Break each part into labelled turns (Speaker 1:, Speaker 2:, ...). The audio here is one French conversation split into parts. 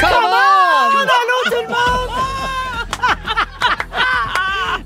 Speaker 1: Comment?
Speaker 2: Allô tout le monde!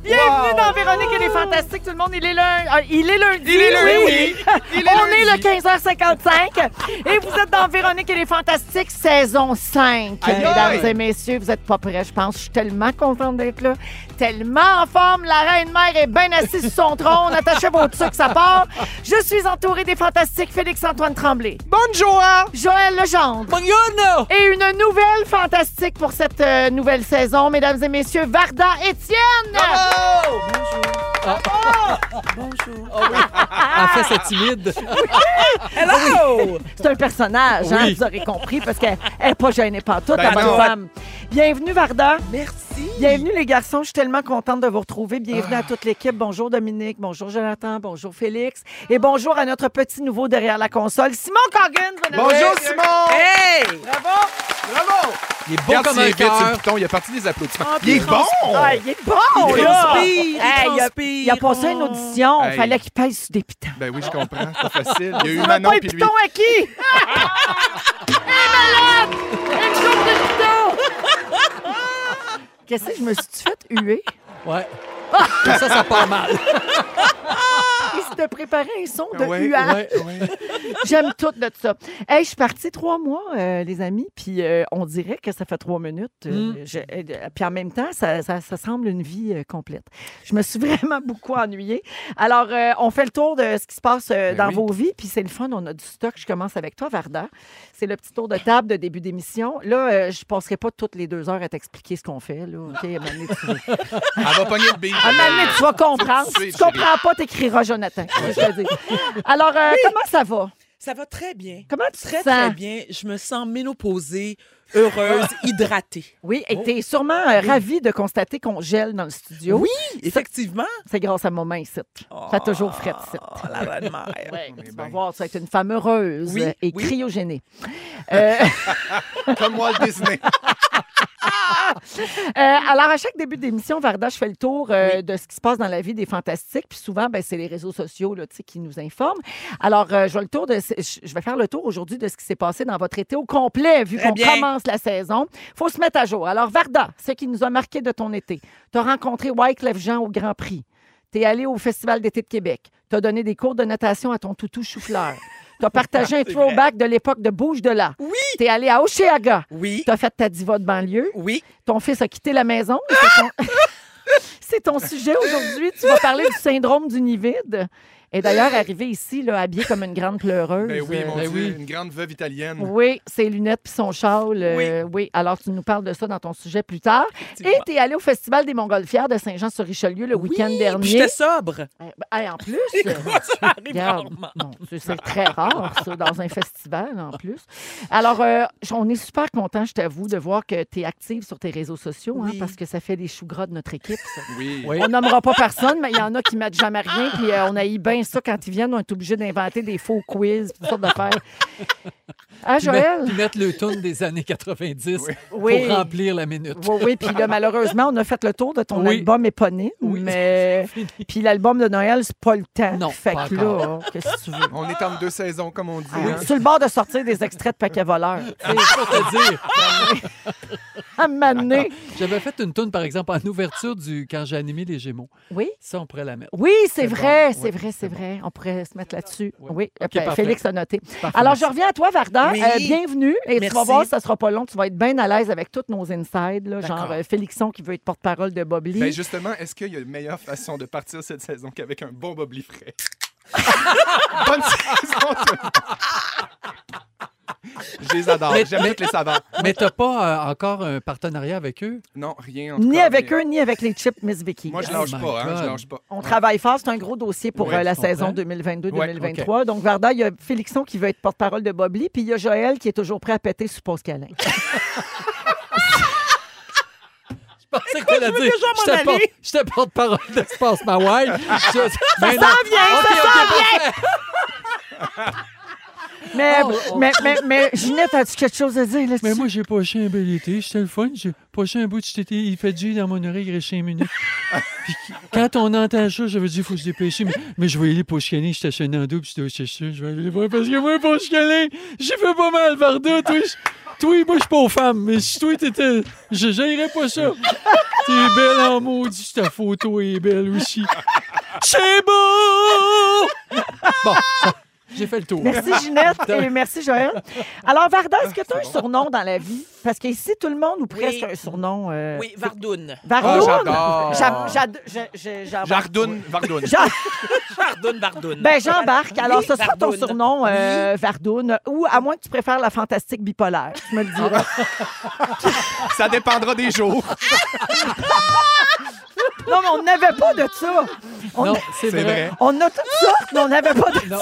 Speaker 2: Bienvenue dans Véronique et les Fantastiques, tout le monde. Il est lundi. ah, il est lundi.
Speaker 1: Il est lundi. Il est
Speaker 2: On
Speaker 1: lundi.
Speaker 2: est le 15h55 et vous êtes dans Véronique et les Fantastiques, saison 5.
Speaker 1: Aïe,
Speaker 2: Mesdames
Speaker 1: aïe.
Speaker 2: et messieurs, vous êtes pas prêts, je pense. Je suis tellement contente d'être là. Tellement en forme. La reine-mère est bien assise sur son trône. Attachez vos trucs, ça part. Je suis entourée des Fantastiques Félix-Antoine Tremblay,
Speaker 1: Bonjour!
Speaker 2: Joël Legendre.
Speaker 1: Buongiorno!
Speaker 2: Et une nouvelle fantastique pour cette euh, nouvelle saison, mesdames et messieurs, Varda Étienne!
Speaker 1: Bravo! Bonjour! Ah oui! En fait, c'est timide. Hello!
Speaker 2: C'est un personnage, hein,
Speaker 1: Oui.
Speaker 2: vous aurez compris, parce qu'elle n'est pas gênée pas toute,
Speaker 1: Ben
Speaker 2: la bonne
Speaker 1: non.
Speaker 2: femme. Bienvenue, Varda.
Speaker 1: Merci!
Speaker 2: Bienvenue, les garçons. Je suis tellement contente de vous retrouver. Bienvenue
Speaker 1: Ah.
Speaker 2: à toute l'équipe. Bonjour, Dominique. Bonjour, Jonathan. Bonjour, Félix. Et bonjour à notre petit nouveau derrière la console, Simon Coggins. Mesdames et
Speaker 3: Bonjour
Speaker 2: messieurs.
Speaker 3: Simon!
Speaker 1: Hey!
Speaker 2: Bravo!
Speaker 3: Bravo!
Speaker 1: Il est bon
Speaker 3: Regarde
Speaker 1: comme
Speaker 3: s'il
Speaker 1: un
Speaker 3: est vite sur le
Speaker 1: cœur.
Speaker 3: piton, il a parti des applaudissements.
Speaker 2: Ah,
Speaker 3: il est bon!
Speaker 2: Ah, il est bon,
Speaker 1: Il
Speaker 2: là!
Speaker 1: transpire, il
Speaker 2: Hey, il, a,
Speaker 1: transpire.
Speaker 2: il a passé une audition.
Speaker 3: Hey.
Speaker 2: Fallait qu'il pèse sur des pitons.
Speaker 3: Ben oui, je comprends, c'est pas facile. Il y a eu
Speaker 2: Tu veux
Speaker 3: Manon
Speaker 2: pas un
Speaker 3: puis lui.
Speaker 2: piton à qui? Hé, malade! Une coupe de piton! Qu'est-ce que je me suis fait huer?
Speaker 1: Ouais. Ça, ça part mal.
Speaker 2: Il se préparait un son de
Speaker 3: Ouais,
Speaker 2: huage.
Speaker 1: Ouais.
Speaker 2: J'aime tout de ça. Hey, je suis partie trois mois, euh, les amis, puis euh, on dirait que ça fait trois minutes. euh, je- euh, puis en même temps, ça, ça- ça semble une vie euh, complète. Je me suis vraiment beaucoup ennuyée. Alors, euh, on fait le tour de ce qui se passe euh,
Speaker 3: Ben
Speaker 2: dans
Speaker 3: oui.
Speaker 2: vos vies, puis c'est le fun. On a du stock. Je commence avec toi, Varda. C'est le petit tour de table de début d'émission. Là, euh, je passerai pas toutes les deux heures à t'expliquer ce qu'on fait. Là, OK? À un moment donné, tu-
Speaker 3: Elle va pogner le bille.
Speaker 2: à un moment donné, tu vas comprendre.
Speaker 3: Tu
Speaker 2: Si
Speaker 3: sais,
Speaker 2: tu comprends pas, t'écriras Jonathan. Je te le dis. Alors, euh, comment ça va?
Speaker 4: Ça va très bien.
Speaker 2: Comment tu
Speaker 4: Très,
Speaker 2: te
Speaker 4: très
Speaker 2: sens?
Speaker 4: bien. Je me sens ménopausée, heureuse, hydratée.
Speaker 2: Oui, et t'es sûrement euh, ravie de constater qu'on gèle dans le studio.
Speaker 4: Oui, effectivement.
Speaker 2: C'est grâce à ma main ici. Ça fait toujours fret ici.
Speaker 4: Oh, la bonne mère.
Speaker 2: Ah. Ouais,
Speaker 3: on est
Speaker 2: tu vas
Speaker 3: bien.
Speaker 2: voir, ça va être une femme heureuse
Speaker 4: Oui,
Speaker 2: euh, et
Speaker 4: oui.
Speaker 2: cryogénée. Euh,
Speaker 3: Comme Walt Disney.
Speaker 2: euh, alors, à chaque début d'émission, Varda, je fais le tour euh, de ce qui se passe dans la vie des fantastiques. Puis souvent, ben, c'est les réseaux sociaux là, tu sais, qui nous informent. Alors, euh, je, vais le tour de, je je vais faire le tour aujourd'hui de ce qui s'est passé dans votre été au complet, vu
Speaker 4: Très
Speaker 2: qu'on
Speaker 4: bien.
Speaker 2: commence la saison. faut se mettre à jour. Alors, Varda, ce qui nous a marqué de ton été, tu as rencontré Wyclef Jean au Grand Prix. T'es allé au Festival d'été de Québec. T'as donné des cours de natation à ton toutou chou-fleur. T'as partagé un throwback de l'époque de Bouge de là.
Speaker 4: Oui.
Speaker 2: T'es allé à Oceaga.
Speaker 4: Oui,
Speaker 2: T'as fait ta diva de banlieue.
Speaker 4: oui.
Speaker 2: Ton fils a quitté la maison. Et c'est ton- C'est ton sujet aujourd'hui. Tu vas parler du syndrome du nid vide. Et d'ailleurs, arrivé ici, là, habillé comme une grande pleureuse.
Speaker 3: Ben oui, mon
Speaker 2: euh,
Speaker 3: Dieu,
Speaker 1: oui.
Speaker 3: une grande veuve italienne.
Speaker 2: oui, ses lunettes puis son châle. euh, oui. alors tu nous parles de ça dans ton sujet plus tard. Et t'es allé au Festival des Montgolfières de Saint-Jean-sur-Richelieu le week-end
Speaker 4: Puis
Speaker 2: dernier.
Speaker 4: J'étais sobre.
Speaker 2: Eh, ben, hey, en plus,
Speaker 4: Quoi, ça arrive
Speaker 2: regarde,
Speaker 4: rarement.
Speaker 2: mon Dieu, c'est très rare, ça, dans un festival, en plus. Alors, euh, j- on est super content, je t'avoue, de voir que tu es active sur tes réseaux sociaux, hein,
Speaker 4: Oui.
Speaker 2: parce que ça fait des choux gras de notre équipe, ça.
Speaker 3: Oui.
Speaker 1: Oui.
Speaker 2: On nommera pas personne, mais il y en a qui mettent jamais rien, puis euh, on a eu bien ça quand ils viennent, on est obligé d'inventer des faux quiz, toutes sortes d'affaires. Ah,
Speaker 1: Puis mettre-
Speaker 2: Joël?
Speaker 1: puis mettre le tune des années 90
Speaker 2: Oui.
Speaker 1: pour remplir la minute.
Speaker 2: Oui, oui, puis là, malheureusement, on a fait le tour de ton
Speaker 1: Oui.
Speaker 2: album éponyme,
Speaker 1: Oui.
Speaker 2: mais puis l'album de Noël, c'est pas le temps.
Speaker 1: Non,
Speaker 2: fait
Speaker 1: pas
Speaker 2: que là,
Speaker 1: encore.
Speaker 2: qu'est-ce que tu veux?
Speaker 3: On est en deux saisons, comme on dit.
Speaker 2: Ah,
Speaker 3: hein.
Speaker 2: Sur le bord de sortir des extraits de paquets voleurs.
Speaker 1: Je peux te dire,
Speaker 2: À m'amener.
Speaker 1: j'avais fait une tune par exemple en ouverture du quand j'ai animé les Gémeaux.
Speaker 2: Oui.
Speaker 1: Ça on pourrait la mettre.
Speaker 2: Oui, c'est
Speaker 1: C'est
Speaker 2: vrai,
Speaker 1: bon.
Speaker 2: c'est
Speaker 1: Oui,
Speaker 2: vrai, c'est vrai. On pourrait se mettre là-dessus.
Speaker 1: Oui.
Speaker 2: Oui,
Speaker 1: OK,
Speaker 2: Fait-
Speaker 1: parfait.
Speaker 2: Félix a noté.
Speaker 1: Parfait,
Speaker 2: Alors,
Speaker 1: merci.
Speaker 2: je reviens à toi, Varda.
Speaker 4: Oui.
Speaker 2: Euh, bienvenue. Et tu vas
Speaker 4: Merci.
Speaker 2: voir, ça sera pas long. Tu vas être bien à l'aise avec tous nos insides, là, genre
Speaker 1: D'accord.
Speaker 2: euh, Félixon qui veut être porte-parole de Bob Lee.
Speaker 3: Ben justement, est-ce qu'il y a une meilleure façon de partir cette saison qu'avec un bon bobli frais? Bonne saison! tout le monde. Je les adore,
Speaker 1: Mais-
Speaker 3: j'aime
Speaker 1: mais-
Speaker 3: toutes les saveurs.
Speaker 1: Mais t'as pas euh, encore un partenariat avec eux?
Speaker 3: Non, rien. en tout
Speaker 2: ni
Speaker 3: cas,
Speaker 2: avec
Speaker 3: mais-
Speaker 2: eux, ni avec les chips Miss Vicky.
Speaker 3: Moi, je
Speaker 1: Oh
Speaker 3: lâche
Speaker 1: my
Speaker 3: pas, hein, je
Speaker 1: God.
Speaker 3: lâche pas.
Speaker 2: On travaille fort, c'est un gros dossier pour
Speaker 3: Ouais,
Speaker 2: euh, la
Speaker 1: je comprends.
Speaker 2: saison 2022-2023. Donc, Varda, il y a Félixon qui veut être porte-parole de Bob Lee, puis il y a Joël qui est toujours prêt à péter sous Pascalin.
Speaker 1: Je pensais que t'allais
Speaker 2: veux
Speaker 1: dire.
Speaker 2: déjà m'en
Speaker 1: Je te porte-
Speaker 2: aller?
Speaker 1: je te porte-parole d'Espace Mawai. Je... Ça
Speaker 2: s'en vient, ça Mais,
Speaker 1: Oh, oh.
Speaker 2: mais, mais, mais, Ginette, as-tu quelque chose à dire là-dessus?
Speaker 5: Mais moi, j'ai passé un bel été. C'était le fun. J'ai passé un bout de cet été. Il fait du dans mon oreille, il reste cinq minutes. Puis qui- quand on entend ça, j'avais dit, il faut se dépêcher. Mais, mais je vais aller pour chicaner. J'étais chez Nando, puis j'étais au Chester. Je vais aller les voir parce que moi, pour chicaner, j'ai fait pas mal, Varda. Toi, je- toi, moi, je suis pas aux femmes. Mais si toi, t'étais. Je j'haïrais pas ça. T'es belle en maudit. Ta photo est belle aussi. C'est beau!
Speaker 1: J'ai fait le tour.
Speaker 2: Merci Ginette et merci Joël. Alors Varda, est-ce que tu as un surnom dans la vie? Parce qu'ici, tout le monde ou presque a un surnom. euh,
Speaker 4: Oui, Vardoun.
Speaker 2: Vardoune.
Speaker 3: Ah,
Speaker 2: J'a-
Speaker 3: j'adore.
Speaker 2: j'ad- j'ai- j'ai- j'embarque.
Speaker 3: Jardoun, Vardoun.
Speaker 2: J'a-
Speaker 4: Vardoun, Vardoun.
Speaker 2: Ben, j'embarque. Alors,
Speaker 4: Oui,
Speaker 2: ce sera ton
Speaker 4: Vardoune.
Speaker 2: surnom, euh, Vardoune, ou à moins que tu préfères la fantastique bipolaire. Tu me le diras.
Speaker 3: Ça dépendra des jours.
Speaker 2: non, mais on n'avait pas de ça. On,
Speaker 1: Non, c'est
Speaker 3: C'est
Speaker 1: vrai.
Speaker 3: vrai.
Speaker 2: on a toutes sortes, mais on n'avait pas de ça.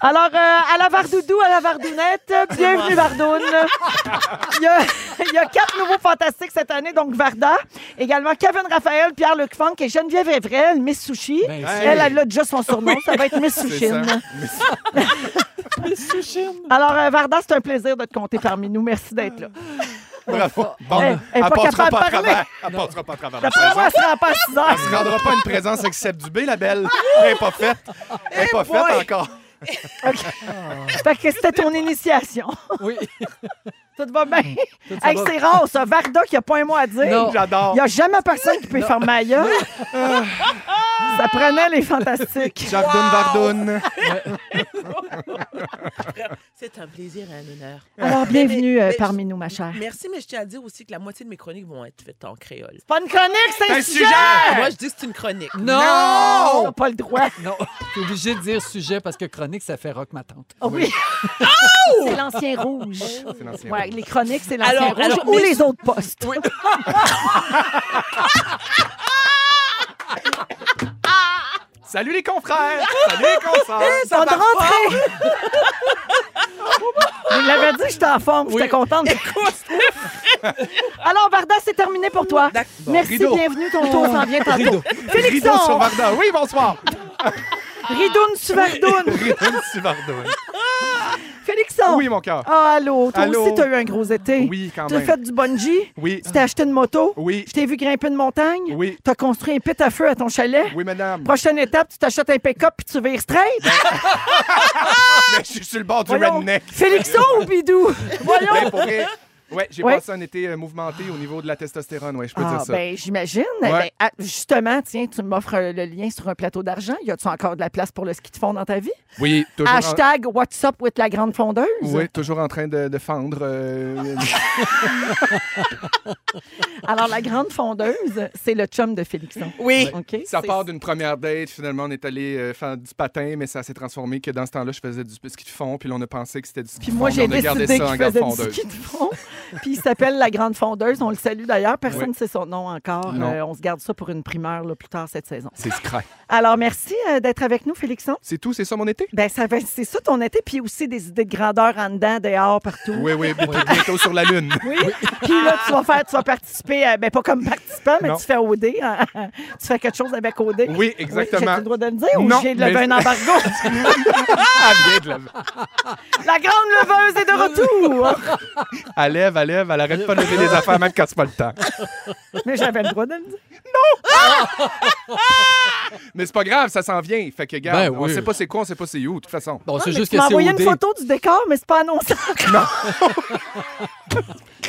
Speaker 2: Alors, euh, à la Vardoudou, à la Vardounette, bienvenue, Vardoune. Il y, a, il y a quatre nouveaux fantastiques cette année, donc Varda, également Kevin Raphaël, Pierre-Luc Funk et Geneviève Evrel, Miss Sushi.
Speaker 1: Ben,
Speaker 3: Hey.
Speaker 2: Elle, elle a déjà son surnom, ça va être Miss
Speaker 3: C'est ça.
Speaker 2: Sushine. Alors, euh, Varda, c'est un plaisir de te compter parmi nous. Merci d'être là.
Speaker 3: Ah. Bravo. Bon,
Speaker 2: Elle- elle est pas
Speaker 3: passera
Speaker 2: capable de
Speaker 3: pas à
Speaker 2: parler.
Speaker 3: travers. Elle passera pas à travers la
Speaker 2: Après
Speaker 3: saison.
Speaker 2: moi, elle sera pas à 6
Speaker 3: Elle se
Speaker 2: heures.
Speaker 3: rendra pas à une présence excepte du B, la belle. Elle est pas faite. Elle est
Speaker 2: Eh
Speaker 3: pas faite encore.
Speaker 2: Fait que c'était ton initiation.
Speaker 1: Oui.
Speaker 2: Tout va bien.
Speaker 1: Tout ça
Speaker 2: Hey,
Speaker 1: va.
Speaker 2: c'est rare, ça. Varda qui a pas un mot à dire.
Speaker 1: Non.
Speaker 3: J'adore.
Speaker 2: Il n'y a jamais personne qui peut faire ma gueule. Ça prenait les fantastiques.
Speaker 3: Jardoun, Vardoun.
Speaker 4: C'est un plaisir et un honneur.
Speaker 2: Alors, bienvenue euh,
Speaker 4: mais-
Speaker 2: parmi nous, ma chère.
Speaker 4: Merci, mais je tiens à dire aussi que la moitié de mes chroniques vont être faites en créole.
Speaker 2: Pas une chronique, c'est Oh!
Speaker 3: Un sujet! Oh!
Speaker 4: Moi, je dis que c'est une chronique.
Speaker 1: Non!
Speaker 2: On n'a pas le droit.
Speaker 1: Non, t'es obligé de dire sujet parce que chronique, ça fait rock ma tante.
Speaker 2: Ah oui. C'est l'ancien rouge.
Speaker 3: Oh! C'est l'ancien
Speaker 2: Ouais,
Speaker 3: rouge.
Speaker 2: les chroniques, c'est l'ancien
Speaker 4: Alors,
Speaker 2: rouge
Speaker 4: alors,
Speaker 2: ou
Speaker 4: mais-
Speaker 2: les autres postes.
Speaker 4: Oui.
Speaker 3: Salut les confrères! Salut les confrères!
Speaker 2: On est rentré. Je l'avais dit que j'étais en forme. J'étais contente. Alors, Varda, c'est terminé pour toi. Merci,
Speaker 3: Rideau.
Speaker 2: bienvenue. Ton tour s'en vient tantôt.
Speaker 1: Rideau.
Speaker 3: Rideau sur
Speaker 2: Félixon,
Speaker 3: Vardoun. Oui, bonsoir.
Speaker 2: Ridoune sur Vardoune.
Speaker 3: Rideau sur Vardoun.
Speaker 2: Félixon.
Speaker 3: Oui, mon cœur.
Speaker 2: Ah, allô. Toi
Speaker 3: Allô.
Speaker 2: aussi, t'as eu un gros été.
Speaker 3: Oui, quand
Speaker 2: Tu as
Speaker 3: même.
Speaker 2: fait du bungee.
Speaker 3: Oui.
Speaker 2: Tu t'es acheté une moto.
Speaker 3: Oui.
Speaker 2: Je t'ai vu grimper une montagne.
Speaker 3: Oui.
Speaker 2: Tu as construit un pit à feu à ton chalet.
Speaker 3: Oui, madame.
Speaker 2: Prochaine étape, tu t'achètes un pick-up puis tu vires straight.
Speaker 3: Mais je suis sur le bord du
Speaker 2: Voyons.
Speaker 3: redneck.
Speaker 2: Félixon ou Bidou? Voyons.
Speaker 3: Ben, pour vrai, Ouais, j'ai
Speaker 2: Ouais.
Speaker 3: passé un été euh, mouvementé au niveau de la testostérone, ouais, je peux
Speaker 2: Ah,
Speaker 3: dire ça.
Speaker 2: ben, j'imagine.
Speaker 3: Ouais.
Speaker 2: Ben, ah, justement, tiens, tu m'offres euh, le lien sur un plateau d'argent. Y a-tu encore de la place pour le ski de fond dans ta vie?
Speaker 3: oui, toujours, en...
Speaker 2: Hashtag What's up with la grande fondeuse.
Speaker 3: oui, toujours en train de, de fendre. euh,
Speaker 2: Alors, la grande fondeuse, c'est le chum de Félixon.
Speaker 4: Oui.
Speaker 2: OK?
Speaker 3: ça
Speaker 2: C'est-
Speaker 3: part d'une première date, finalement, on est allé euh, faire du patin, mais ça s'est transformé que dans ce temps-là, je faisais du ski de fond, puis là, on a pensé que c'était du ski
Speaker 2: Puis
Speaker 3: de fond,
Speaker 2: moi, j'ai
Speaker 3: mais on a gardé
Speaker 2: décidé
Speaker 3: ça
Speaker 2: qu'il
Speaker 3: en
Speaker 2: faisait
Speaker 3: garde
Speaker 2: du
Speaker 3: fondeuse.
Speaker 2: ski de fond. Puis il s'appelle la grande fondeuse. On le salue d'ailleurs. Personne
Speaker 3: Oui.
Speaker 2: ne sait son nom encore.
Speaker 3: Non.
Speaker 2: Euh, on se garde ça pour une primeur là, plus tard cette saison.
Speaker 3: C'est scrap.
Speaker 2: Alors, merci euh, d'être avec nous, Félixon.
Speaker 3: C'est tout, c'est ça mon été?
Speaker 2: Ben, ça va- c'est ça ton été, puis aussi des idées de grandeur en dedans, dehors, partout.
Speaker 3: Oui, oui, bientôt, bientôt sur la Lune.
Speaker 2: Oui. Puis là, tu vas faire, tu vas participer, euh, ben pas comme participant, mais
Speaker 3: Non.
Speaker 2: tu fais OD. hein. tu fais quelque chose avec OD.
Speaker 3: Oui,
Speaker 2: J'ai
Speaker 3: exactement.
Speaker 2: le droit de le dire ou
Speaker 3: Non,
Speaker 2: j'ai levé
Speaker 3: mais-
Speaker 2: un embargo?
Speaker 3: Ah, bien de la-
Speaker 2: La grande leveuse est de retour!
Speaker 3: Elle lève, elle lève, elle arrête pas de lever les affaires, même quand c'est pas le temps.
Speaker 2: Mais j'avais le droit de le dire.
Speaker 3: Mais c'est pas grave, ça s'en vient. Fait que, regarde,
Speaker 1: Ben
Speaker 3: on
Speaker 1: oui.
Speaker 3: sait pas c'est quoi, on sait pas c'est où, de toute façon.
Speaker 1: Bon, c'est
Speaker 2: Mais
Speaker 1: juste
Speaker 2: tu
Speaker 1: que
Speaker 2: m'as
Speaker 1: c'est
Speaker 2: envoyé une
Speaker 1: OD.
Speaker 2: photo du décor, mais c'est pas annoncé.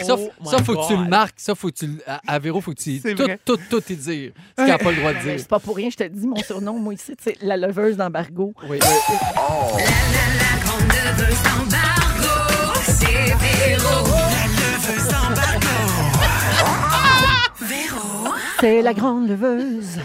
Speaker 1: Ça,
Speaker 4: Oh
Speaker 1: ça,
Speaker 4: my
Speaker 1: faut que tu le
Speaker 4: God.
Speaker 1: marques. Ça, faut que tu le- à, à Véro, faut que tu
Speaker 3: C'est
Speaker 1: tout,
Speaker 3: vrai.
Speaker 1: tout, tout, y dire. Ce qu'il a pas le droit de
Speaker 2: Ben,
Speaker 1: dire.
Speaker 2: C'est pas pour rien, je te dis mon surnom, moi ici, c'est la leveuse d'embargo.
Speaker 1: Oui.
Speaker 2: C'est la grande leveuse.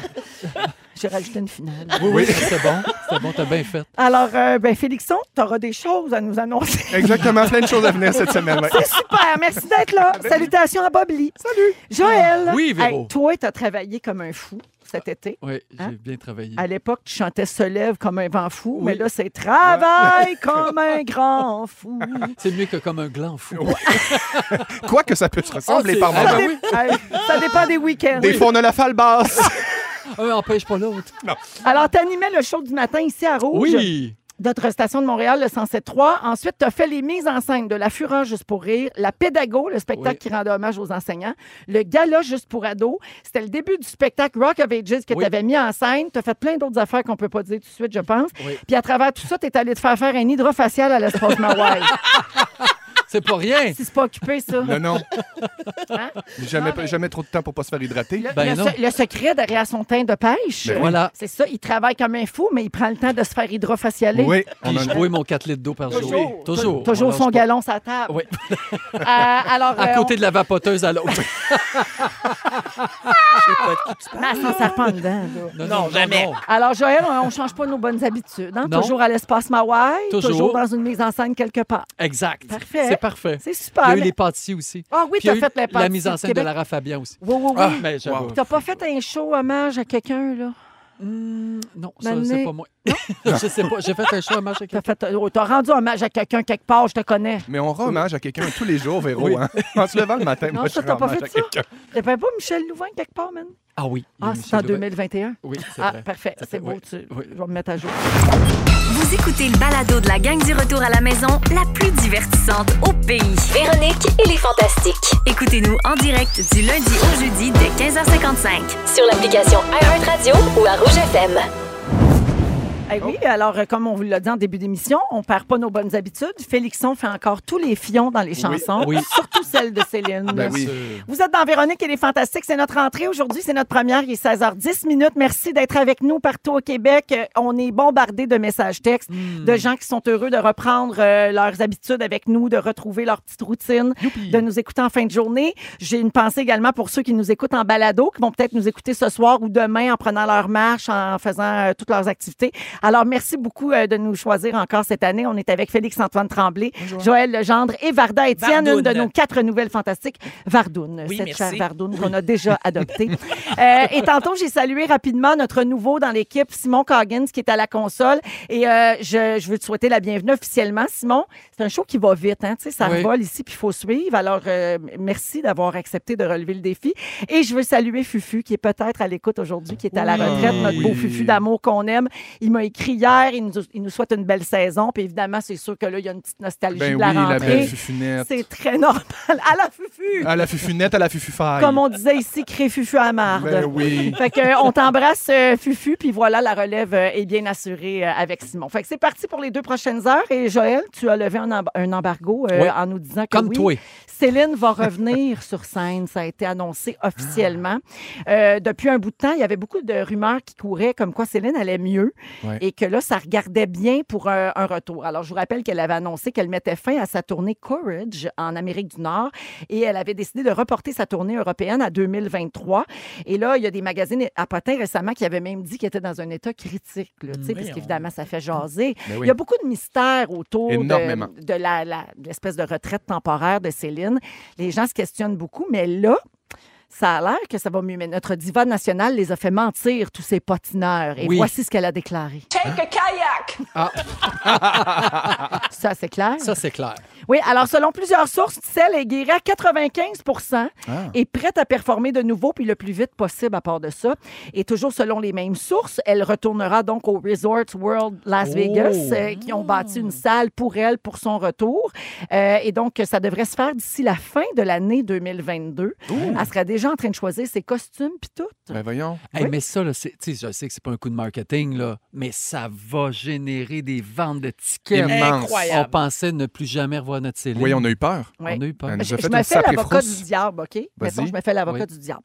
Speaker 2: J'ai rajouté une finale.
Speaker 5: Oui, oui, c'est bon. C'est bon, t'as bien fait.
Speaker 2: Alors, euh, ben, Félixon, tu auras des choses à nous annoncer.
Speaker 3: Exactement, plein de choses à venir cette semaine. ouais.
Speaker 2: C'est super, merci d'être là. Salutations à Bob Lee. Salut. Joël.
Speaker 5: Ah. Oui, Véro.
Speaker 2: hey, toi, t'as travaillé comme un fou cet été.
Speaker 5: Oui,
Speaker 2: Hein?
Speaker 5: j'ai bien travaillé.
Speaker 2: À l'époque, tu chantais Se lève comme un vent fou, mais là, c'est Travaille comme un grand fou.
Speaker 5: C'est mieux que comme un gland fou.
Speaker 3: Quoique ça peut se ressembler
Speaker 5: c'est-
Speaker 3: par
Speaker 5: Ah,
Speaker 3: moment.
Speaker 5: ben oui.
Speaker 2: Hey, ça dépend des week-ends.
Speaker 3: Des fois, on a la falle basse.
Speaker 5: Un empêche pas l'autre.
Speaker 2: Alors, tu animais le show du matin ici à Rouge.
Speaker 5: Oui.
Speaker 2: Notre station de Montréal, le 107.3. Ensuite, tu as fait les mises en scène de La Fureur juste pour rire, La Pédago, le spectacle qui rendait hommage aux enseignants, le Gala juste pour ados. C'était le début du spectacle Rock of Ages que
Speaker 5: Oui.
Speaker 2: tu avais mis en scène. Tu as fait plein d'autres affaires qu'on peut pas dire tout de suite, je pense.
Speaker 5: Oui.
Speaker 2: Puis à travers tout ça, tu es allé te faire faire un hydrofacial à l'espace Mawai.
Speaker 5: C'est pas rien.
Speaker 2: si c'est pas occupé, ça.
Speaker 3: Non, non.
Speaker 2: Hein?
Speaker 3: Jamais,
Speaker 2: Non, mais-
Speaker 3: jamais trop de temps pour pas se faire hydrater.
Speaker 2: Le,
Speaker 5: Ben
Speaker 2: le
Speaker 5: non.
Speaker 2: se- le secret derrière son teint de pêche,
Speaker 3: Ben oui.
Speaker 5: Voilà.
Speaker 2: c'est ça, il travaille comme un fou, mais il prend le temps de se faire hydrofacialer.
Speaker 3: Oui, on
Speaker 5: Puis je
Speaker 3: a...
Speaker 5: bois mon 4 litres d'eau par jour.
Speaker 2: Toujours.
Speaker 5: Toujours.
Speaker 2: Toujours
Speaker 5: On
Speaker 2: son
Speaker 5: lâche pas.
Speaker 2: galon sa table.
Speaker 5: Oui.
Speaker 2: Euh, alors,
Speaker 5: À
Speaker 2: euh,
Speaker 5: côté de la vapoteuse à l'autre.
Speaker 2: on- Ah, sans serpent dedans. là.
Speaker 4: Non, jamais.
Speaker 5: non.
Speaker 2: Alors, Joël, on ne change pas nos bonnes habitudes. hein?
Speaker 5: Non.
Speaker 2: Toujours à l'espace Mawai, toujours.
Speaker 5: Toujours.
Speaker 2: dans une mise en scène quelque part.
Speaker 5: Exact.
Speaker 2: Parfait.
Speaker 5: C'est parfait.
Speaker 2: C'est
Speaker 5: Il y
Speaker 2: super.
Speaker 5: a eu
Speaker 2: mais-
Speaker 5: les pâtissiers aussi.
Speaker 2: Ah
Speaker 5: Puis il
Speaker 2: oui,
Speaker 5: y
Speaker 2: tu
Speaker 5: a
Speaker 2: as
Speaker 5: eu
Speaker 2: fait les
Speaker 5: La
Speaker 2: pâtisseries
Speaker 5: mise en
Speaker 2: du
Speaker 5: scène de
Speaker 2: Québec.
Speaker 5: Lara Fabian aussi.
Speaker 2: Oui, oui, oui.
Speaker 5: Ah, mais j'avoue.
Speaker 2: T'as pas fait un show hommage à quelqu'un, là?
Speaker 5: Hum, non, ça,
Speaker 2: Mané.
Speaker 5: c'est pas moi. je sais pas. J'ai fait un show à match avec
Speaker 2: T'as fait- oh, t'as rendu hommage à quelqu'un quelque part, je te connais.
Speaker 3: Mais on rend hommage à quelqu'un tous les jours, Véro.
Speaker 5: Oui.
Speaker 3: hein. En se levant le matin,
Speaker 2: Non,
Speaker 3: moi, je
Speaker 2: ça,
Speaker 3: rends
Speaker 2: t'as pas
Speaker 3: hommage
Speaker 2: fait
Speaker 3: à
Speaker 2: ça?
Speaker 3: quelqu'un.
Speaker 2: T'as pas Michel Louvain quelque part, man?
Speaker 5: Ah oui.
Speaker 2: Ah,
Speaker 5: Michel
Speaker 2: c'est en
Speaker 5: Louvain.
Speaker 2: 2021?
Speaker 5: Oui, c'est
Speaker 2: Ah,
Speaker 5: vrai.
Speaker 2: parfait. C'est beau.
Speaker 5: oui,
Speaker 2: tu-
Speaker 5: oui.
Speaker 2: Je vais me mettre à jour.
Speaker 6: Vous écoutez le balado de la gang du retour à la maison, la plus divertissante au pays.
Speaker 7: Véronique et les Fantastiques.
Speaker 6: Écoutez-nous en direct du lundi au jeudi dès 15h55.
Speaker 7: Sur l'application iHeartRadio ou à Rouge FM.
Speaker 5: Ah
Speaker 2: Eh oui, alors, euh, comme on vous l'a dit en début d'émission, on perd pas nos bonnes habitudes. Félixon fait encore tous les fions dans les chansons,
Speaker 5: oui.
Speaker 2: surtout celle de Céline.
Speaker 3: Ben oui.
Speaker 2: Vous êtes dans Véronique et les Fantastiques. C'est notre entrée aujourd'hui. C'est notre première. Il est 16h10 minutes. Merci d'être avec nous partout au Québec. Euh, On est bombardé de messages textes de gens qui sont heureux de reprendre euh, leurs habitudes avec nous, de retrouver leur petite routine, de nous écouter en fin de journée. J'ai une pensée également pour ceux qui nous écoutent en balado, qui vont peut-être nous écouter ce soir ou demain en prenant leur marche, en faisant euh, toutes leurs activités. Alors, merci beaucoup euh, de nous choisir encore cette année. On est avec Félix-Antoine Tremblay, Joël Legendre et Varda Étienne, une de
Speaker 4: Vardoune.
Speaker 2: nos quatre nouvelles fantastiques. Vardoune,
Speaker 4: Oui,
Speaker 2: cette
Speaker 4: merci.
Speaker 2: chère Vardoune qu'on a déjà adoptée. Euh, et tantôt, j'ai salué rapidement notre nouveau dans l'équipe, Simon Coggins, qui est à la console. Et euh, je, je veux te souhaiter la bienvenue officiellement. Simon, c'est un show qui va vite. Hein, tu sais, ça
Speaker 5: Oui.
Speaker 2: revole ici, puis il faut suivre. Alors, euh, merci d'avoir accepté de relever le défi. Et je veux saluer Fufu, qui est peut-être à l'écoute aujourd'hui, qui est à la retraite, notre beau
Speaker 5: oui.
Speaker 2: Fufu d'amour qu'on aime. Il m'a écrit hier, il nous, il nous souhaite une belle saison. Puis évidemment, c'est sûr que là, il y a une petite nostalgie
Speaker 3: Ben
Speaker 2: de
Speaker 3: oui,
Speaker 2: la
Speaker 3: la belle
Speaker 2: rentrée.
Speaker 3: fufunette.
Speaker 2: C'est très normal. À la Fufu!
Speaker 3: À la fufunette, à la fufufaille.
Speaker 2: Comme on disait ici, crée Fufu à la marde.
Speaker 3: Ben oui.
Speaker 2: Fait que, euh, on t'embrasse, euh, Fufu, puis voilà, la relève euh, est bien assurée euh, avec Simon. Fait que c'est parti pour les deux prochaines heures. Et Joël, tu as levé un, em- un embargo euh,
Speaker 5: Oui.
Speaker 2: en nous disant que
Speaker 5: Comme
Speaker 2: oui,
Speaker 5: toi.
Speaker 2: Céline va revenir sur scène. Ça a été annoncé officiellement. Euh, depuis un bout de temps, il y avait beaucoup de rumeurs qui couraient comme quoi Céline allait mieux
Speaker 3: Ouais.
Speaker 2: et que là, ça regardait bien pour euh, un, un retour. Alors, je vous rappelle qu'elle avait annoncé qu'elle mettait fin à sa tournée Courage en Amérique du Nord et elle avait décidé de reporter sa tournée européenne à 2023. Et là, il y a des magazines à potins récemment qui avaient même dit qu'elle était dans un état critique, là, tu sais, parce qu'évidemment, ça fait jaser.
Speaker 3: Mm, Ben
Speaker 2: Il
Speaker 3: oui.
Speaker 2: y a beaucoup de mystères autour
Speaker 3: Énormément.
Speaker 2: de, de la- la- de l'espèce de retraite temporaire de Céline. Les gens se questionnent beaucoup, mais là, ça a l'air que ça va mieux. Mais notre diva nationale les a fait mentir, tous ces patineurs. Et
Speaker 5: Oui.
Speaker 2: voici ce qu'elle a déclaré. Take a kayak! ça, c'est clair.
Speaker 5: Ah. Ça, c'est clair.
Speaker 2: Oui, alors selon plusieurs sources, Ticelle est guérie à 95 et prête à performer de nouveau puis le plus vite possible à part de ça. Et toujours selon les mêmes sources, elle retournera donc au Resorts World Las
Speaker 5: Oh.
Speaker 2: Vegas euh, qui ont bâti une salle pour elle pour son retour. Euh, et donc, ça devrait se faire d'ici la fin de l'année 2022. Elle sera déjà en train de choisir ses costumes puis tout.
Speaker 3: Ben voyons.
Speaker 5: Hey, mais ça, là, c'est- tu sais, je sais que c'est pas un coup de marketing, là, mais ça va générer des ventes de tickets.
Speaker 3: Immense.
Speaker 5: On
Speaker 4: Incroyable.
Speaker 5: pensait ne plus jamais revoir notre Céline.
Speaker 3: Oui, on a Ben, eu peur.
Speaker 2: Ouais.
Speaker 5: On a eu peur.
Speaker 3: Elle nous
Speaker 2: Je,
Speaker 3: a
Speaker 2: je
Speaker 3: fait
Speaker 2: me
Speaker 3: une
Speaker 2: fais
Speaker 3: sapée
Speaker 2: l'avocat du
Speaker 3: frousse.
Speaker 2: diable, OK? Mettons, je me fais l'avocat
Speaker 5: Oui.
Speaker 2: du diable.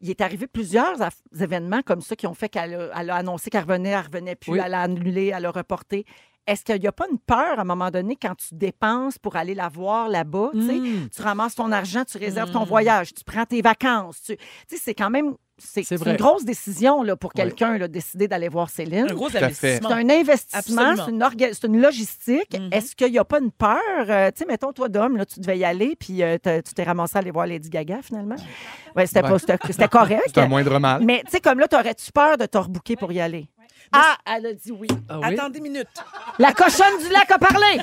Speaker 2: Il est arrivé plusieurs aff- événements comme ça qui ont fait qu'elle a, elle a annoncé qu'elle revenait, elle revenait plus,
Speaker 5: Oui.
Speaker 2: elle a annulé, elle a reporté. Est-ce qu'il n'y a pas une peur à un moment donné quand tu dépenses pour aller la voir là-bas?
Speaker 1: Mmh.
Speaker 2: tu sais?
Speaker 5: Mm.
Speaker 2: Tu ramasses ton argent, tu réserves ton voyage, tu prends tes vacances. Tu tu sais, c'est quand même c'est
Speaker 1: C'est
Speaker 2: c'est
Speaker 1: vrai.
Speaker 2: une grosse décision là, pour quelqu'un là, décider d'aller voir Céline.
Speaker 4: Un gros
Speaker 3: à fait.
Speaker 4: investissement.
Speaker 2: C'est un investissement,
Speaker 4: Absolument.
Speaker 2: c'est une, orga- c'est une logistique.
Speaker 4: Mhm.
Speaker 2: Est-ce qu'il n'y a pas une peur? Euh, tu sais, mettons, toi, d'homme, là, tu devais y aller, puis euh, t'as- tu t'es ramassé à aller voir Lady Gaga, finalement. Ouais, c'était
Speaker 3: Ouais.
Speaker 2: pas- c'était- c'était correct.
Speaker 3: C'est un moindre mal.
Speaker 2: Mais, tu sais, comme là, t'aurais-tu peur de te rebooker pour y aller? Ah, elle a dit oui.
Speaker 1: Ah oui?
Speaker 4: Attendez une minute.
Speaker 2: La cochonne du lac a parlé!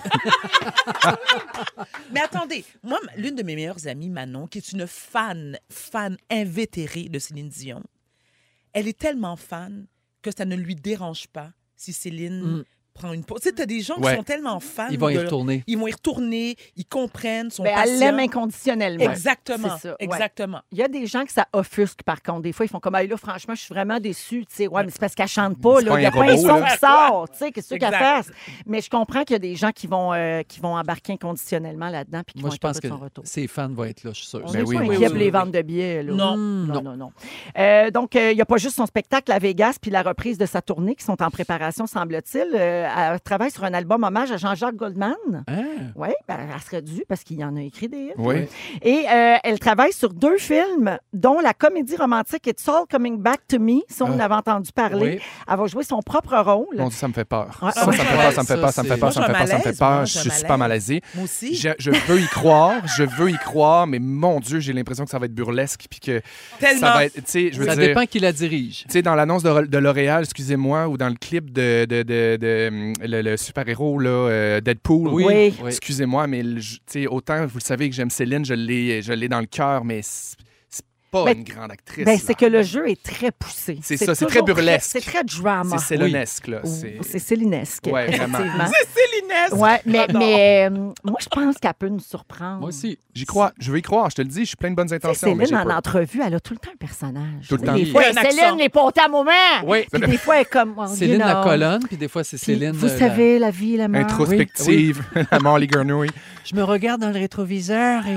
Speaker 4: Mais attendez, moi, m- l'une de mes meilleures amies, Manon, qui est une fan, fan invétérée de Céline Dion, elle est tellement fan que ça ne lui dérange pas si Céline
Speaker 1: Mm.
Speaker 4: prend une pause. Tu sais, t'as des gens
Speaker 3: Ouais.
Speaker 4: qui sont tellement fans.
Speaker 1: Ils vont y
Speaker 4: de-
Speaker 1: retourner.
Speaker 4: Ils vont y retourner, ils comprennent, sont
Speaker 2: Ben, elle
Speaker 4: patients.
Speaker 2: l'aime inconditionnellement.
Speaker 4: Exactement.
Speaker 2: C'est ça, ouais.
Speaker 4: Exactement.
Speaker 2: Il y a des gens que ça offusque, par contre. Des fois, ils font comme, ah, là, franchement, je suis vraiment déçue. Tu sais, ouais, mais c'est parce qu'elle chante pas,
Speaker 3: C'est
Speaker 2: là.
Speaker 3: pas
Speaker 2: Il n'y a
Speaker 3: un
Speaker 2: pas un
Speaker 3: robot,
Speaker 2: son
Speaker 4: là.
Speaker 2: qui sort. Tu sais, qu'est-ce qu'elle
Speaker 4: Exact.
Speaker 2: fasse? Mais je comprends qu'il y a des gens qui vont, euh, qui vont embarquer inconditionnellement là-dedans puis qui
Speaker 1: Moi,
Speaker 2: vont
Speaker 1: je
Speaker 2: être heureux
Speaker 1: pense
Speaker 2: de
Speaker 1: que
Speaker 2: son retour.
Speaker 1: ses fans vont être là, je suis sûr.
Speaker 2: On
Speaker 3: Mais
Speaker 2: n'est
Speaker 3: Ben oui,
Speaker 2: pas
Speaker 3: oui,
Speaker 2: inquiet
Speaker 3: oui,
Speaker 2: pour
Speaker 3: oui.
Speaker 2: les ventes de billets. Là.
Speaker 4: Non,
Speaker 2: Hum, non,
Speaker 1: non.
Speaker 2: non. non. Euh, donc, euh, il n'y a pas juste son spectacle à Vegas puis la reprise de sa tournée qui sont en préparation, semble-t-il. Euh, elle travaille sur un album hommage à Jean-Jacques Goldman.
Speaker 1: Hein?
Speaker 2: Oui, elle serait due parce qu'il y en a écrit des hits.
Speaker 3: Oui.
Speaker 2: Et euh, elle travaille sur deux films, dont la comédie romantique It's All Coming Back to Me, si on
Speaker 3: Ah.
Speaker 2: en avait entendu parler.
Speaker 1: Oui.
Speaker 2: Elle va jouer son propre rôle.
Speaker 3: Mon Dieu, ça me fait peur.
Speaker 2: Ouais,
Speaker 3: Ça,
Speaker 2: ouais.
Speaker 3: ça me fait peur, ça me fait peur, ça me fait peur, ça me fait peur, ça me fait peur.
Speaker 4: Moi, j'ai
Speaker 3: Je
Speaker 4: un
Speaker 3: suis
Speaker 4: malaise.
Speaker 3: super malaisé.
Speaker 4: Moi aussi.
Speaker 3: Je, je veux y croire, je veux y croire, mais mon Dieu, j'ai l'impression que ça va être burlesque puis que
Speaker 4: Tellement.
Speaker 3: ça va être, tu sais, je veux
Speaker 1: Ça
Speaker 3: dire,
Speaker 1: dépend qui la dirige.
Speaker 3: tu sais, dans l'annonce de, de L'Oréal, excusez-moi, ou dans le clip de, de, de- de, hum, le, le super-héros là, euh, Deadpool.
Speaker 2: Oui.
Speaker 3: Excusez-moi, mais le- je- tu sais, autant vous le savez que j'aime Céline, je l'ai, je l'ai dans le cœur, mais c'est c'est pas
Speaker 2: Ben,
Speaker 3: une grande actrice.
Speaker 2: Ben,
Speaker 3: là.
Speaker 2: c'est que le jeu est très poussé.
Speaker 3: C'est ça, c'est
Speaker 2: toujours
Speaker 3: très burlesque.
Speaker 2: C'est très drama.
Speaker 3: C'est célinesque, là. C'est-
Speaker 2: C'est célinesque.
Speaker 3: Ouais, vraiment.
Speaker 2: effectivement.
Speaker 4: Céline
Speaker 2: Ouais, mais, mais euh, moi, je pense qu'elle peut nous surprendre.
Speaker 1: Moi aussi.
Speaker 3: J'y crois, je veux y croire, je te le dis, je suis plein de bonnes
Speaker 2: Tu sais,
Speaker 3: intentions. mais
Speaker 2: Céline,
Speaker 3: j'ai
Speaker 2: en
Speaker 3: peur.
Speaker 2: entrevue, elle a tout le temps un personnage.
Speaker 3: Tout le
Speaker 2: Tu sais,
Speaker 3: temps.
Speaker 2: Des
Speaker 3: Il
Speaker 2: fois,
Speaker 4: y a un accent.
Speaker 2: Céline n'est pas au temps moment.
Speaker 3: Oui.
Speaker 2: Puis des fois, elle est comme. well, you
Speaker 1: Céline la
Speaker 2: know.
Speaker 1: colonne, puis des fois, c'est
Speaker 2: Puis,
Speaker 1: Céline.
Speaker 2: Vous
Speaker 1: euh, la-
Speaker 2: savez, la vie, la mort.
Speaker 3: Introspective, la mort les grenouilles.
Speaker 1: Je me regarde dans le rétroviseur et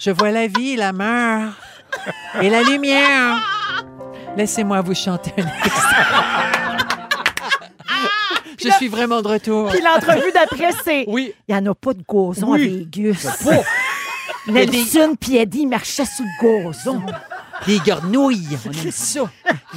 Speaker 1: je vois la vie, la mort et la lumière. Laissez-moi vous chanter un extrait. Je suis vraiment de retour.
Speaker 2: Puis l'entrevue d'après, c'est.
Speaker 1: Oui,
Speaker 2: Il n'y en a pas de gazon
Speaker 1: Oui.
Speaker 2: à Vegas. Nelson puis Eddie marchaient sous le gazon.
Speaker 1: les grenouilles, on aime ça.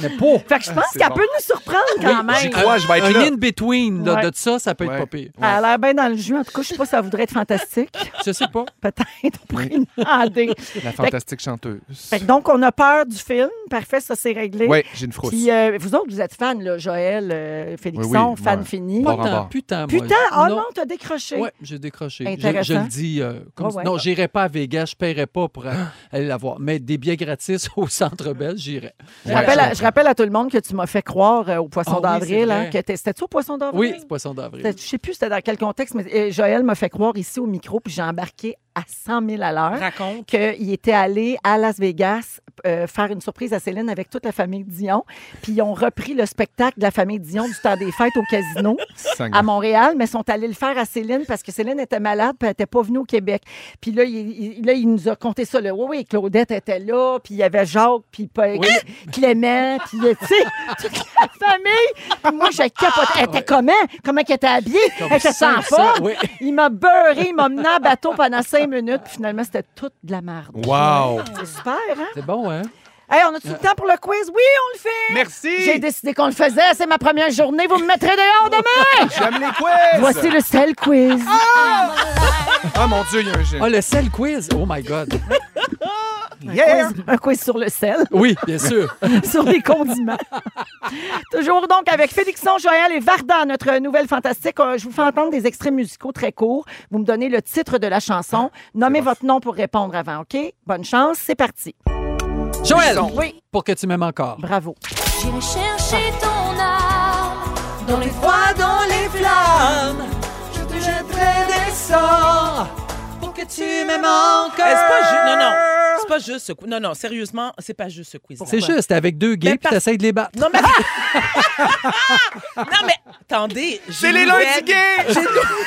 Speaker 1: Le pot.
Speaker 2: Fait que je pense
Speaker 3: c'est
Speaker 2: qu'elle
Speaker 3: bon.
Speaker 2: peut nous surprendre quand
Speaker 3: J'y
Speaker 2: même.
Speaker 3: crois, je vais être
Speaker 1: un
Speaker 3: là.
Speaker 1: in-between là,
Speaker 2: Ouais.
Speaker 1: de ça, ça peut être
Speaker 3: Ouais.
Speaker 1: pas pire.
Speaker 2: Elle a l'air bien dans le jus. En tout cas, je sais pas, ça voudrait être fantastique.
Speaker 1: Je sais pas.
Speaker 2: Peut-être, on pourrait lui demander.
Speaker 3: La fantastique chanteuse.
Speaker 2: Fait que donc, on a peur du film. Parfait, ça, c'est réglé.
Speaker 3: Oui, j'ai une frousse.
Speaker 2: Puis euh, vous autres, vous êtes fan, là, Joël, euh, Félixon,
Speaker 3: Oui, oui,
Speaker 2: fan
Speaker 3: ouais.
Speaker 2: fini.
Speaker 3: Bord en
Speaker 1: Putain,
Speaker 3: bord.
Speaker 1: putain, moi.
Speaker 2: Putain, oh non, t'as décroché.
Speaker 1: Ouais, j'ai décroché. Je-
Speaker 2: Intéressant.
Speaker 1: Je,
Speaker 2: Oh,
Speaker 1: le dis euh, comme
Speaker 2: Ouais, ouais.
Speaker 1: Non, j'irai pas à Vegas, je paierai pas pour euh, aller la voir. Mais des billets gratis au Centre Bell, j'irai.
Speaker 2: Je, rappelle à, je rappelle à tout le monde que tu m'as fait croire euh, au Poisson
Speaker 1: Ah oui, c'est
Speaker 2: d'avril.
Speaker 1: vrai.
Speaker 2: hein, que t'es- C'était-tu au Poisson d'avril?
Speaker 1: Oui, c'est Poisson d'avril.
Speaker 2: C'était- Je sais plus c'était dans quel contexte, mais euh, Joël m'a fait croire ici au micro, puis j'ai embarqué à 100 000 à l'heure.
Speaker 4: Raconte.
Speaker 2: qu'il était allé à Las Vegas euh, faire une surprise à Céline avec toute la famille Dion. Puis ils ont repris le spectacle de la famille Dion du temps des fêtes au casino à Montréal, mais sont allés le faire à Céline parce que Céline était malade puis elle n'était pas venue au Québec. Puis là, il, il- là, il nous a conté ça. Là. Oui, oui, Claudette était là, puis il y avait Jacques, puis pas- Clément, puis euh, tu sais, toute la famille. Puis moi, je capote. Elle était comment? Comment qu'elle était habillée?
Speaker 1: Comme
Speaker 2: Elle était
Speaker 1: ça,
Speaker 2: sans
Speaker 1: ça,
Speaker 2: forme.
Speaker 1: oui.
Speaker 2: Il m'a beurré, il m'a mené en bateau pendant cinq minutes, puis finalement, c'était toute de la merde.
Speaker 3: Wow!
Speaker 2: C'est super, hein?
Speaker 1: C'est bon, hein?
Speaker 2: Hey, on a tout le temps pour le quiz? Oui, on le fait! J'ai
Speaker 3: Merci!
Speaker 2: décidé qu'on le faisait, c'est ma première journée, vous me mettrez dehors demain!
Speaker 3: J'aime les quiz!
Speaker 2: Voici le sel quiz.
Speaker 3: Oh mon Dieu, il y a un jeu.
Speaker 1: Ah, le sel quiz! Oh my God!
Speaker 3: Yeah!
Speaker 2: Un quiz sur le sel,
Speaker 1: Oui, bien sûr.
Speaker 2: sur les condiments. Toujours donc avec Félixon, Joël et Varda, notre nouvelle fantastique. Euh, Je vous fais entendre des extraits musicaux très courts. Vous me donnez le titre de la chanson.
Speaker 4: Ah,
Speaker 2: Nommez votre nom pour répondre avant, OK? Bonne chance, c'est parti.
Speaker 1: Joël,
Speaker 2: Oui,
Speaker 1: pour que tu m'aimes encore.
Speaker 2: bravo.
Speaker 7: J'irai chercher ton âme.
Speaker 4: Dans les froids, Ah, dans les flammes, je te jetterai des sorts pour que tu m'aimes encore. C'est pas juste. Non, non. C'est pas juste ce quiz. Non, non, sérieusement, c'est pas juste ce quiz.
Speaker 1: C'est juste, avec deux gays,
Speaker 4: Ben,
Speaker 1: puis t'essayes de les battre.
Speaker 4: Non, mais. non, mais attendez. j'ai
Speaker 3: C'est
Speaker 4: une
Speaker 3: les
Speaker 4: nouvelle-
Speaker 3: lundis gays!
Speaker 4: J'ai une...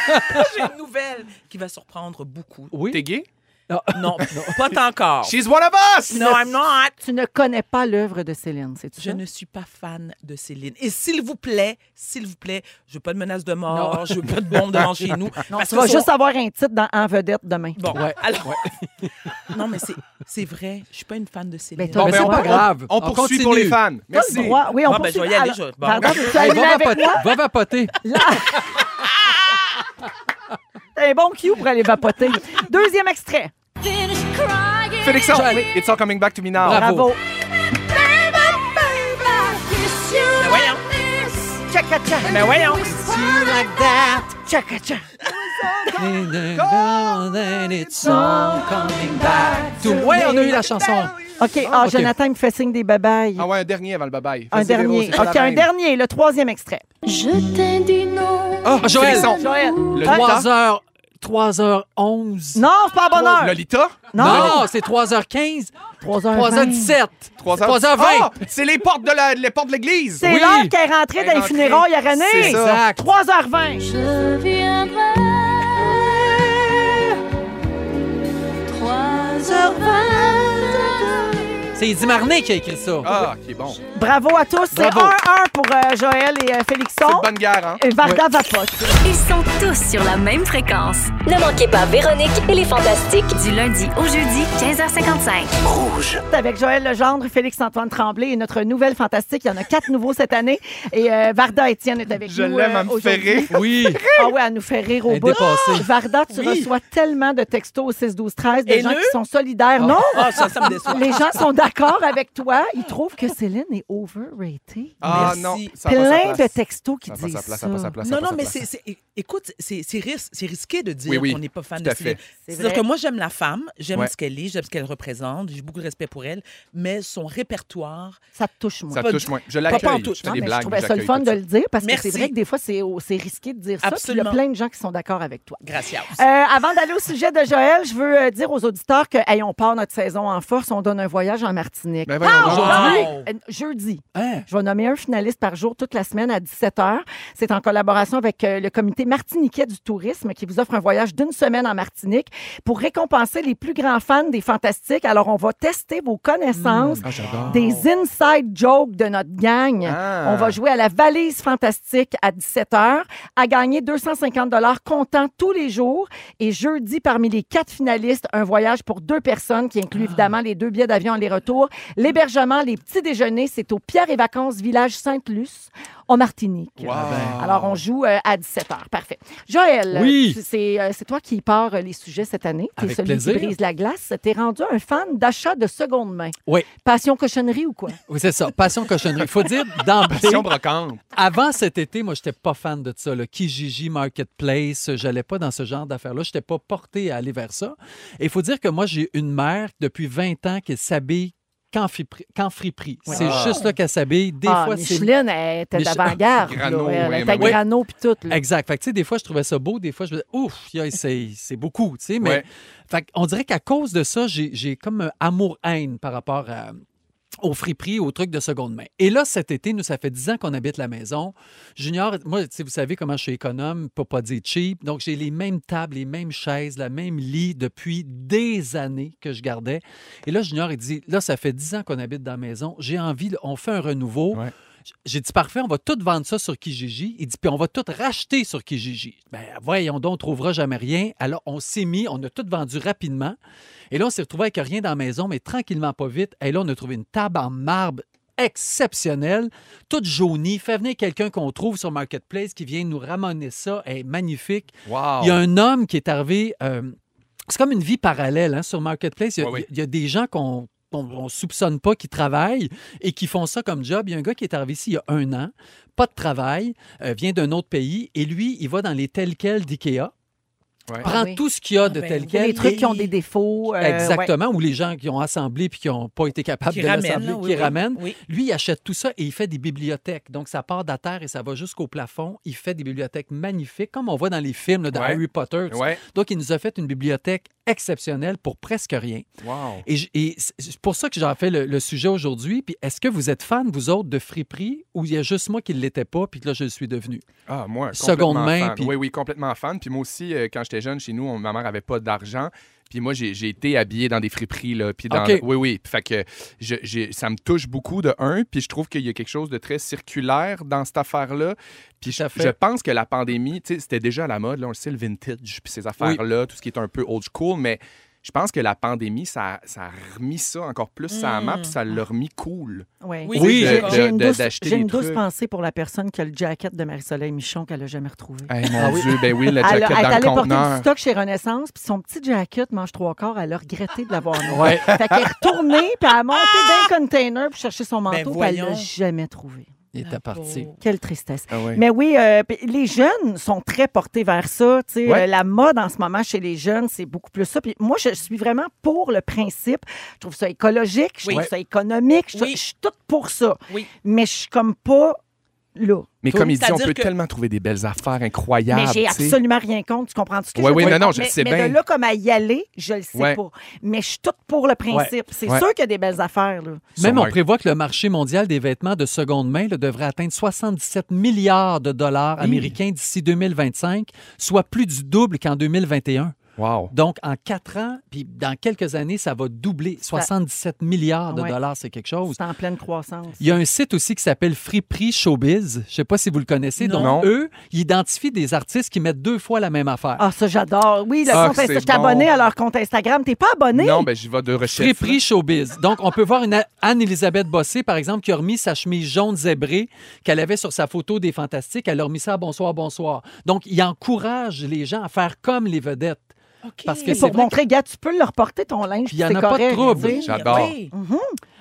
Speaker 4: j'ai une nouvelle qui va surprendre beaucoup.
Speaker 1: Oui.
Speaker 3: T'es gay?
Speaker 1: Ah.
Speaker 4: Non, pas encore.
Speaker 3: She's one of us!
Speaker 4: No, I'm not.
Speaker 2: Tu ne connais pas l'œuvre de Céline, c'est
Speaker 4: Je
Speaker 2: ça?
Speaker 4: ne suis pas fan de Céline. Et s'il vous plaît, s'il vous plaît, je veux pas de menace de mort, je veux pas de bombe devant chez nous. parce
Speaker 2: Tu vas
Speaker 4: son-
Speaker 2: juste avoir un titre dans En vedette demain.
Speaker 4: Bon, alors... non, mais c'est- c'est vrai, je suis pas une fan de Céline.
Speaker 2: Ben, t'as-
Speaker 1: mais
Speaker 3: ben,
Speaker 1: c'est
Speaker 3: on-
Speaker 1: pas
Speaker 3: on-
Speaker 1: grave.
Speaker 3: On,
Speaker 1: On
Speaker 3: poursuit
Speaker 1: continue.
Speaker 3: pour les fans.
Speaker 2: T'as
Speaker 3: Merci.
Speaker 2: le droit. Oui, on
Speaker 4: Bon, ben,
Speaker 2: poursuit.
Speaker 4: je vais y aller,
Speaker 2: Alors,
Speaker 4: je vais- bon.
Speaker 2: Pardon, veux-tu
Speaker 1: Hey,
Speaker 2: aller
Speaker 1: va,
Speaker 2: avec
Speaker 1: vapoter,
Speaker 2: moi?
Speaker 1: va vapoter.
Speaker 2: C'est un bon cue pour aller vapoter. Deuxième extrait.
Speaker 7: Finish crying.
Speaker 3: Félixon, it's all coming back to me now.
Speaker 1: Bravo.
Speaker 2: Bravo.
Speaker 7: Baby, baby, kiss you
Speaker 4: voyons.
Speaker 7: like this.
Speaker 2: Tcha-ca-tcha.
Speaker 4: Ben voyons.
Speaker 2: Tcha-ca-tcha.
Speaker 1: Ouais, on a eu la chanson.
Speaker 2: OK. Ah,
Speaker 1: OK.
Speaker 2: Jonathan, il me fait signe des babayes.
Speaker 3: Ah ouais, un dernier avant le bye-bye.
Speaker 2: Un
Speaker 3: Vas-y, Véro,
Speaker 2: dernier.
Speaker 3: c'est pas la
Speaker 2: OK, un
Speaker 3: même.
Speaker 2: dernier. Le troisième extrait.
Speaker 7: Je t'ai dit non.
Speaker 3: Ah,
Speaker 1: Joël.
Speaker 3: Félixon.
Speaker 2: Joël.
Speaker 3: Le
Speaker 2: Ah,
Speaker 3: Lolita.
Speaker 1: 3h, 3h11.
Speaker 2: Non, c'est pas à bonne heure.
Speaker 3: Lolita.
Speaker 1: Non, c'est 3h15,
Speaker 2: 3h20.
Speaker 1: 3h17,
Speaker 3: 3h...
Speaker 1: 3h20.
Speaker 3: Ah, c'est les portes de la- les portes de l'église.
Speaker 2: C'est
Speaker 1: Oui.
Speaker 2: l'heure qu'elle est rentrée
Speaker 3: Elle
Speaker 2: dans
Speaker 3: est
Speaker 2: les
Speaker 3: rentrée.
Speaker 2: funérailles à René.
Speaker 3: C'est ça.
Speaker 1: Exact.
Speaker 2: 3h20.
Speaker 7: Je viendrai. 3h20.
Speaker 1: C'est Eddie Marnet qui a écrit ça.
Speaker 3: Ah, qui est bon. C'est
Speaker 2: Bravo à tous. C'est 1-1
Speaker 1: Bravo.
Speaker 2: pour euh, Joël et euh, Félixon.
Speaker 3: une bonne guerre, hein?
Speaker 2: Et Varda vapote.
Speaker 6: Ils sont tous sur la même fréquence.
Speaker 8: Ne manquez pas Véronique et les Fantastiques.
Speaker 6: Du lundi au jeudi, 15h55.
Speaker 2: avec Joël Legendre, Félix-Antoine Tremblay et notre nouvelle fantastique. Il y en a quatre nouveaux cette année. Et euh, Varda Étienne est avec
Speaker 3: Je
Speaker 2: nous.
Speaker 3: l'aime,
Speaker 2: euh,
Speaker 3: à me fait
Speaker 2: aujourd'hui.
Speaker 3: rire.
Speaker 1: Oui,
Speaker 2: Ah ouais, elle nous fait rire
Speaker 1: Elle
Speaker 2: au
Speaker 1: est
Speaker 2: bout. Ah!
Speaker 1: dépassée.
Speaker 2: Varda, tu
Speaker 4: Oui.
Speaker 2: reçois tellement de textos au 6 12 13 de gens
Speaker 4: Haineux?
Speaker 2: qui sont solidaires. Non,
Speaker 4: Ah, ça, ça me déçoit.
Speaker 2: les gens sont d'accord avec toi. Ils trouvent que Céline est overrated.
Speaker 3: Ah
Speaker 4: Merci.
Speaker 3: non, ça a pas sa
Speaker 2: Plein
Speaker 3: place.
Speaker 2: de textos qui
Speaker 3: Ça a pas
Speaker 2: disent
Speaker 3: sa place, ça
Speaker 2: ça.
Speaker 3: a pas sa place. ça a
Speaker 4: Non,
Speaker 3: pas
Speaker 4: non, mais
Speaker 3: sa place.
Speaker 4: c'est, c'est- é- écoute, c'est, c'est, ris- c'est risqué de dire
Speaker 3: Oui, oui.
Speaker 4: qu'on n'est pas fan
Speaker 3: Tout
Speaker 4: de
Speaker 3: à fait.
Speaker 4: Céline.
Speaker 2: C'est
Speaker 4: C'est-à-dire
Speaker 2: vrai.
Speaker 4: que moi, j'aime la femme, j'aime
Speaker 3: Ouais.
Speaker 4: ce qu'elle est, j'aime ce qu'elle représente, j'ai beaucoup de respect pour elle, mais son répertoire,
Speaker 2: Ça te touche moins.
Speaker 3: Ça
Speaker 4: pas
Speaker 3: touche
Speaker 4: du-
Speaker 3: moins. Je
Speaker 4: pas
Speaker 3: l'accueille.
Speaker 4: pantoute,
Speaker 3: Je fais
Speaker 4: non,
Speaker 3: des
Speaker 2: mais
Speaker 3: blagues.
Speaker 2: je trouvais
Speaker 3: mais
Speaker 2: ça le
Speaker 3: j'accueille
Speaker 2: fun
Speaker 3: tout
Speaker 2: de
Speaker 3: ça.
Speaker 2: le dire parce
Speaker 4: Merci.
Speaker 2: que c'est vrai que des fois, c'est oh, c'est risqué de dire ça. Puis il y a
Speaker 4: Absolument.
Speaker 2: plein de gens qui sont d'accord avec toi.
Speaker 4: gracias.
Speaker 2: Euh, avant d'aller au sujet de Joël, je veux euh, dire aux auditeurs que, hey, on part notre saison en force, on donne un voyage en Martinique.
Speaker 3: Ben voyons
Speaker 2: Ah,
Speaker 3: donc.
Speaker 2: aujourd'hui, euh, jeudi.
Speaker 1: Hein?
Speaker 2: Je vais nommer un finaliste par jour toute la semaine à 17h. C'est en collaboration avec euh, le comité martiniquais du tourisme qui vous offre un voyage d'une semaine en Martinique pour récompenser les plus grands fans des fantastiques. Alors, on va tester vos connaissances
Speaker 3: Ah, j'adore.
Speaker 2: des inside jokes de notre gang.
Speaker 3: Ah.
Speaker 2: On va jouer à la valise fantastique à 17h, à gagner 250 comptant tous les jours. Et jeudi, parmi les quatre finalistes, un voyage pour deux personnes qui
Speaker 1: Ah.
Speaker 2: inclut évidemment les deux billets d'avion aller-retour, l'hébergement, les petits déjeuners. C'est au Pierre et Vacances Village Sainte-Luce, en Martinique.
Speaker 3: Wow.
Speaker 2: euh, Alors, on joue euh, à 17h. Parfait. Joël,
Speaker 1: Oui.
Speaker 2: tu- c'est euh, c'est toi qui pars euh, les sujets cette année. Tu es
Speaker 1: Avec
Speaker 2: celui
Speaker 1: plaisir.
Speaker 2: qui brise la glace. Tu es rendu un fan d'achat de seconde main.
Speaker 1: Oui.
Speaker 2: Passion cochonnerie ou quoi?
Speaker 1: Oui, c'est ça. Passion cochonnerie. Faut dire d'emblée,
Speaker 3: Passion brocante.
Speaker 1: avant cet été, moi, j'étais pas fan de ça. Le Kijiji Marketplace, j'allais pas dans ce genre d'affaires-là. J'étais pas porté à aller vers ça. Et il faut dire que moi, j'ai une mère depuis 20 ans qui s'habille qu'en fipri- qu'en friperie. C'est
Speaker 3: Ah.
Speaker 1: juste là qu'elle s'habille. Des
Speaker 2: ah,
Speaker 1: fois, c'est
Speaker 2: Micheline, elle était
Speaker 1: Michel-
Speaker 2: d'avant-garde. là.
Speaker 3: Grano,
Speaker 2: Elle
Speaker 3: oui,
Speaker 2: était
Speaker 3: mais oui.
Speaker 2: grano puis tout. là.
Speaker 1: Exact. Fait que, tu sais, des fois, je trouvais ça beau. Des fois, je me disais, ouf, ya, c'est c'est beaucoup, tu sais. Mais,
Speaker 3: Ouais.
Speaker 1: fait on dirait qu'à cause de ça, j'ai j'ai comme un amour-haine par rapport à aux friperies, aux trucs de seconde main. Et là, cet été, nous, ça fait 10 ans qu'on habite la maison. Junior, moi, tu sais, vous savez comment je suis économe, pas pas dire cheap. Donc, j'ai les mêmes tables, les mêmes chaises, la même lit depuis des années que je gardais. Et là, Junior, il dit, là, ça fait 10 ans qu'on habite dans la maison. J'ai envie, là, on fait un renouveau.
Speaker 3: Ouais.
Speaker 1: J'ai dit, parfait, on va tout vendre ça sur Kijiji. Il dit, puis on va tout racheter sur Kijiji. Ben, voyons donc, on trouvera jamais rien. Alors, on s'est mis, on a tout vendu rapidement. Et là, on s'est retrouvé avec rien dans la maison, mais tranquillement, pas vite. Et là, on a trouvé une table en marbre exceptionnelle, toute jaunie. Fait venir quelqu'un qu'on trouve sur Marketplace qui vient nous ramener ça. Elle est magnifique.
Speaker 3: Wow.
Speaker 1: Il y a un homme qui est arrivé. euh, c'est comme une vie parallèle hein, sur Marketplace. Il y a,
Speaker 3: Ouais, ouais.
Speaker 1: il y a des gens qu'on ne soupçonne pas qui travaillent et qui font ça comme job. Il y a un gars qui est arrivé ici il y a un an, pas de travail, euh, vient d'un autre pays et lui, il va dans les tels quels d'IKEA,
Speaker 3: Ouais.
Speaker 1: prend
Speaker 2: Ah oui.
Speaker 1: tout ce qu'il y a de
Speaker 4: ben,
Speaker 2: Il
Speaker 1: tel
Speaker 2: y a
Speaker 1: quel.
Speaker 2: des trucs qui ont
Speaker 1: et-
Speaker 2: des défauts. euh, ouais.
Speaker 1: Exactement, ou les gens qui ont assemblé puis qui n'ont pas été capables
Speaker 4: Qui
Speaker 1: de
Speaker 4: ramène,
Speaker 1: l'assembler,
Speaker 4: là, oui,
Speaker 1: qui
Speaker 4: oui.
Speaker 1: ramènent.
Speaker 4: Oui.
Speaker 1: Lui, il achète tout ça et il fait des bibliothèques. Donc, ça part de la terre et ça va jusqu'au plafond. Il fait des bibliothèques magnifiques, comme on voit dans les films là, de
Speaker 3: Ouais.
Speaker 1: Harry Potter. tout ça.
Speaker 3: Ouais.
Speaker 1: Donc, il nous a fait une bibliothèque exceptionnelle pour presque rien.
Speaker 3: Wow.
Speaker 1: Et, j- et c'est pour ça que j'en fais le, le sujet aujourd'hui. Puis, est-ce que vous êtes fan, vous autres, de friperie ou il y a juste moi qui ne l'étais pas puis que là, je le suis devenu?
Speaker 3: Ah, moi,
Speaker 1: Seconde
Speaker 3: complètement
Speaker 1: main,
Speaker 3: fan.
Speaker 1: puis-
Speaker 3: Oui, oui, complètement fan. Puis moi aussi, euh, quand j'étais jeune, chez nous, on- ma mère avait pas d'argent. Puis moi, j'ai j'ai été habillé dans des friperies, là. Puis dans...
Speaker 1: OK.
Speaker 3: Oui, oui. Puis Fait que je- j'ai- ça me touche beaucoup de un. Puis je trouve qu'il y a quelque chose de très circulaire dans cette affaire-là. Puis je,
Speaker 1: Tout à fait.
Speaker 3: je pense que la pandémie, tu sais, c'était déjà à la mode, là. On le sait, le vintage, puis ces affaires-là, tout ce qui est un peu old school. Mais je pense que la pandémie, ça, ça a remis ça encore plus ça sur la
Speaker 2: Hmm.
Speaker 3: map, puis ça l'a remis cool.
Speaker 2: Ouais.
Speaker 4: Oui,
Speaker 1: Oui,
Speaker 4: c'est
Speaker 1: je-
Speaker 4: ça.
Speaker 3: de-
Speaker 2: J'ai une
Speaker 3: de-
Speaker 2: douce,
Speaker 3: d'acheter
Speaker 2: j'ai
Speaker 3: des
Speaker 2: une douce
Speaker 3: trucs.
Speaker 2: pensée pour la personne qui a le jacket de Marie-Soleil Michon qu'elle n'a jamais retrouvé.
Speaker 3: Eh mon Dieu, ben oui, la
Speaker 2: Ah Elle,
Speaker 3: jacket
Speaker 2: a- elle est
Speaker 3: dans le
Speaker 2: allée porter
Speaker 3: conteneur.
Speaker 2: du stock chez Renaissance, puis son petit jacket mange trois quarts, elle a regretté de l'avoir mis.
Speaker 1: Ouais.
Speaker 2: Fait qu'elle est retournée, puis elle a monté dans un container pour chercher son manteau, puis elle
Speaker 4: voyons.
Speaker 2: l'a jamais trouvé.
Speaker 1: Il était parti.
Speaker 2: Quelle tristesse.
Speaker 3: Ah ouais.
Speaker 2: Mais oui, euh, puis les jeunes sont très portés vers ça. tu sais.
Speaker 3: Ouais.
Speaker 2: Euh, la mode en ce moment chez les jeunes, c'est beaucoup plus ça. Puis moi, je suis vraiment pour le principe. Je trouve ça écologique, je
Speaker 4: Oui.
Speaker 2: trouve ça économique, je,
Speaker 4: Oui.
Speaker 2: je suis toute pour ça.
Speaker 4: Oui.
Speaker 2: Mais je suis comme pas là.
Speaker 3: Mais comme il dit, on
Speaker 4: C'est-à-dire
Speaker 3: peut
Speaker 4: que-
Speaker 3: tellement trouver des belles affaires incroyables.
Speaker 2: Mais j'ai
Speaker 3: tu sais.
Speaker 2: absolument rien contre. Tu comprends ce que
Speaker 3: Ouais,
Speaker 2: je
Speaker 3: oui,
Speaker 2: veux
Speaker 3: non,
Speaker 2: dire?
Speaker 3: non, je
Speaker 2: mais,
Speaker 3: sais
Speaker 2: mais
Speaker 3: bien.
Speaker 2: de là comme à y aller, je le sais
Speaker 3: Ouais.
Speaker 2: pas. Mais je suis toute pour le principe. C'est
Speaker 3: Ouais.
Speaker 2: sûr qu'il y a des belles affaires. Là.
Speaker 1: Même
Speaker 3: Sûrement.
Speaker 1: on prévoit que le marché mondial des vêtements de seconde main là, devrait atteindre 77 milliards de dollars américains d'ici 2025, soit plus du double qu'en 2021.
Speaker 3: Wow.
Speaker 1: Donc, en quatre ans, puis dans quelques années, ça va doubler. 77 milliards de
Speaker 2: Ouais.
Speaker 1: dollars, c'est quelque
Speaker 3: Oh,
Speaker 1: chose.
Speaker 2: C'est en pleine croissance.
Speaker 1: Il y a un site aussi qui s'appelle Friperie Showbiz. Je sais pas si vous le connaissez.
Speaker 4: Non.
Speaker 3: Non.
Speaker 1: Donc, eux, ils identifient des artistes qui mettent deux fois la même affaire.
Speaker 2: Ah, ça, j'adore. Oui, le
Speaker 3: Ah,
Speaker 2: compte Insta-
Speaker 3: c'est
Speaker 2: Je t'ai abonné
Speaker 3: bon.
Speaker 2: à leur compte Instagram. T'es pas abonné?
Speaker 3: Non, ben j'y vais de recherche.
Speaker 1: Friperie Showbiz. Donc, on peut voir une A- Anne-Élisabeth Bossé, par exemple, qui a remis sa chemise jaune zébrée qu'elle avait sur sa photo des Fantastiques. Elle a remis ça à Bonsoir, Bonsoir. Donc, il encourage les gens à faire comme les vedettes. Parce que
Speaker 2: Et
Speaker 1: c'est
Speaker 2: pour
Speaker 1: vrai
Speaker 2: montrer, gars, tu peux leur porter ton linge.
Speaker 1: Puis il y en
Speaker 2: c'est
Speaker 1: a pas de
Speaker 2: correct,
Speaker 1: trouble.
Speaker 2: tu sais.
Speaker 3: J'adore.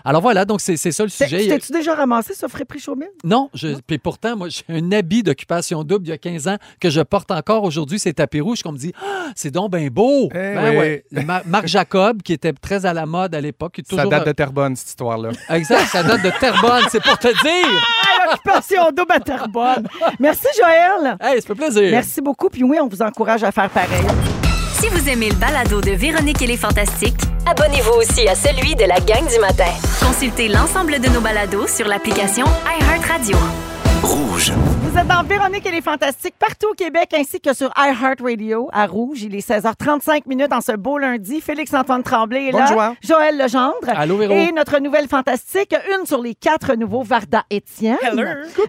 Speaker 1: Alors voilà, donc c'est c'est ça le
Speaker 2: T'es-
Speaker 1: sujet. euh,
Speaker 2: Tu t'es-tu déjà ramassé sur Friperie Showbiz?
Speaker 1: Non, je, puis pourtant, moi, j'ai un habit d'occupation double il y a 15 ans que je porte encore aujourd'hui, c'est tapis rouge, qu'on me dit Ah, c'est donc ben beau!
Speaker 3: Eh
Speaker 1: Ben
Speaker 3: oui.
Speaker 1: ouais. Ma- Marc Jacob, qui était très à la mode à l'époque, qui est
Speaker 3: Ça
Speaker 1: toujours.
Speaker 3: date de Terrebonne, cette histoire-là.
Speaker 1: Exact, ça date de Terrebonne, c'est pour te dire!
Speaker 2: Occupation double à Terrebonne. Merci, Joël.
Speaker 1: Hey, ça fait plaisir!
Speaker 2: Merci beaucoup. Puis oui, on vous encourage à faire pareil.
Speaker 6: Si vous aimez le balado de Véronique et les Fantastiques,
Speaker 8: Abonnez-vous aussi à celui de la gang du matin.
Speaker 6: consultez l'ensemble de nos balados sur l'application iHeartRadio.
Speaker 2: Vous êtes dans Véronique et les Fantastiques partout au Québec ainsi que sur iHeartRadio à Rouge. Il est 16h35 minutes en ce beau lundi. Félix-Antoine Tremblay est là.
Speaker 3: Bonjour.
Speaker 2: Joël Legendre.
Speaker 1: Allô, Véro.
Speaker 2: Et notre nouvelle fantastique, une sur les quatre nouveaux, Varda Étienne.
Speaker 4: Hello.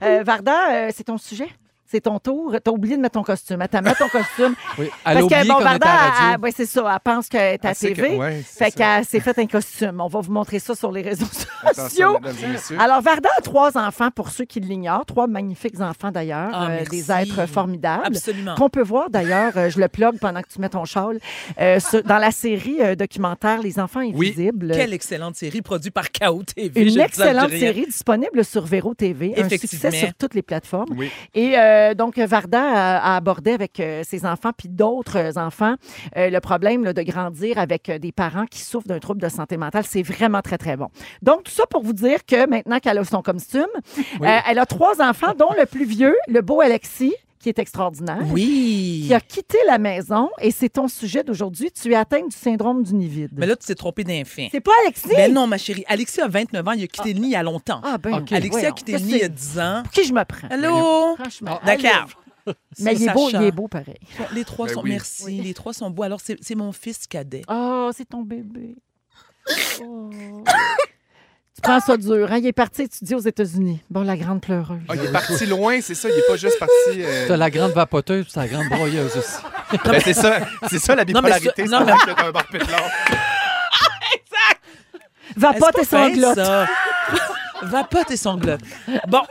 Speaker 2: Euh, Varda, euh, c'est ton sujet? C'est ton tour. T'as oublié de mettre ton costume. Attends, mets ton costume.
Speaker 1: Oui, elle a oublié
Speaker 2: bon,
Speaker 1: qu'on était
Speaker 2: Varda,
Speaker 1: à la radio.
Speaker 2: elle- elle- ouais, c'est ça. Elle pense qu'elle est à
Speaker 3: Elle sait que-
Speaker 2: TV.
Speaker 3: ouais, Ah, c'est
Speaker 2: fait
Speaker 3: ça.
Speaker 2: qu'elle s'est fait un costume. On va vous montrer ça sur les réseaux
Speaker 3: Attention,
Speaker 2: sociaux.
Speaker 3: mesdames et messieurs.
Speaker 4: Ah,
Speaker 2: Alors, Varda a trois enfants, pour ceux qui l'ignorent, trois magnifiques enfants d'ailleurs,
Speaker 4: Ah,
Speaker 2: euh,
Speaker 4: merci.
Speaker 2: des êtres formidables.
Speaker 4: Absolument.
Speaker 2: Qu'on peut voir d'ailleurs, euh, je le plug pendant que tu mets ton châle, euh, sur- dans la série euh, documentaire Les enfants
Speaker 3: Oui.
Speaker 2: invisibles.
Speaker 4: Quelle excellente série produite par K.O. TV. je
Speaker 2: Une
Speaker 4: ne vous en
Speaker 2: excellente
Speaker 4: dis rien.
Speaker 2: série disponible sur Véro TV, un
Speaker 4: Effectivement.
Speaker 2: succès sur toutes les plateformes.
Speaker 3: Oui.
Speaker 2: Et euh, donc, Varda a, a abordé avec euh, ses enfants, puis d'autres euh, enfants, euh, le problème là, de grandir avec euh, des parents qui souffrent d'un trouble de santé mentale. C'est vraiment très, très bon. Donc, tout ça pour vous dire que maintenant qu'elle a son costume, euh, elle a trois enfants, dont le plus vieux, le beau Alexis, qui est extraordinaire.
Speaker 4: Oui.
Speaker 2: Qui a quitté la maison et c'est ton sujet d'aujourd'hui. Tu es atteinte du syndrome du nid vide.
Speaker 4: Mais là, tu t'es trompé d'infin.
Speaker 2: c'est pas Alexis?
Speaker 4: Mais Ben non, ma chérie. Alexis a 29 ans. Il a quitté le nid il y a longtemps.
Speaker 2: Ah, ben,
Speaker 1: Ok.
Speaker 2: oui,
Speaker 4: Alexis a
Speaker 2: voyons.
Speaker 4: quitté le
Speaker 2: Ça,
Speaker 4: nid il y a
Speaker 2: c'est-
Speaker 4: 10 ans.
Speaker 2: Pour qui je me prends?
Speaker 4: Allô?
Speaker 2: Franchement.
Speaker 4: D'accord.
Speaker 2: Mais il
Speaker 4: Ça,
Speaker 2: est, beau, il
Speaker 4: Sacha.
Speaker 2: est beau pareil.
Speaker 4: Les trois
Speaker 3: Ben
Speaker 4: sont.
Speaker 3: oui.
Speaker 4: Merci. Les trois sont beaux. Alors, c'est c'est mon fils cadet.
Speaker 2: Oh, c'est ton bébé. Oh. tu prends ça dur. hein? Il est parti étudier aux États-Unis. Bon, la grande pleureuse.
Speaker 3: Ah, il est parti loin, c'est ça. Il est pas juste parti. euh,
Speaker 1: T'as la grande vapoteuse, puis t'as la grande broyeuse aussi.
Speaker 3: ben, c'est ça, c'est ça la
Speaker 4: Non, mais ça-
Speaker 3: bipolarité.
Speaker 4: non,
Speaker 3: c'est
Speaker 4: mais-
Speaker 3: pas que t'as un barbet blanc.
Speaker 2: Va Ah, pas
Speaker 4: Est-ce
Speaker 2: tes
Speaker 4: pas fin,
Speaker 2: sanglottes.
Speaker 4: ça? Va pas tes sanglottes. Bon,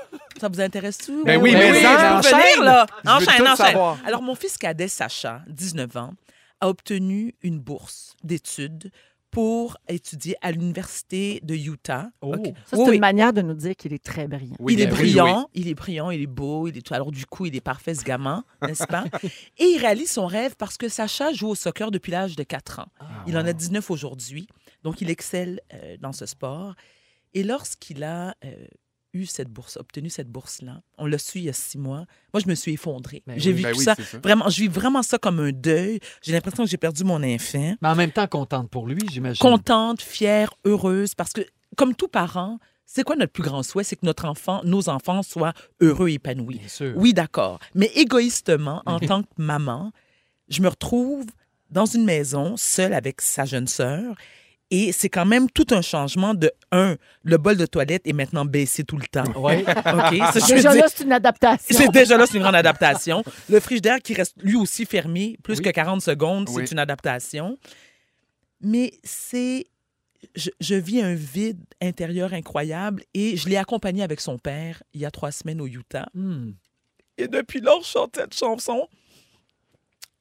Speaker 4: ça vous intéresse-tu?
Speaker 3: Ben oui, mais
Speaker 4: je vais
Speaker 3: ça,
Speaker 4: vous venir, là.
Speaker 3: Je veux
Speaker 4: Enchaîne,
Speaker 3: tout
Speaker 4: enchaîne.
Speaker 3: savoir.
Speaker 4: Alors, mon fils cadet, Sacha, 19 ans, a obtenu une bourse d'études pour étudier à l'Université de Utah.
Speaker 1: Oh.
Speaker 4: OK.
Speaker 2: Ça, c'est
Speaker 4: Oui,
Speaker 2: une
Speaker 4: oui.
Speaker 2: manière de nous dire qu'il est très brillant.
Speaker 3: Oui,
Speaker 4: il est
Speaker 3: ben oui,
Speaker 4: brillant, il est brillant, il est beau, il est tout. Alors du coup, il est parfait ce gamin, n'est-ce pas Et il réalise son rêve parce que Sacha joue au soccer depuis l'âge de 4 ans.
Speaker 3: Ah.
Speaker 4: il en a 19 aujourd'hui, donc il excelle euh, dans ce sport. Et lorsqu'il a euh, eu cette bourse, obtenu cette bourse-là, on l'a su il y a six mois. Moi, je me suis effondrée.
Speaker 1: Ben
Speaker 4: J'ai
Speaker 3: oui.
Speaker 4: vécu
Speaker 3: Ben oui,
Speaker 4: ça.
Speaker 3: c'est ça.
Speaker 4: Vraiment, je vis vraiment ça comme un deuil. J'ai l'impression que j'ai perdu mon enfant
Speaker 1: Mais en même temps, contente pour lui, j'imagine.
Speaker 4: contente, fière, heureuse, parce que comme tout parent, c'est quoi notre plus grand souhait, c'est que notre enfant, nos enfants soient heureux et
Speaker 1: Euh.
Speaker 4: épanouis.
Speaker 1: Bien sûr.
Speaker 4: Oui, d'accord. Mais égoïstement, en tant que maman, je me retrouve dans une maison, seule avec sa jeune sœur. Et c'est quand même tout un changement de, un, le bol de toilette est maintenant baissé tout le temps.
Speaker 1: Ouais.
Speaker 4: OK? Ça, je veux
Speaker 2: Déjà
Speaker 4: dire-
Speaker 2: là, c'est une adaptation.
Speaker 4: c'est déjà là, c'est une grande adaptation. Le frigidaire qui reste lui aussi fermé plus que 40 secondes,
Speaker 3: Oui.
Speaker 4: c'est une adaptation. Mais c'est. Je, je vis un vide intérieur incroyable et je l'ai accompagné avec son père il y a trois semaines au Utah.
Speaker 1: Hmm.
Speaker 4: Et depuis lors, je chante cette chanson.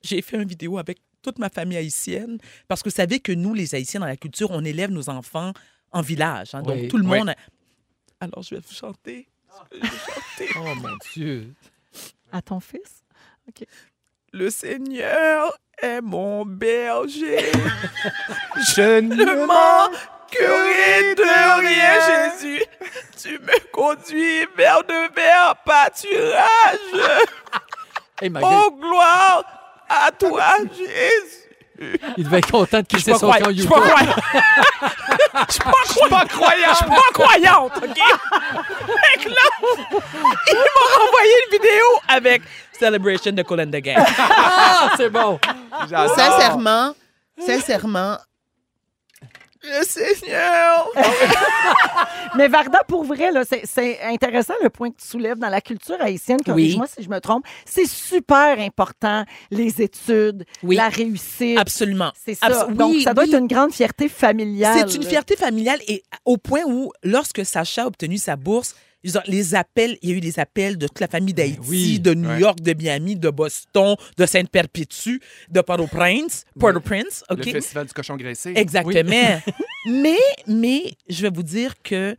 Speaker 4: J'ai fait une vidéo avec toute ma famille haïtienne parce que vous savez que nous, les Haïtiens, dans la culture, on élève nos enfants en village. hein.
Speaker 1: Oui.
Speaker 4: Donc tout le
Speaker 3: Oui.
Speaker 4: monde. a- Alors je vais vous chanter. Je vais vous chanter.
Speaker 1: Oh mon Dieu.
Speaker 2: À ton fils?
Speaker 4: Le Seigneur est mon berger.
Speaker 3: Je ne
Speaker 4: Ne manquerai de rien, Jésus. Tu me conduis vers de verts pâturages.
Speaker 1: Hey, Maggie,
Speaker 4: Oh, gloire à toi, Jésus.
Speaker 1: il devait être content de quitter
Speaker 4: pas
Speaker 1: son camp
Speaker 4: croyante. Je suis pas
Speaker 1: Utah.
Speaker 4: croyante. Je suis pas croyante. Je suis pas croyante, OK? Fait que là, ils m'ont envoyé une vidéo avec Celebration de Colin the Gang.
Speaker 1: Ah, c'est bon.
Speaker 3: J'adore.
Speaker 2: Ah.
Speaker 9: Sincèrement, sincèrement,
Speaker 4: Le Seigneur
Speaker 2: Mais Varda, pour vrai, là, c'est- c'est intéressant le point que tu soulèves dans la culture haïtienne. Corrige-moi si je me trompe. C'est super important, les études,
Speaker 4: Oui.
Speaker 2: la réussite.
Speaker 4: Absolument.
Speaker 2: C'est ça.
Speaker 4: Abso-
Speaker 2: Donc,
Speaker 4: oui,
Speaker 2: ça doit
Speaker 4: oui.
Speaker 2: être une grande fierté familiale.
Speaker 4: C'est une
Speaker 2: là.
Speaker 4: fierté familiale et au point où, lorsque Sacha a obtenu sa bourse, ils ont- les appels, il y a eu les appels de toute la famille d'Haïti,
Speaker 1: oui,
Speaker 4: de New
Speaker 3: Ben ouais.
Speaker 4: York, de Miami, de Boston, de Sainte-Perpétue, de Port-au-Prince, Port-au-Prince,
Speaker 3: Le
Speaker 4: OK?
Speaker 3: festival du cochon graissé.
Speaker 4: Exactement. mais, mais, je vais vous dire que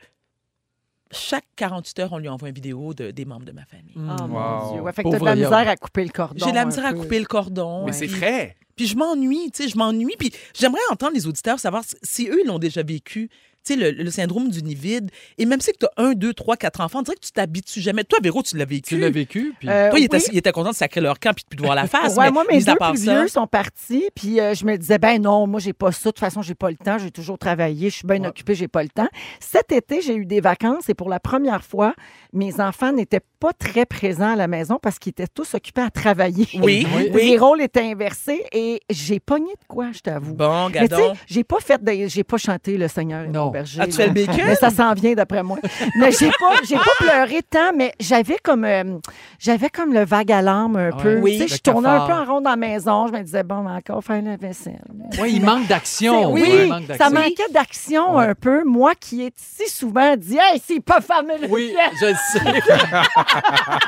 Speaker 4: chaque 48 heures, on lui envoie une vidéo de- des membres de ma famille.
Speaker 1: Hmm.
Speaker 2: Oh, mon
Speaker 3: Wow.
Speaker 2: Dieu. Ouais, fait que t'as de
Speaker 1: Pauvre
Speaker 2: la
Speaker 1: Yolande.
Speaker 2: misère à couper le cordon.
Speaker 4: J'ai de la
Speaker 2: un
Speaker 4: misère à
Speaker 2: peu.
Speaker 4: couper le cordon.
Speaker 3: Mais c'est
Speaker 4: Puis-
Speaker 3: frais.
Speaker 4: Puis je m'ennuie, tu sais, je m'ennuie. Puis j'aimerais entendre les auditeurs savoir si- si eux, ils l'ont déjà vécu. Tu sais, le, le syndrome du nid vide. Et même si tu as un, deux, trois, quatre enfants, on dirait que tu t'habitues jamais. Toi, Véro, tu l'as vécu.
Speaker 1: Tu l'as vécu, puis
Speaker 2: Euh,
Speaker 4: Toi, il était,
Speaker 2: oui. Ah,
Speaker 4: il était content de sacrer leur camp puis de plus te voir la face.
Speaker 2: Ouais,
Speaker 4: mais
Speaker 2: moi, mes
Speaker 4: mis à
Speaker 2: deux
Speaker 4: part
Speaker 2: plus
Speaker 4: ça,
Speaker 2: vieux sont partis, puis euh, je me disais, ben non, moi, j'ai pas ça. De toute façon, j'ai pas le temps. J'ai toujours travaillé. Je suis bien occupée, j'ai pas le temps. Cet été, j'ai eu des vacances et pour la première fois, mes enfants n'étaient pas très présents à la maison parce qu'ils étaient tous occupés à travailler.
Speaker 4: Oui, oui,
Speaker 2: Les rôles étaient inversés et j'ai pogné de quoi, je t'avoue.
Speaker 4: Bon,
Speaker 2: Mais tu sais,
Speaker 4: gadon.
Speaker 2: j'ai pas fait, de- j'ai pas chanté le Seigneur est mon
Speaker 1: Non.
Speaker 2: berger.
Speaker 4: As-tu fait le
Speaker 2: là.
Speaker 4: bacon?
Speaker 2: Mais ça s'en vient d'après moi. Mais j'ai pas, j'ai pas pleuré tant, mais j'avais comme, euh, j'avais comme le vague à l'âme un
Speaker 1: Ah Ouais.
Speaker 2: peu.
Speaker 1: Oui.
Speaker 2: Tu sais,
Speaker 1: Le
Speaker 2: je tournais un peu
Speaker 1: cafard.
Speaker 2: en rond dans la maison. Je me disais, bon, mais encore faire la vaisselle.
Speaker 1: ouais, il manque d'action.
Speaker 2: Oui,
Speaker 1: Ouais, il manque
Speaker 2: ça
Speaker 1: d'action.
Speaker 2: manquait d'action
Speaker 1: Ouais.
Speaker 2: un peu. Moi qui ai si souvent dit, hey, c'est pas fameux. le
Speaker 1: Oui,
Speaker 2: chef.
Speaker 1: je le sais.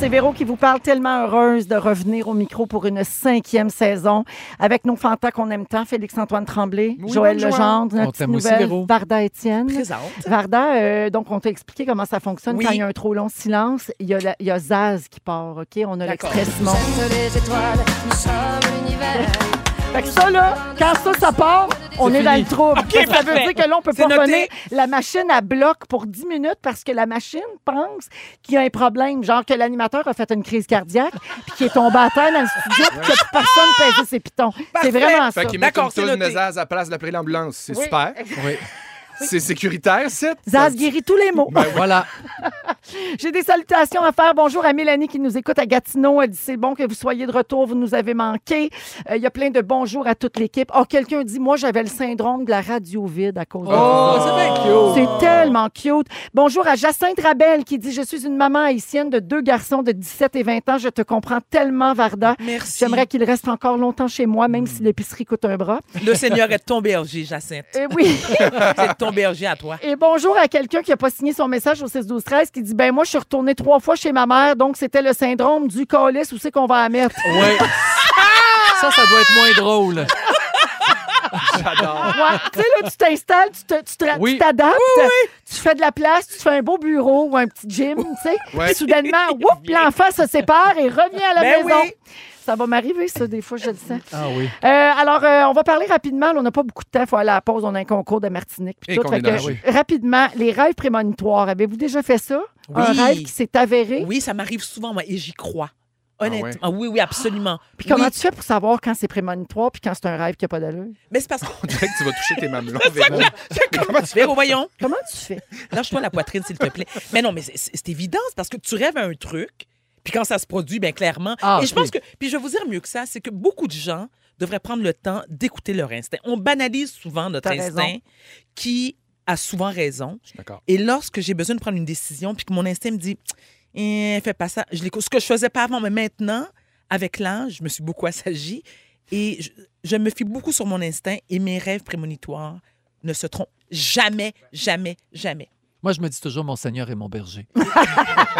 Speaker 2: C'est Véro qui vous parle, tellement heureuse de revenir au micro pour une cinquième saison avec nos fantas qu'on aime tant, Félix-Antoine Tremblay,
Speaker 3: Oui,
Speaker 2: Joël
Speaker 3: bonjour.
Speaker 2: Legendre,
Speaker 1: On
Speaker 2: notre petite
Speaker 1: t'aime aussi,
Speaker 2: nouvelle,
Speaker 1: Véro.
Speaker 2: Varda Étienne.
Speaker 4: Présente.
Speaker 2: Varda, euh, donc on t'a expliqué comment ça fonctionne.
Speaker 4: Oui.
Speaker 2: Quand il y a un trop long silence, il y a, la- il y a Zaz qui part, OK? On a
Speaker 4: D'accord.
Speaker 2: l'extrait Simon. Fait que ça, là, quand ça, ça part, on est,
Speaker 1: C'est
Speaker 2: dans le
Speaker 1: fini.
Speaker 2: trouble. Parce que ça veut
Speaker 4: parfait.
Speaker 2: dire que là, on peut
Speaker 4: C'est
Speaker 2: pas
Speaker 4: noté.
Speaker 2: revenir. La machine, elle bloque pour 10 minutes parce que la machine pense qu'il y a un problème, genre que l'animateur a fait une crise cardiaque puis qu'il est tombé à terre dans le studio puis que personne pesait ses pitons. C'est
Speaker 4: Parfait.
Speaker 2: vraiment ça.
Speaker 3: Fait qu'il met une
Speaker 4: D'accord, c'est
Speaker 3: toune de
Speaker 4: noté.
Speaker 3: Zaz à la place d'appeler l'ambulance. C'est
Speaker 2: Oui.
Speaker 3: super.
Speaker 1: Oui.
Speaker 3: C'est sécuritaire, c'est.
Speaker 1: Ben
Speaker 2: Zaz guérit tous les mots.
Speaker 1: Voilà.
Speaker 2: J'ai des salutations à faire. Bonjour à Mélanie qui nous écoute à Gatineau. Elle dit c'est bon que vous soyez de retour, vous nous avez manqué. Euh, Il y a plein de bonjours à toute l'équipe. Oh, quelqu'un dit moi j'avais le syndrome de la radio vide à cause de
Speaker 1: Oh, c'est bien cute.
Speaker 2: C'est tellement cute. Bonjour à Jacinthe Rabel qui dit je suis une maman haïtienne de deux garçons de 17 et 20 ans. Je te comprends tellement Varda.
Speaker 4: Merci.
Speaker 2: J'aimerais qu'il reste encore longtemps chez moi, même si l'épicerie coûte un bras.
Speaker 4: Le Seigneur est ton berger, Jacinthe.
Speaker 2: Euh, oui.
Speaker 4: C'est ton berger à toi.
Speaker 2: Et bonjour à quelqu'un qui n'a pas signé son message au 6-12-13 qui dit Ben, moi, je suis retourné trois fois chez ma mère, donc c'était le syndrome du calice où c'est qu'on va la mettre.
Speaker 1: Oui. Ça, ça doit être moins drôle.
Speaker 3: J'adore.
Speaker 2: Ouais. tu sais, là, tu t'installes, tu te- tu te-
Speaker 1: Oui.
Speaker 2: tu t'adaptes, tu fais de la place, tu te fais un beau bureau ou un petit gym, tu sais.
Speaker 3: Ouais.
Speaker 2: Puis soudainement, whoop, l'enfant se sépare et revient à la
Speaker 4: Ben
Speaker 2: maison.
Speaker 4: oui.
Speaker 2: Ça va m'arriver, ça, des fois, je le sens.
Speaker 1: Ah oui.
Speaker 2: Euh, alors, euh, on va parler rapidement. Là, on n'a pas beaucoup de temps. Il faut aller à la pause. On a un concours de Martinique. puis
Speaker 3: Et
Speaker 2: tout.
Speaker 3: qu'on
Speaker 2: Fait
Speaker 3: est dans
Speaker 2: que,
Speaker 3: la rue.
Speaker 2: Rapidement, les rêves prémonitoires. Avez-vous déjà fait ça? Un
Speaker 4: Oui.
Speaker 2: rêve qui s'est avéré?
Speaker 4: Oui, ça m'arrive souvent, moi, et j'y crois.
Speaker 3: ouais?
Speaker 4: Honnêtement. Ah Oui, oui, absolument.
Speaker 2: Puis comment
Speaker 4: Oui.
Speaker 2: tu fais pour savoir quand c'est prémonitoire puis quand c'est un rêve qui n'a pas d'allure?
Speaker 4: Mais c'est parce que.
Speaker 3: On dirait que tu vas toucher tes mamelons, Véro. Comment tu fais?
Speaker 4: Véro, voyons.
Speaker 2: Comment tu fais?
Speaker 4: Lâche-toi la poitrine, s'il te plaît. Mais non, mais c'est- c'est c'est évident, c'est parce que tu rêves un truc, puis quand ça se produit, bien clairement.
Speaker 1: Ah,
Speaker 4: et je pense que. Puis je vais vous dire mieux que ça, c'est que beaucoup de gens devraient prendre le temps d'écouter leur instinct. On banalise souvent notre
Speaker 2: T'as raison.
Speaker 4: instinct qui a souvent raison.
Speaker 3: Je suis d'accord.
Speaker 4: Et lorsque j'ai besoin de prendre une décision, puis que mon instinct me dit, eh, fais pas ça, je l'écoute. Ce que je faisais pas avant, mais maintenant, avec l'âge, je me suis beaucoup assagie et je, je me fie beaucoup sur mon instinct et mes rêves prémonitoires ne se trompent jamais, jamais, jamais.
Speaker 1: Moi, je me dis toujours, mon Seigneur est mon berger.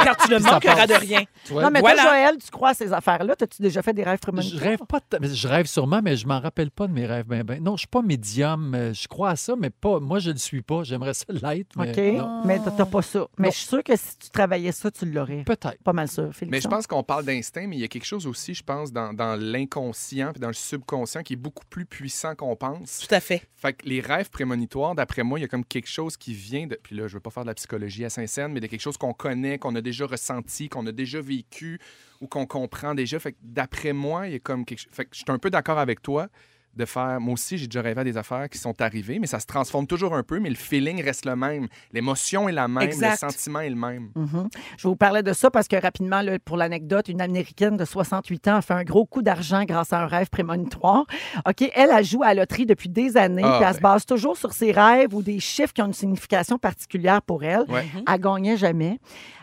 Speaker 4: Car tu ne
Speaker 1: Puis ça
Speaker 4: manqueras
Speaker 1: passe.
Speaker 4: de rien.
Speaker 2: non, mais
Speaker 4: voilà.
Speaker 2: toi, Joël, tu crois à ces affaires-là. T'as-tu déjà fait des rêves
Speaker 1: Je
Speaker 2: prémonitoires?
Speaker 1: rêve pas, de ta- mais je rêve sûrement, mais je m'en rappelle pas de mes rêves. Ben, ben. Non, je suis pas médium. euh, Je crois à ça, mais pas. Moi, je le suis pas. J'aimerais ça l'être, mais
Speaker 2: OK,
Speaker 1: non.
Speaker 2: mais t'as- t'as pas ça. Mais je suis sûre que si tu travaillais ça, tu l'aurais.
Speaker 1: Peut-être.
Speaker 2: Pas mal sûr, Félix.
Speaker 3: Mais je pense qu'on parle d'instinct, mais il y a quelque chose aussi, je pense, dans, dans l'inconscient puis dans le subconscient qui est beaucoup plus puissant qu'on pense.
Speaker 4: Tout à fait.
Speaker 3: Fait que les rêves prémonitoires, d'après moi, il y a comme quelque chose qui vient de. Puis là, je veux pas faire de la psychologie à Saint-Saëns, mais de quelque chose qu'on connaît, qu'on a déjà ressenti, qu'on a déjà vécu ou qu'on comprend déjà. Fait que d'après moi, il y a comme quelque chose. Fait que je suis un peu d'accord avec toi de faire. Moi aussi, j'ai déjà rêvé à des affaires qui sont arrivées, mais ça se transforme toujours un peu, mais le feeling reste le même. L'émotion est la même, le
Speaker 4: Exact.
Speaker 3: sentiment est le même.
Speaker 2: Mhm. Je vous parlais de ça parce que rapidement, là, pour l'anecdote, une Américaine de 68 ans a fait un gros coup d'argent grâce à un rêve prémonitoire. OK, elle, a joue à la loterie depuis des années,
Speaker 3: Ah,
Speaker 2: puis elle
Speaker 3: ben.
Speaker 2: se base toujours sur ses rêves ou des chiffres qui ont une signification particulière pour elle.
Speaker 3: Ouais.
Speaker 2: Elle gagnait jamais.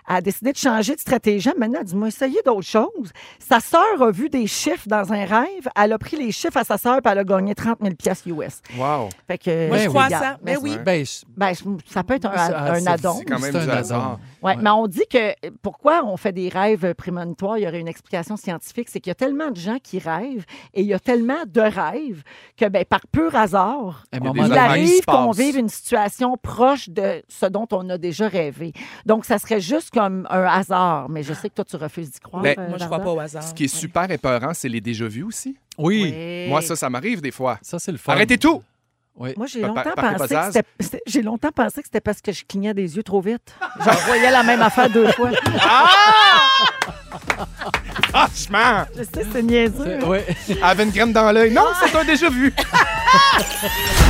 Speaker 2: Elle a décidé de changer de stratégie. Maintenant, elle dit, moi, essayez d'autres choses. Sa sœur a vu des chiffres dans un rêve. Elle a pris les chiffres à sa sœur, puis elle a gagné 30 000 piastres US.
Speaker 3: Wow!
Speaker 2: Fait que, euh,
Speaker 1: Moi, je crois à
Speaker 2: regarde,
Speaker 4: ça.
Speaker 2: mais
Speaker 4: Ben oui.
Speaker 3: Ouais.
Speaker 1: Ben, je-
Speaker 2: ben, je- ça peut être un,
Speaker 1: Ça,
Speaker 2: un
Speaker 1: c'est-
Speaker 2: add-on.
Speaker 3: C'est quand même du
Speaker 1: C'est un
Speaker 3: hasard.
Speaker 1: hasard.
Speaker 2: Ouais,
Speaker 1: Ouais.
Speaker 2: mais on dit que euh, pourquoi on fait des rêves euh, prémonitoires, il y aurait une explication scientifique, c'est qu'il y a tellement de gens qui rêvent et il y a tellement de rêves que ben, par pur hasard,
Speaker 3: Il y
Speaker 1: à un
Speaker 3: a
Speaker 1: moment
Speaker 3: Eh ben,
Speaker 2: il
Speaker 3: des
Speaker 1: donné-
Speaker 3: rêves qui
Speaker 2: arrive
Speaker 3: se passent.
Speaker 2: qu'on vive une situation proche de ce dont on a déjà rêvé. Donc, ça serait juste comme un hasard, mais je sais que toi, tu refuses d'y croire.
Speaker 3: Ben,
Speaker 2: euh,
Speaker 4: Moi, je
Speaker 2: Varda.
Speaker 4: crois pas au hasard.
Speaker 3: Ce qui est super épeurant, c'est les déjà-vus aussi.
Speaker 1: Oui.
Speaker 2: Oui.
Speaker 3: Moi, ça, ça m'arrive des fois.
Speaker 1: Ça, c'est le fun.
Speaker 3: Arrêtez tout!
Speaker 1: Oui.
Speaker 2: Moi, j'ai
Speaker 3: Par-
Speaker 2: longtemps,
Speaker 3: par- par
Speaker 2: pensé que
Speaker 3: hypothèse.
Speaker 2: c'était- c'était- j'ai longtemps pensé que c'était parce que je clignais des yeux trop vite. J'en voyais la même affaire deux fois.
Speaker 3: Ah! Franchement!
Speaker 2: Je sais, c'est niaiseux.
Speaker 1: Oui.
Speaker 3: Elle avait une crème dans l'œil. Non, c'est un déjà-vu!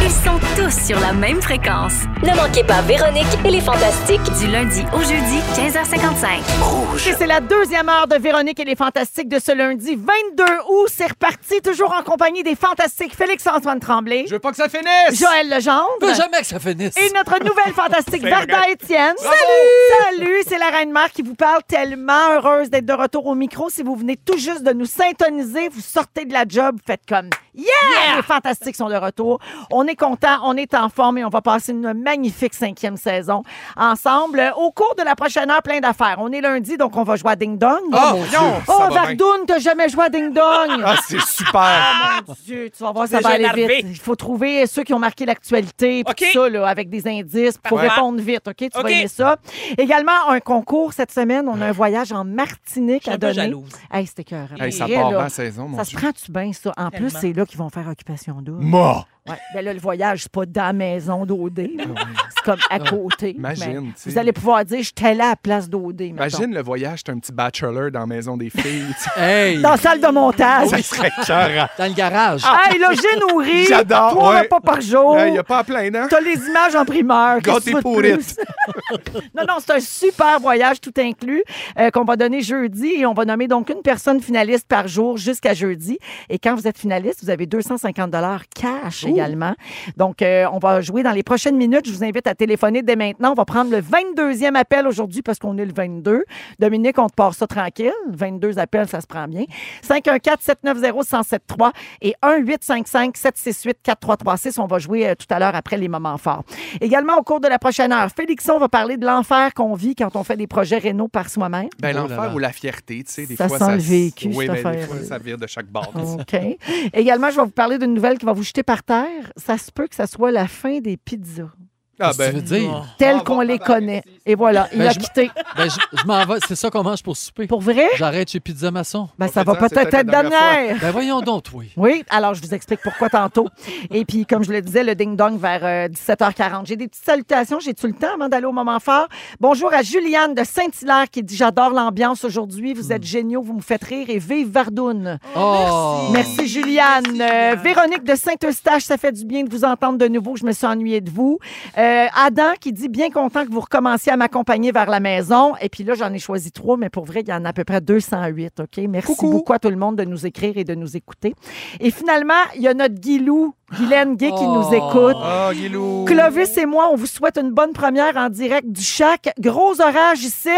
Speaker 6: Ils sont tous sur la même fréquence.
Speaker 8: Ne manquez pas Véronique et les Fantastiques.
Speaker 6: Du lundi au jeudi, 15h55.
Speaker 2: Et c'est la deuxième heure de Véronique et les Fantastiques de ce lundi 22 août. C'est reparti, toujours en compagnie des Fantastiques Félix-Antoine Tremblay,
Speaker 3: Je veux pas que ça finisse!
Speaker 2: Joël Legendre
Speaker 1: Je veux jamais que ça finisse.
Speaker 2: et notre nouvelle Fantastique Varda Étienne. Salut! Salut, c'est la Reine-Mère qui vous parle tellement heureuse d'être de retour au micro. Si vous venez tout juste de nous syntoniser, vous sortez de la job, vous faites comme yeah! Les Fantastiques sont de retour. On est content, on est en forme et on va passer une magnifique cinquième saison ensemble. Euh, Au cours de la prochaine heure, plein d'affaires. On est lundi, donc on va jouer à Ding Dong.
Speaker 3: Oh, non!
Speaker 2: Oh, Vardoun, t'as jamais joué à Ding Dong!
Speaker 3: Ah, c'est super!
Speaker 4: Ah,
Speaker 2: Mon Dieu, tu vas voir, ça va
Speaker 4: Déjà
Speaker 2: aller
Speaker 4: énervé.
Speaker 2: vite. Il faut trouver ceux qui ont marqué l'actualité, puis
Speaker 4: OK.
Speaker 2: tout ça, là, avec des indices. Il faut
Speaker 4: Parfait.
Speaker 2: répondre vite, OK? Tu vas
Speaker 4: OK.
Speaker 2: aimer ça. Également, un concours cette semaine. On a un voyage en
Speaker 4: Je
Speaker 2: Martinique
Speaker 4: suis
Speaker 2: à
Speaker 4: un peu
Speaker 2: donner.
Speaker 4: jalouse.
Speaker 2: Hey, c'était cœur.
Speaker 3: Hey, ça part bien la saison, mon
Speaker 2: Ça se
Speaker 3: Dieu.
Speaker 2: prend-tu bien, ça? En plus,
Speaker 4: Tellement.
Speaker 2: c'est là qu'ils vont faire occupation double.
Speaker 3: Mort!
Speaker 2: Ouais. Ben là, le voyage, c'est pas dans la maison d'Odé. là. C'est comme à côté.
Speaker 3: Ah Imagine,
Speaker 2: Mais
Speaker 3: tu sais.
Speaker 2: Vous allez pouvoir dire, j'étais là à la place d'Odé. mettons.
Speaker 3: Imagine le voyage, t'es un petit bachelor dans la maison des filles. tu sais.
Speaker 1: Hey!
Speaker 2: Dans la salle de montage.
Speaker 3: Ça serait écœurant.
Speaker 1: Dans le garage.
Speaker 2: Hey, là, j'ai nourri.
Speaker 3: J'adore,
Speaker 2: Trois
Speaker 3: ouais.
Speaker 2: repas par jour.
Speaker 3: Hey, Il n'y a pas à hein? plein dents.
Speaker 2: Oh. T'as les images en primeur. Qu'est-ce que
Speaker 3: Gâté
Speaker 2: tu veux de
Speaker 3: pour
Speaker 2: plus? non, non, c'est un super voyage tout inclus euh, qu'on va donner jeudi et on va nommer donc une personne finaliste par jour jusqu'à jeudi. Et quand vous êtes finaliste, vous avez 250 dollars cash également. Donc, euh, on va jouer dans les prochaines minutes. Je vous invite à téléphoner dès maintenant. On va prendre le 22e appel aujourd'hui parce qu'on est le 22. Dominique, on te part ça tranquille. 22 appels, ça se prend bien. 514-790-1073 et 1-855-768-4336. On va jouer euh, tout à l'heure après les moments forts. Également, au cours de la prochaine heure, Félixon va parler de l'enfer qu'on vit quand on fait des projets rénaux par soi-même.
Speaker 3: Ben,
Speaker 1: Oh là là.
Speaker 3: l'enfer ou la fierté, tu sais, des
Speaker 2: Ça
Speaker 3: fois,
Speaker 2: sent
Speaker 3: ça...
Speaker 2: le
Speaker 3: s-
Speaker 2: vécu, cette
Speaker 3: Oui, ben, des
Speaker 2: affaire-là. Oh.
Speaker 3: fois, ça vire de chaque bord.
Speaker 2: OK. Également, je vais vous parler d'une nouvelle qui va vous jeter par terre. Ça se peut que ça soit la fin des pizzas,
Speaker 3: Ah
Speaker 1: Qu'est-ce que
Speaker 3: ben,
Speaker 1: tu veux dire?
Speaker 2: telles
Speaker 3: Ah,
Speaker 2: qu'on
Speaker 3: bon,
Speaker 2: les
Speaker 3: ben,
Speaker 2: connaît.
Speaker 3: merci.
Speaker 2: Et voilà, il
Speaker 1: Ben,
Speaker 2: a
Speaker 1: je-
Speaker 2: quitté.
Speaker 1: Ben, je, je m'en vais. C'est ça comment je pour souper.
Speaker 2: Pour vrai?
Speaker 1: J'arrête chez Pizza Maçon.
Speaker 2: Ben,
Speaker 3: On
Speaker 2: ça
Speaker 3: peut
Speaker 2: va
Speaker 3: dire, c'est
Speaker 2: peut-être être
Speaker 3: peut-être la dernière
Speaker 2: dernière.
Speaker 1: Ben voyons donc, oui.
Speaker 2: Oui, alors je vous explique pourquoi tantôt. Et puis, comme je le disais, le ding-dong vers euh, 17h40. J'ai des petites salutations. J'ai-tu le temps avant d'aller au moment fort? Bonjour à Juliane de Saint-Hilaire qui dit J'adore l'ambiance aujourd'hui.
Speaker 3: Hmm.
Speaker 2: Vous êtes géniaux, vous me faites rire et vive Vardoune.
Speaker 1: Oh!
Speaker 2: Merci Juliane.
Speaker 4: Merci,
Speaker 2: Euh,
Speaker 4: Juliane.
Speaker 2: Véronique de Saint-Eustache, ça fait du bien de vous entendre de nouveau. Je me suis ennuyée de vous. Euh, Adam qui dit bien content que vous recommenciez à m'accompagner vers la maison. Et puis là, j'en ai choisi trois, mais pour vrai, il y en a à peu près 208. OK? Merci beaucoup à tout le monde de nous écrire et de nous écouter. Et finalement, il y a notre Guilou, Guylaine Gay, qui nous écoute.
Speaker 3: Ah, Guilou!
Speaker 2: Clovis et moi, on vous souhaite une bonne première en direct du chac. Gros orage ici.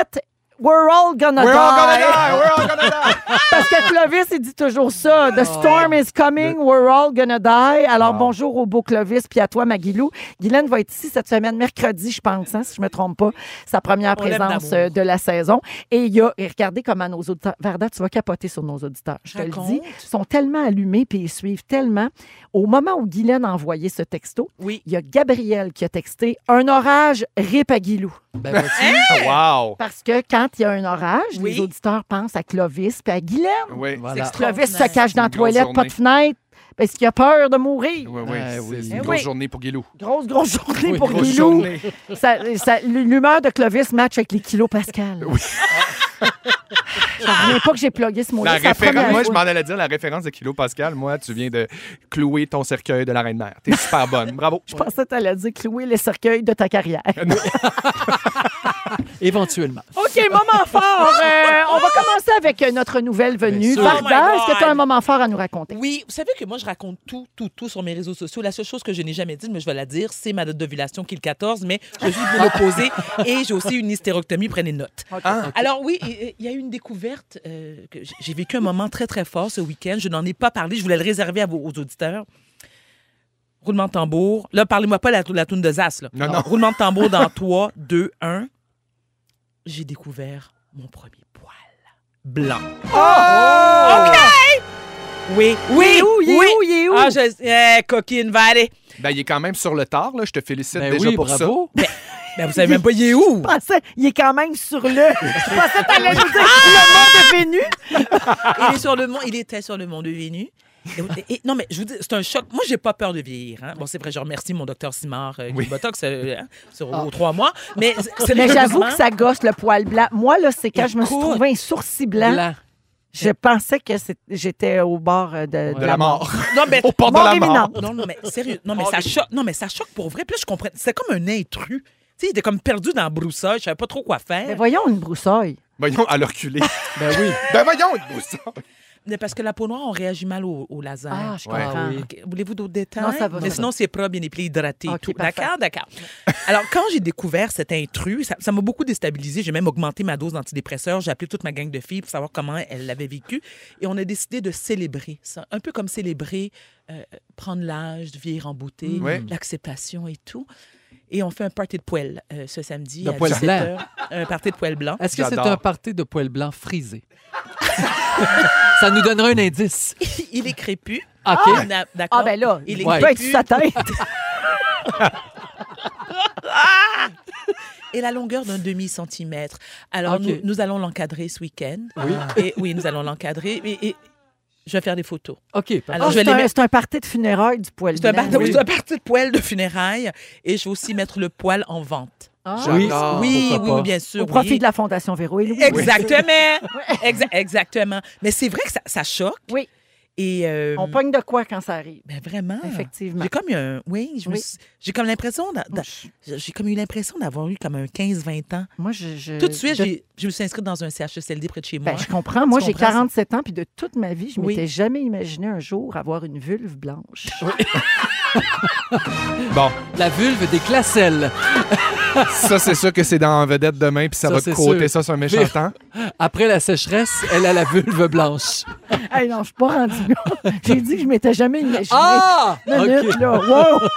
Speaker 2: We're all gonna
Speaker 3: We're all
Speaker 2: die.
Speaker 3: gonna die! We're all gonna die!
Speaker 2: Parce que Clovis, il dit toujours ça. The storm is coming, we're all gonna die. Alors, bonjour au beau Clovis, puis à toi, Maguilou. Guylaine va être ici cette semaine, mercredi, je pense, hein, si je me trompe pas. Sa première
Speaker 4: On l'aime
Speaker 2: présence
Speaker 4: d'amour.
Speaker 2: euh, de la saison. Et il y a, et regardez comment nos auditeurs, Varda, tu vas capoter sur nos auditeurs. Je te le
Speaker 4: Raconte.
Speaker 2: dis. Ils sont tellement allumés, puis ils suivent tellement. Au moment où Guylaine a envoyé ce texto,
Speaker 4: Oui.
Speaker 2: il y a Gabriel qui a texté Un orage, rip à Guilou.
Speaker 1: Ben, voici.
Speaker 3: Wow!
Speaker 2: Parce que quand il y a un orage,
Speaker 4: Oui.
Speaker 2: les auditeurs pensent à Clovis puis à Guylaine.
Speaker 3: Oui.
Speaker 1: Voilà.
Speaker 2: Clovis se
Speaker 4: Extraordinaire.
Speaker 2: cache dans la
Speaker 3: Une grosse
Speaker 2: toilette, pas de fenêtre, parce qu'il a peur de mourir.
Speaker 3: Oui, oui,
Speaker 1: Ah, oui.
Speaker 3: c'est
Speaker 1: Eh
Speaker 3: une
Speaker 2: oui.
Speaker 3: grosse journée pour Guilou.
Speaker 2: Grosse, grosse journée
Speaker 1: Oui,
Speaker 2: pour
Speaker 3: Grosse
Speaker 2: Guilou.
Speaker 3: journée.
Speaker 2: Ça- ça- L'humeur de Clovis match avec les kilos Pascal.
Speaker 3: Oui.
Speaker 2: J'en reviens pas que j'ai plugué ce mot-là.
Speaker 3: La
Speaker 2: c'est la
Speaker 3: référence,
Speaker 2: première
Speaker 3: moi, je
Speaker 2: fois.
Speaker 3: m'en allais dire la référence de Kilo Pascal. Moi, tu viens de clouer ton cercueil de la Reine-Mère. T'es super bonne. Bravo.
Speaker 2: Je pensais que t'allais dire clouer le cercueil de ta carrière.
Speaker 1: Éventuellement.
Speaker 2: OK, moment fort. Euh, on va commencer avec euh, notre nouvelle venue.
Speaker 1: Bien sûr.
Speaker 2: Varda,
Speaker 4: Oh my
Speaker 2: est-ce que tu as
Speaker 4: God.
Speaker 2: un moment fort à nous raconter?
Speaker 4: Oui, vous savez que moi, je raconte tout, tout, tout sur mes réseaux sociaux. La seule chose que je n'ai jamais dite, mais je vais la dire, c'est ma date d'ovulation qui est le 14, mais je suis pour l'opposer. Et j'ai aussi une hystérectomie, prenez note. Hein? Alors oui, il il y a eu une découverte. euh, que j- j'ai vécu un moment très, très fort ce week-end. Je n'en ai pas parlé, je voulais le réserver à vos, aux auditeurs. Roulement de tambour. Là, parlez-moi pas la, la toune de Zas. Là.
Speaker 3: Non, non.
Speaker 4: Roulement de tambour dans 3, 2, 1. J'ai découvert mon premier poil blanc. Oh! OK! Oui, oui,
Speaker 2: Il est où? Il est
Speaker 4: oui.
Speaker 2: où? Il est où?
Speaker 4: Ah, je... eh, coquine, va aller.
Speaker 3: Ben, il est quand même sur le tard, là. Je te félicite
Speaker 1: Ben
Speaker 3: déjà
Speaker 1: oui,
Speaker 3: pour ça.
Speaker 1: bravo.
Speaker 4: Ben, vous savez même pas, il est où?
Speaker 2: Je pensais- il est quand même sur le. Je pensais que t'allais nous dire le nom de Vénus.
Speaker 4: Il, est sur le mont- il était sur le mont de Vénus. Et- et- non, mais je vous dis, c'est un choc. Moi, j'ai pas peur de vieillir. hein. Bon, c'est vrai, je remercie mon docteur Simard euh, qui
Speaker 3: Oui.
Speaker 4: me Botox euh, hein, sur aux trois mois. Mais, c'est-
Speaker 2: Mais j'avoue que
Speaker 4: sérieusement,
Speaker 2: ça gosse le poil blanc. Moi, là, c'est quand je me suis
Speaker 4: Écoute.
Speaker 2: trouvé un sourcil blanc,
Speaker 1: Blanc.
Speaker 2: je pensais que c'est- j'étais au bord euh, de,
Speaker 3: De la mort.
Speaker 4: Non, mais.
Speaker 3: Au port de
Speaker 2: Mort
Speaker 3: la mort.
Speaker 2: imminente.
Speaker 4: Non, non, mais sérieux. Non, mais ça choque. Non, mais ça choque pour vrai. Puis là, je comprends. C'est comme un intrus. Tu sais, j'étais comme perdu dans la broussaille. Je savais pas trop quoi
Speaker 2: Mais
Speaker 4: faire.
Speaker 2: voyons une broussaille.
Speaker 3: Voyons, à leur culé.
Speaker 1: Ben oui.
Speaker 3: Ben, voyons, il te pousse ça.
Speaker 4: Mais parce que la peau noire, on réagit mal au, au laser.
Speaker 2: Ah, je
Speaker 3: Ouais.
Speaker 2: comprends.
Speaker 4: Ok. Voulez-vous d'autres détails?
Speaker 2: Non, ça va,
Speaker 4: Mais
Speaker 2: ça
Speaker 4: sinon, c'est propre, bien épilé, hydraté. et
Speaker 2: Ok,
Speaker 4: tout.
Speaker 2: parfait.
Speaker 4: D'accord, d'accord. Alors, quand j'ai découvert cet intrus, ça- ça m'a beaucoup déstabilisée. J'ai même augmenté ma dose d'antidépresseurs. J'ai appelé toute ma gang de filles pour savoir comment elles l'avaient vécu. Et on a décidé de célébrer ça. Un peu comme célébrer, euh, prendre l'âge, de vieillir en beauté,
Speaker 2: Mm.
Speaker 3: Ouais.
Speaker 4: l'acceptation et tout. Et on fait un party de poêle euh, ce samedi
Speaker 1: De
Speaker 4: à
Speaker 1: poêle
Speaker 4: 17 heures. Un party de poêle blanc.
Speaker 1: Est-ce que c'est
Speaker 3: J'adore.
Speaker 1: un party de poil blanc frisé? ça nous donnera un indice.
Speaker 4: Il est crépu.
Speaker 1: OK.
Speaker 4: Na- D'accord.
Speaker 2: Ah, ben là,
Speaker 4: il
Speaker 2: il
Speaker 4: est
Speaker 1: Ouais.
Speaker 2: doit être
Speaker 4: plus-
Speaker 2: sur sa tête.
Speaker 4: et la longueur d'un demi-centimètre. Alors,
Speaker 1: Ok. Ah.
Speaker 4: nous, nous allons l'encadrer ce week-end. Oui. Et, oui, nous allons l'encadrer. Et, et je vais faire des photos.
Speaker 1: OK. parfait.
Speaker 4: Alors,
Speaker 2: Ah,
Speaker 4: je vais
Speaker 2: c'est
Speaker 4: les
Speaker 2: un-
Speaker 4: mettre-
Speaker 2: c'est un party de funérailles du poil.
Speaker 4: C'est un,
Speaker 2: blanc.
Speaker 4: parti-
Speaker 1: Oui.
Speaker 4: c'est un parti de poêle de funérailles et je vais aussi mettre le poêle en vente.
Speaker 2: Ah.
Speaker 1: Oui,
Speaker 3: J'adore.
Speaker 4: oui, oui,
Speaker 1: pourquoi pas.
Speaker 4: bien
Speaker 2: Au
Speaker 4: sûr.
Speaker 2: profit
Speaker 4: oui.
Speaker 2: de la Fondation Véro et Louis.
Speaker 4: Exactement. Exa- exactement. Mais c'est vrai que ça, ça choque.
Speaker 2: Oui.
Speaker 4: Et euh,
Speaker 2: On pogne de quoi quand ça arrive,
Speaker 4: ben vraiment.
Speaker 2: effectivement.
Speaker 4: J'ai comme eu un oui, je me
Speaker 2: Oui.
Speaker 4: suis- j'ai comme l'impression d'a- d'a- j'ai comme eu l'impression d'avoir eu comme un 15-20 ans.
Speaker 2: Moi, je, Euh, je-
Speaker 4: Tout de suite,
Speaker 2: de-
Speaker 4: j'ai- je me suis inscrite dans un E CHSLD près de chez moi.
Speaker 2: Ben, je comprends. Moi,
Speaker 4: Tu
Speaker 2: j'ai
Speaker 4: comprends,
Speaker 2: 47 ans, puis de toute ma vie, je
Speaker 4: Oui.
Speaker 2: m'étais jamais imaginé un jour avoir une vulve blanche.
Speaker 3: Bon,
Speaker 1: La vulve des classelles.
Speaker 3: ça, c'est sûr que c'est dans Vedette demain, puis ça,
Speaker 1: Ça,
Speaker 3: va te
Speaker 1: c'est
Speaker 3: côté
Speaker 1: sûr.
Speaker 3: ça sur un méchant
Speaker 1: Mais-
Speaker 3: temps.
Speaker 1: Après la sécheresse, elle a la vulve blanche.
Speaker 2: hey, non, je suis pas rendue là. J'ai dit que je m'étais jamais imaginé.
Speaker 1: Ah!
Speaker 2: Minute,
Speaker 1: OK.
Speaker 2: là. Wow!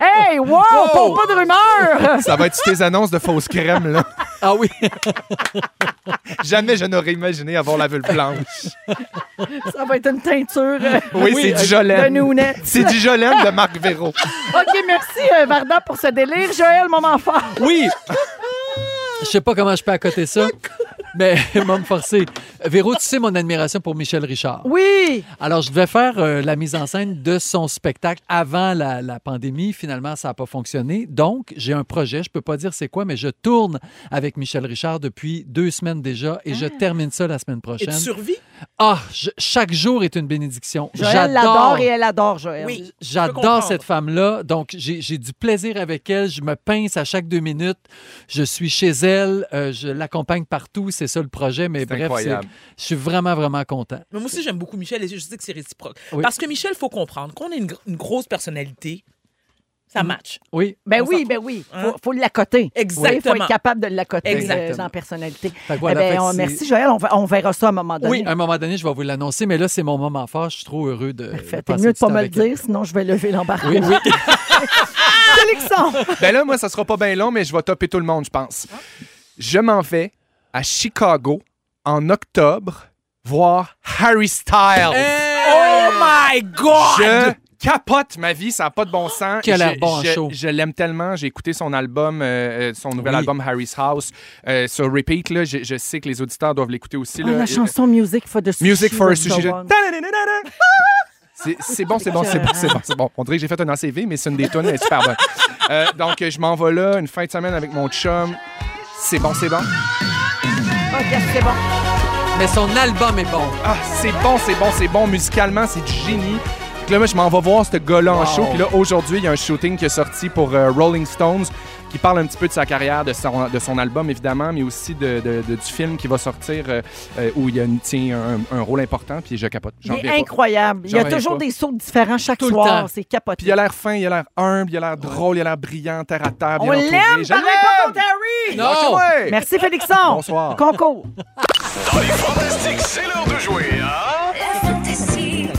Speaker 2: Hey, wow!
Speaker 1: Wow!
Speaker 2: Pas de rumeur!
Speaker 3: Ça va être sur tes annonces de fausses crèmes, là.
Speaker 1: Ah oui.
Speaker 3: Jamais je n'aurais imaginé avoir la vulve blanche.
Speaker 2: Ça va être une teinture euh,
Speaker 3: Oui, c'est du
Speaker 2: de
Speaker 3: Jolène.
Speaker 2: nounettes.
Speaker 3: C'est du Jolène de Marc Véro.
Speaker 2: OK, merci, euh, Varda, pour ce délire. Joël, moment fort.
Speaker 1: Oui! Je sais pas comment je peux accoter ça, mais m'a me forcer. Véro, tu sais mon admiration pour Michel Richard.
Speaker 2: Oui!
Speaker 1: Alors, je devais faire euh, la mise en scène de son spectacle avant la, la pandémie. Finalement, ça n'a pas fonctionné. Donc, j'ai un projet. Je peux pas dire c'est quoi, mais je tourne avec Michel Richard depuis deux semaines déjà et je
Speaker 2: Ah.
Speaker 1: termine ça la semaine
Speaker 4: Et tu
Speaker 1: prochaine.
Speaker 4: survis?
Speaker 1: Ah, je- chaque jour est une bénédiction.
Speaker 2: Joël l'adore et elle adore Joël.
Speaker 4: Oui. Je peux
Speaker 1: J'adore
Speaker 4: comprendre.
Speaker 1: cette femme-là. Donc, j'ai j'ai du plaisir avec elle. Je me pince à chaque deux minutes. Je suis chez elle. Euh, je l'accompagne partout. C'est ça le projet. Mais
Speaker 3: C'est
Speaker 1: bref,
Speaker 3: incroyable.
Speaker 1: c'est- je suis vraiment, vraiment content.
Speaker 4: Mais moi aussi, j'aime beaucoup Michel et je sais que c'est réciproque.
Speaker 1: Oui.
Speaker 4: Parce que Michel, il faut comprendre qu'on a une, gr- une grosse personnalité. Ça match.
Speaker 1: Oui.
Speaker 2: Ben
Speaker 4: On
Speaker 2: oui,
Speaker 4: s'en-
Speaker 2: ben oui. Il
Speaker 4: Hein?
Speaker 2: faut, faut l'accoter. Il faut
Speaker 4: Exactement.
Speaker 2: être capable de l'accoter euh,
Speaker 4: Exactement.
Speaker 2: dans la personnalité.
Speaker 1: Fait que voilà,
Speaker 2: Eh ben,
Speaker 1: fait que
Speaker 2: on-
Speaker 1: c'est-
Speaker 2: merci, Joël. On, va- on verra ça à un moment donné.
Speaker 1: Oui, à un moment donné, je vais vous l'annoncer. Mais là, c'est mon moment fort. euh, Je suis trop heureux de.
Speaker 2: Parfait. T'es
Speaker 1: passer
Speaker 2: mieux de
Speaker 1: du
Speaker 2: pas
Speaker 1: temps
Speaker 2: me le
Speaker 1: avec elle.
Speaker 2: dire, sinon je vais lever l'embargo.
Speaker 1: Oui, oui.
Speaker 2: Alexandre!
Speaker 3: Ben là, moi, ça sera pas bien long, mais je vais topper tout le monde, je pense. Je m'en vais à Chicago en octobre voir Harry Styles.
Speaker 4: Oh my God!
Speaker 3: Je capote ma vie, ça n'a pas de bon sens.
Speaker 1: Quel air
Speaker 3: Je-
Speaker 1: bon en
Speaker 3: je,
Speaker 1: show.
Speaker 3: je l'aime tellement. J'ai écouté son album, euh, euh, son nouvel
Speaker 1: Oui.
Speaker 3: album Harry's House euh, sur repeat. Là. Je, je sais que les auditeurs doivent l'écouter aussi.
Speaker 2: Ah,
Speaker 3: là.
Speaker 2: la chanson Music for the Sushi.
Speaker 3: Music for a
Speaker 2: was
Speaker 3: Sushi.
Speaker 2: the
Speaker 3: là.
Speaker 2: one.
Speaker 3: Ta-da-da-da-da-da. C'est- C'est bon, c'est bon, c'est bon, c'est bon, c'est bon. On dirait que j'ai fait un ACV, mais c'est une des tunes, elle est super bonne. Euh, donc, euh, je m'en vais là, une fin de semaine avec mon chum. C'est bon, c'est bon.
Speaker 2: Ok, c'est bon.
Speaker 1: mais son album est bon.
Speaker 3: Ah, c'est bon, c'est bon, c'est bon. Musicalement, c'est du génie. Fait que là, moi, je m'en vais voir ce gars-là en show. Puis là, aujourd'hui, il y a un shooting qui est sorti pour euh, Rolling Stones qui parle un petit peu de sa carrière, de son, de son album, évidemment, mais aussi de, de- de- du film qui va sortir euh, euh, où il y a une- tient un, un rôle important. Puis je capote.
Speaker 2: Il
Speaker 3: J'en
Speaker 2: est
Speaker 3: reviens pas.
Speaker 2: incroyable. Il y
Speaker 3: J'en
Speaker 2: a
Speaker 3: reviens
Speaker 2: toujours
Speaker 3: pas.
Speaker 2: des sauts différents chaque
Speaker 1: Tout le
Speaker 2: soir.
Speaker 1: temps.
Speaker 2: C'est
Speaker 3: Puis
Speaker 2: capoté.
Speaker 3: il a l'air fin, il a l'air humble, il a l'air drôle, il a l'air brillant, terre à terre, bien
Speaker 2: On
Speaker 3: entouré.
Speaker 2: l'aime,
Speaker 3: Je
Speaker 2: parlez pas contre Harry!
Speaker 1: Non!
Speaker 3: Ouais.
Speaker 2: Merci, Félixon.
Speaker 3: Bonsoir.
Speaker 2: Concours.
Speaker 10: Fantastique, c'est l'heure de jouer à...
Speaker 6: Le fantastique,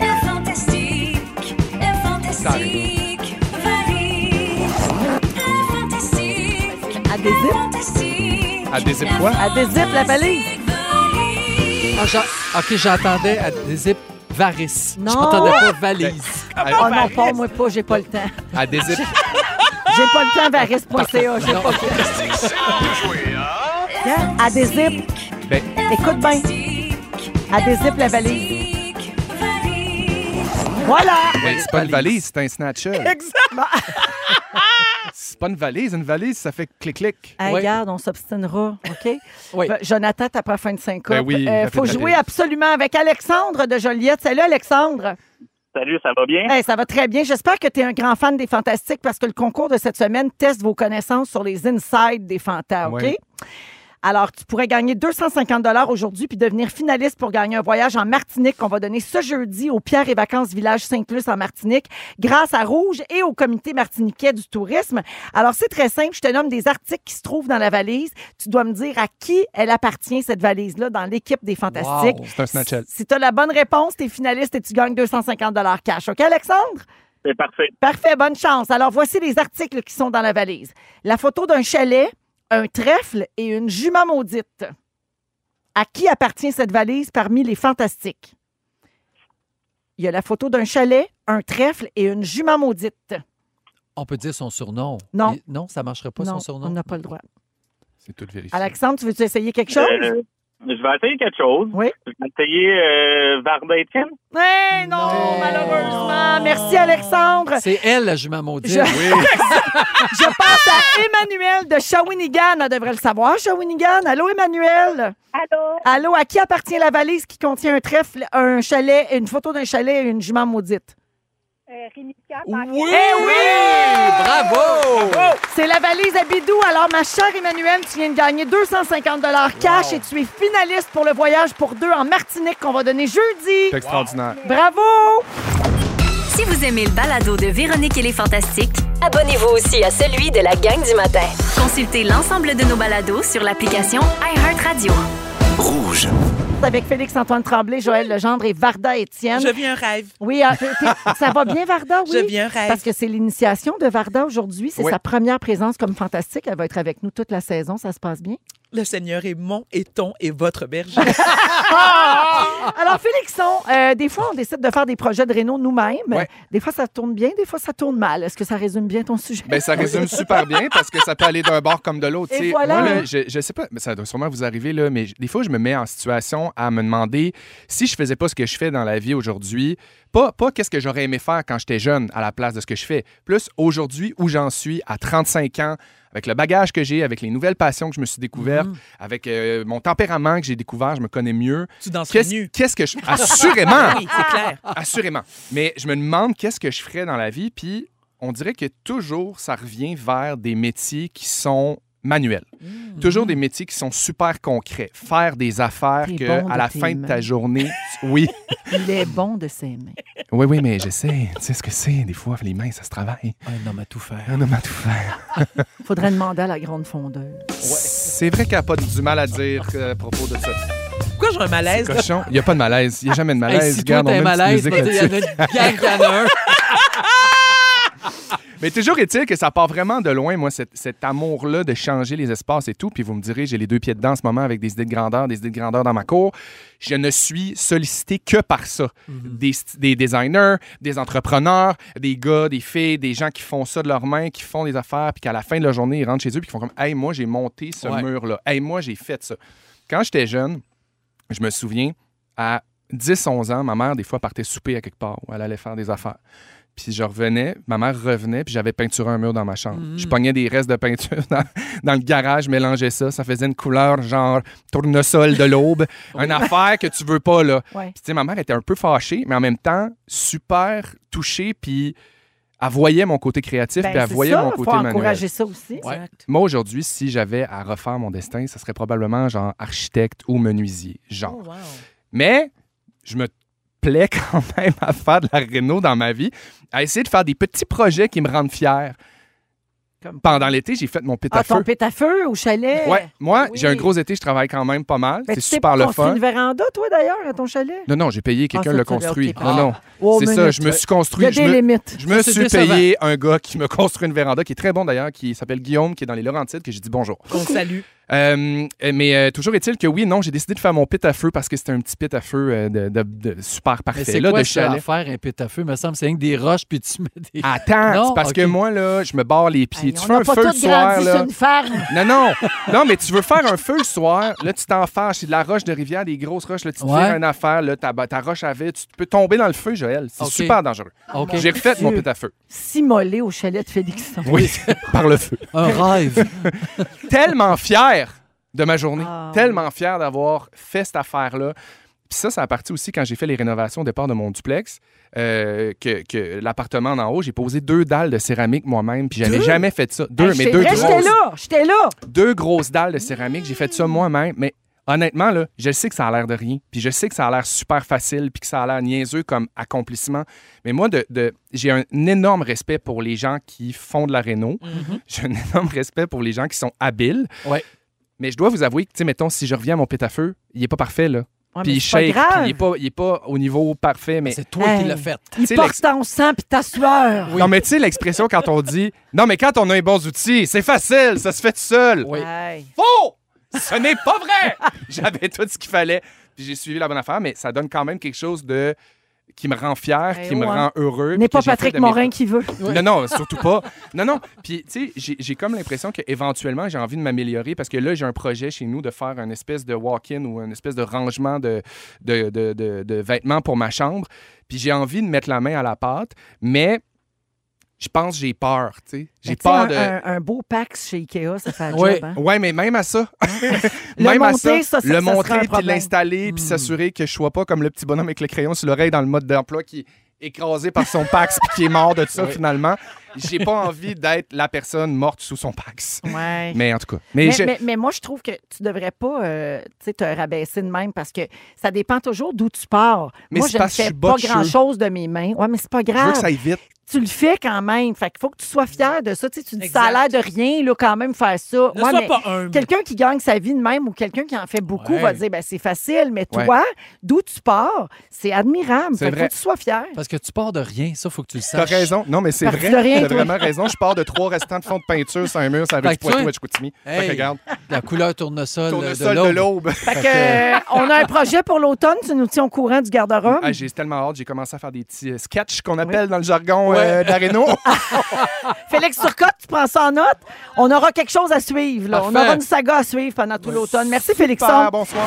Speaker 6: le fantastique, le fantastique varie. Le fantastique, le
Speaker 2: Adhésif.
Speaker 6: fantastique.
Speaker 3: Adhésif quoi?
Speaker 2: Adhésif, la valise.
Speaker 1: Ah, j'a- ok, j'entendais à des zips varices.
Speaker 2: Non.
Speaker 1: Je m'entendais pas valise.
Speaker 2: Oh
Speaker 3: À,
Speaker 2: non, pas moi pas, j'ai pas le temps.
Speaker 3: à des ép-
Speaker 2: J'ai pas le temps, varis.ca. J'ai pas le temps.
Speaker 10: Fantastique, c'est l'heure de jouer à...
Speaker 2: Hein? Adhésif.
Speaker 3: Ben.
Speaker 2: Écoute bien. Adhésif, la valise. Voilà.
Speaker 3: Ben, c'est pas une valise, c'est un snatcher.
Speaker 2: Exactement.
Speaker 3: C'est pas une valise, une valise, ça fait clic-clic.
Speaker 2: Hey,
Speaker 1: Ouais.
Speaker 2: Regarde, on s'obstinera, OK?
Speaker 1: Oui.
Speaker 2: Ben, Jonathan, t'as pas la fin de 5
Speaker 3: Ben oui,
Speaker 2: Il faut
Speaker 3: rapide,
Speaker 2: jouer
Speaker 3: rapide.
Speaker 2: absolument avec Alexandre de Joliette. Salut, Alexandre.
Speaker 11: Salut, ça va bien?
Speaker 2: Hey, ça va très bien. J'espère que tu es un grand fan des Fantastiques parce que le concours de cette semaine teste vos connaissances sur les insides des Fantas, OK?
Speaker 3: Ouais.
Speaker 2: Alors, tu pourrais gagner 250 aujourd'hui puis devenir finaliste pour gagner un voyage en Martinique qu'on va donner ce jeudi au Pierre et Vacances Village Saint-Plus en Martinique grâce à Rouge et au comité martiniquais du tourisme. Alors, c'est très simple. Je te nomme des articles qui se trouvent dans la valise. Tu dois me dire à qui elle appartient, cette valise-là, dans l'équipe des Fantastiques.
Speaker 1: Wow.
Speaker 3: C'est un snatcher.
Speaker 2: Si tu as la bonne réponse, tu es finaliste et tu gagnes 250 cash. OK, Alexandre?
Speaker 11: C'est parfait.
Speaker 2: Parfait, bonne chance. Alors, voici les articles qui sont dans la valise. La photo d'un chalet, un trèfle et une jument maudite. À qui appartient cette valise parmi les fantastiques? Il y a la photo d'un chalet, un trèfle et une jument maudite.
Speaker 1: On peut dire son surnom.
Speaker 2: Non.
Speaker 1: Il- non, ça marcherait pas
Speaker 2: non,
Speaker 1: son surnom.
Speaker 2: on n'a pas le droit.
Speaker 3: C'est tout vérifié.
Speaker 2: Alexandre, tu veux-tu essayer quelque chose?
Speaker 11: Euh, Je vais essayer quelque chose.
Speaker 2: Oui.
Speaker 11: Je vais essayer euh, Varda Étienne.
Speaker 2: Eh non, malheureusement. Merci, Alexandre.
Speaker 1: C'est elle, la jument maudite.
Speaker 2: Je- Je pense à Emmanuel de Shawinigan. Elle devrait le savoir, Shawinigan. Allô, Emmanuel? Allô? Allô, à qui appartient la valise qui contient un trèfle, un chalet, une photo d'un chalet et une jument maudite?
Speaker 7: Oui!
Speaker 2: Eh oui!
Speaker 1: Bravo!
Speaker 2: C'est la valise à Bidou. Alors, ma chère Emmanuelle, tu viens de gagner 250 cash et tu es finaliste pour le voyage pour deux en Martinique qu'on va donner jeudi.
Speaker 3: C'est extraordinaire.
Speaker 2: Bravo!
Speaker 6: Si vous aimez le balado de Véronique et les Fantastiques,
Speaker 8: Abonnez-vous aussi à celui de la gang du matin.
Speaker 6: consultez l'ensemble de nos balados sur l'application iHeartRadio.
Speaker 10: Rouge.
Speaker 2: Avec Félix-Antoine Tremblay, Joël Legendre et Varda Étienne.
Speaker 4: Je vis un rêve.
Speaker 2: Oui, ah, t'es- t'es- ça va bien, Varda? Oui.
Speaker 4: Je vis un rêve.
Speaker 2: Parce que c'est l'initiation de Varda aujourd'hui. C'est
Speaker 3: Oui.
Speaker 2: sa première présence comme fantastique. Elle va être avec nous toute la saison. Ça se passe bien.
Speaker 4: Le Seigneur est mon et ton et votre berger.
Speaker 3: Ah.
Speaker 2: Alors, Félixon, euh, des fois, on décide de faire des projets de réno nous-mêmes.
Speaker 3: Ouais.
Speaker 2: Des fois, ça tourne bien, des fois, ça tourne mal. Est-ce que ça résume bien ton sujet?
Speaker 3: Ben, ça résume super bien parce que ça peut aller d'un bord comme de l'autre.
Speaker 2: Et
Speaker 3: tu sais.
Speaker 2: voilà.
Speaker 3: Moi, là, je, je sais pas, mais ça doit sûrement vous arriver, là, mais j- des fois, je me mets en situation à me demander si je faisais pas ce que je fais dans la vie aujourd'hui, pas, pas qu'est-ce que j'aurais aimé faire quand j'étais jeune à la place de ce que je fais, plus aujourd'hui où j'en suis à 35 ans, avec le bagage que j'ai, avec les nouvelles passions que je me suis découvertes,
Speaker 2: Mm-hmm.
Speaker 3: avec euh, mon tempérament que j'ai découvert, je me connais mieux.
Speaker 4: tu danses
Speaker 3: Qu'est-ce
Speaker 4: nu.
Speaker 3: qu'est-ce que je. Assurément!
Speaker 4: Oui, c'est clair.
Speaker 3: Assurément. Mais je me demande qu'est-ce que je ferais dans la vie, puis on dirait que toujours ça revient vers des métiers qui sont manuels.
Speaker 2: Mmh.
Speaker 3: Toujours des métiers qui sont super concrets. Faire des affaires
Speaker 2: T'es
Speaker 3: que
Speaker 2: bon
Speaker 3: à
Speaker 2: de
Speaker 3: la
Speaker 2: tes
Speaker 3: fin de ta
Speaker 2: mains.
Speaker 3: journée, tu- oui,
Speaker 2: Il est bon de s'aimer.
Speaker 3: oui, oui, mais j'essaie. Tu sais ce que c'est des fois les mains, ça se travaille.
Speaker 1: Un homme à Ah, tout faire.
Speaker 3: Un homme à tout faire.
Speaker 2: Faudrait demander à la grande fondeuse.
Speaker 3: C'est vrai qu'il n'y a pas du mal à dire euh, à propos de ça.
Speaker 4: Pourquoi j'ai un malaise?
Speaker 3: Cochon, il n'y a pas de malaise. Il n'y a jamais de
Speaker 1: Hey,
Speaker 3: malaise.
Speaker 1: si toi,
Speaker 3: Regarde, on
Speaker 1: t'es
Speaker 3: met une petite
Speaker 1: malaise,
Speaker 3: musique
Speaker 1: ben, tu sais, il y en a une gang qui en a un.
Speaker 3: Mais toujours est-il que ça part vraiment de loin, moi, cet, cet amour-là de changer les espaces et tout. Puis vous me direz, j'ai les deux pieds dedans en ce moment avec des idées de grandeur, des idées de grandeur dans ma cour. Je ne suis sollicité que par ça. des, st- des designers, des entrepreneurs, des gars, des filles, des gens qui font ça de leurs mains, qui font des affaires, puis qu'à la fin de la journée, ils rentrent chez eux, puis ils font comme Hey, moi, j'ai monté ce
Speaker 1: Ouais.
Speaker 3: mur-là. Hey, moi, j'ai fait ça. Quand j'étais jeune, je me souviens, à 10-11 ans, ma mère, des fois, partait souper à quelque part où elle allait faire des affaires. Puis je revenais, ma mère revenait, puis j'avais peinturé un mur dans ma chambre. Je
Speaker 2: Mm.
Speaker 3: pognais des restes de peinture dans, dans le garage, mélangeais ça, ça faisait une couleur genre tournesol de l'aube, une affaire que tu veux pas, là.
Speaker 2: Ouais.
Speaker 3: Puis, tu sais, ma mère était un peu fâchée, mais en même temps, super touchée, puis elle voyait mon côté créatif, puis
Speaker 2: Ben,
Speaker 3: elle
Speaker 2: c'est
Speaker 3: voyait
Speaker 2: ça,
Speaker 3: mon
Speaker 2: faut
Speaker 3: côté manuel.
Speaker 2: encourager ça aussi.
Speaker 1: Ouais.
Speaker 3: Moi, aujourd'hui, si j'avais à refaire mon destin, ça serait probablement genre architecte ou menuisier, genre.
Speaker 4: Oh, wow.
Speaker 3: Mais je me plais quand même à faire de la réno dans ma vie, à essayer de faire des petits projets qui me rendent fier.
Speaker 2: Comme-
Speaker 3: Pendant l'été, j'ai fait mon
Speaker 2: Ah,
Speaker 3: pétafeu.
Speaker 2: ton pétafeu au chalet.
Speaker 3: ouais, moi,
Speaker 2: Oui.
Speaker 3: j'ai un gros été, je travaille quand même pas mal.
Speaker 2: Ben, tu
Speaker 3: c'est
Speaker 2: sais
Speaker 3: super
Speaker 2: pas
Speaker 3: le
Speaker 2: construire
Speaker 3: fun.
Speaker 2: une véranda, toi, d'ailleurs, à ton chalet?
Speaker 3: Non, non, j'ai payé quelqu'un
Speaker 2: Ah, ça,
Speaker 3: le
Speaker 2: tu l'as-
Speaker 3: construit.
Speaker 2: ok,
Speaker 3: non,
Speaker 2: parfait.
Speaker 3: non.
Speaker 2: Wow,
Speaker 3: c'est ça,
Speaker 2: minute,
Speaker 3: je me
Speaker 2: ouais.
Speaker 3: suis
Speaker 2: Il y a
Speaker 3: construit. Je
Speaker 2: des
Speaker 3: me,
Speaker 2: limites.
Speaker 3: je me
Speaker 1: Ça, c'est
Speaker 3: suis
Speaker 1: décevant.
Speaker 3: payé un gars qui me construit une véranda, qui est très bon d'ailleurs, qui s'appelle Guillaume, qui est dans les Laurentides, que j'ai dit bonjour.
Speaker 4: On salue.
Speaker 3: Euh, mais euh, toujours est-il que oui, non, j'ai décidé de faire mon pit à feu parce que c'était un petit pit à feu euh, de, de- de super
Speaker 1: Mais
Speaker 3: parfait,
Speaker 1: c'est
Speaker 3: là,
Speaker 1: quoi
Speaker 3: de
Speaker 1: ça à
Speaker 3: chalet.
Speaker 1: faire un pit à feu? me semble c'est rien que des roches, puis tu mets des...
Speaker 3: Attends,
Speaker 1: Non,
Speaker 3: c'est parce
Speaker 1: ok.
Speaker 3: que moi, là, je me barre les pieds.
Speaker 2: Hey,
Speaker 3: tu
Speaker 2: on
Speaker 3: fais
Speaker 2: n'a
Speaker 3: un
Speaker 2: pas
Speaker 3: feu le
Speaker 2: tous
Speaker 3: soir,
Speaker 2: grandi sur
Speaker 3: là.
Speaker 2: une ferme.
Speaker 3: Non, non, non, mais tu veux faire un feu le soir, là, tu t'en fâches, c'est de la roche de rivière, des grosses roches, là, tu te fais
Speaker 1: Ouais.
Speaker 3: une affaire, là, ta, ta roche à vide, tu peux tomber dans le feu, Joël. C'est
Speaker 1: Ok.
Speaker 3: super dangereux.
Speaker 1: OK.
Speaker 3: Ah, J'ai refait
Speaker 2: Dieu.
Speaker 3: mon pit à feu.
Speaker 2: S'immoler au chalet de Félixon.
Speaker 3: Oui, par le feu.
Speaker 1: Un rêve.
Speaker 3: tellement fier de ma journée,
Speaker 2: Ah,
Speaker 3: tellement fier d'avoir fait cette affaire-là. Puis ça, ça a parti aussi quand j'ai fait les rénovations au départ de mon duplex, euh, que, que l'appartement d'en haut, j'ai posé deux dalles de céramique moi-même, puis j'avais jamais fait ça. Deux,
Speaker 2: Hey,
Speaker 3: mais
Speaker 2: c'est
Speaker 3: deux
Speaker 2: vrai, J'étais
Speaker 3: grosses,
Speaker 2: là, j'étais là.
Speaker 3: deux grosses dalles de céramique, j'ai fait ça moi-même, mais honnêtement, là, je sais que ça a l'air de rien, puis je sais que ça a l'air super facile, puis que ça a l'air niaiseux comme accomplissement, mais moi, de, de- j'ai un énorme respect pour les gens qui font de la réno,
Speaker 2: Mhm.
Speaker 3: j'ai un énorme respect pour les gens qui sont habiles,
Speaker 1: Ouais.
Speaker 3: mais je dois vous avouer que, tu sais, mettons, si je reviens à mon pit à feu, il est pas parfait, là.
Speaker 2: Ouais,
Speaker 3: puis
Speaker 2: mais
Speaker 3: il
Speaker 2: c'est pas
Speaker 3: shake,
Speaker 2: grave.
Speaker 3: puis il est pas, il est pas au niveau parfait, mais...
Speaker 1: C'est toi qui l'as
Speaker 2: Hey.
Speaker 1: fait.
Speaker 3: tu sais,
Speaker 2: Il
Speaker 3: l'ex-
Speaker 2: porte ton sang puis ta sueur.
Speaker 3: Non, mais tu sais, l'expression quand on dit... Non, mais quand on a les bons outils, c'est facile, ça se fait tout seul.
Speaker 1: Oui.
Speaker 2: Hey.
Speaker 3: Faux! Ce n'est pas vrai! J'avais tout ce qu'il fallait, puis j'ai suivi la bonne affaire, mais ça donne quand même quelque chose de... qui me rend fier,
Speaker 2: Eh
Speaker 3: qui me
Speaker 2: ouais.
Speaker 3: rend heureux.
Speaker 2: N'est
Speaker 3: puis
Speaker 2: pas
Speaker 3: que j'ai
Speaker 2: Patrick
Speaker 3: fait de mes-
Speaker 2: Morin qui veut.
Speaker 3: Non, non, surtout pas. Non, non. Puis, tu sais, j'ai- j'ai comme l'impression qu'éventuellement, j'ai envie de m'améliorer parce que là, j'ai un projet chez nous de faire un espèce de walk-in ou un espèce de rangement de, de, de- de- de vêtements pour ma chambre. Puis, j'ai envie de mettre la main à la pâte, mais je pense que j'ai peur, tu sais. J'ai
Speaker 2: Tu sais,
Speaker 3: peur
Speaker 2: un,
Speaker 3: de.
Speaker 2: un- un beau pack chez Ikea, ça fait la
Speaker 3: Oui,
Speaker 2: job, hein?
Speaker 3: ouais, mais même à ça.
Speaker 2: Le
Speaker 3: même à
Speaker 2: monter, ça, ça- ça
Speaker 3: le
Speaker 2: sera un
Speaker 3: montrer, puis
Speaker 2: problème. Hmm.
Speaker 3: l'installer, puis s'assurer que je sois pas comme le petit bonhomme avec le crayon sur l'oreille dans le mode d'emploi qui est écrasé par son pax puis qui est mort de ça
Speaker 2: Oui.
Speaker 3: finalement. J'ai pas envie d'être la personne morte sous son pax.
Speaker 2: Ouais.
Speaker 3: Mais en tout cas.
Speaker 2: Mais,
Speaker 3: Mais, je-
Speaker 2: mais- mais moi, je trouve que tu devrais pas euh, tu sais, te rabaisser de même parce que ça dépend toujours d'où tu pars.
Speaker 3: Mais
Speaker 2: moi,
Speaker 3: c'est
Speaker 2: je ne
Speaker 3: parce que je
Speaker 2: fais
Speaker 3: suis
Speaker 2: pas
Speaker 3: botcheux.
Speaker 2: grand-chose de mes mains. Ouais, mais c'est pas
Speaker 3: je
Speaker 2: grave.
Speaker 3: veux que ça aille vite.
Speaker 2: Tu le fais quand même. Fait qu'il faut que tu sois fier de ça. Tu, sais, tu dis ça a l'air de rien, là, quand même, faire ça.
Speaker 4: Ne
Speaker 2: Ouais,
Speaker 4: sois
Speaker 2: mais
Speaker 4: pas humble.
Speaker 2: Mm. Quelqu'un qui gagne sa vie de même ou quelqu'un qui en fait beaucoup
Speaker 1: Ouais.
Speaker 2: va dire ben, c'est facile, mais
Speaker 1: Ouais.
Speaker 2: toi, d'où tu pars, c'est admirable.
Speaker 1: C'est
Speaker 2: Fait qu'il faut
Speaker 1: vrai.
Speaker 2: que tu sois fier.
Speaker 1: Parce que tu pars de rien, ça, faut que tu le
Speaker 3: T'as
Speaker 1: saches.
Speaker 3: raison. Non, mais c'est
Speaker 1: Parti
Speaker 3: vrai.
Speaker 1: de rien,
Speaker 3: T'as
Speaker 1: toi.
Speaker 3: vraiment raison. Je pars de trois restants de fond de peinture sur un mur, ça
Speaker 1: Fait
Speaker 3: avec du
Speaker 1: que toi-
Speaker 3: poitou et du Chicoutimi. Fait que
Speaker 1: Hey,
Speaker 3: regarde.
Speaker 1: La couleur tournesol, euh,
Speaker 3: Tournesol
Speaker 1: de
Speaker 3: de
Speaker 1: l'aube.
Speaker 3: l'aube.
Speaker 2: Fait que, euh, on a un projet pour l'automne. Tu nous tiens au courant du garde-robe.
Speaker 3: Ah, j'ai tellement hâte, j'ai commencé à faire des petits euh, sketchs qu'on appelle dans le jargon euh, d'aréno.
Speaker 2: Félix Turcotte, tu prends ça en note. On aura quelque chose à suivre. là. On
Speaker 3: Parfait.
Speaker 2: aura une saga à suivre pendant tout l'automne. Merci, Félix.
Speaker 3: Bonsoir.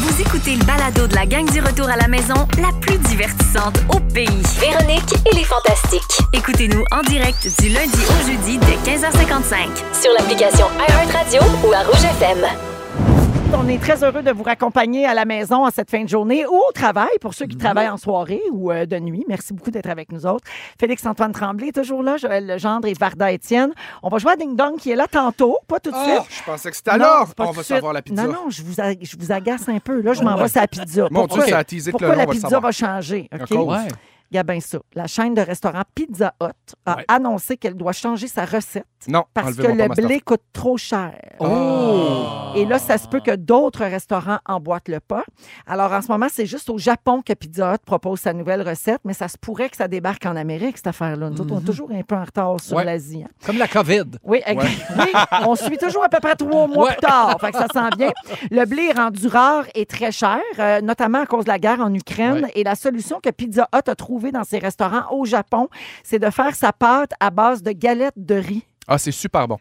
Speaker 6: Vous écoutez le balado de la gang du retour à la maison, la plus divertissante au pays. Véronique et les Fantastiques. Écoutez-nous en direct du lundi au jeudi dès 15h55 sur l'application iHeartRadio ou à Rouge FM.
Speaker 2: On est très heureux de vous raccompagner à la maison en cette fin de journée ou au travail pour ceux qui
Speaker 3: Mhm.
Speaker 2: travaillent en soirée ou euh, de nuit. Merci beaucoup d'être avec nous autres. Félix-Antoine Tremblay est toujours là, Joël Legendre et Varda Étienne. On va jouer à Ding Dong qui est là tantôt, pas tout de
Speaker 3: Ah,
Speaker 2: suite.
Speaker 3: je pensais que c'était
Speaker 2: Non,
Speaker 3: alors.
Speaker 2: c'est pas
Speaker 3: On
Speaker 2: tout
Speaker 3: va
Speaker 2: de suite.
Speaker 3: savoir la pizza.
Speaker 2: Non, non, je vous, a- je vous agace un peu. Là, je m'en
Speaker 3: Ouais.
Speaker 2: vais sur la pizza.
Speaker 3: Mon Dieu,
Speaker 2: Pourquoi-
Speaker 3: ça a teasé tout le
Speaker 2: Pourquoi la
Speaker 3: long, on va le
Speaker 2: pizza
Speaker 3: savoir.
Speaker 2: va changer? OK?
Speaker 3: cause. Ouais.
Speaker 2: Regarde bien ça. La chaîne de restaurants Pizza Hut a annoncé qu'elle doit changer sa recette
Speaker 3: Non,
Speaker 2: parce que
Speaker 3: enlevez-moi pas
Speaker 2: le
Speaker 3: ma staff.
Speaker 2: blé coûte trop cher.
Speaker 1: Oh!
Speaker 2: Et là, ça se peut que d'autres restaurants emboîtent le pas. Alors, en ce moment, c'est juste au Japon que Pizza Hut propose sa nouvelle recette, mais ça se pourrait que ça débarque en Amérique, cette affaire-là. Nous autres, on est toujours un peu en retard sur
Speaker 1: Mm-hmm. Ouais.
Speaker 2: l'Asie. hein.
Speaker 1: Comme la COVID.
Speaker 2: Oui, ex- oui, on suit toujours à peu près trois mois
Speaker 1: Ouais.
Speaker 2: plus tard. Fait que ça sent bien. Le blé est rendu rare et très cher, euh, notamment à cause de la guerre en Ukraine. Et la solution que Pizza Hut a trouvée dans ses restaurants au Japon, c'est de faire sa pâte à base de galettes de riz.
Speaker 3: Ah, c'est super bon.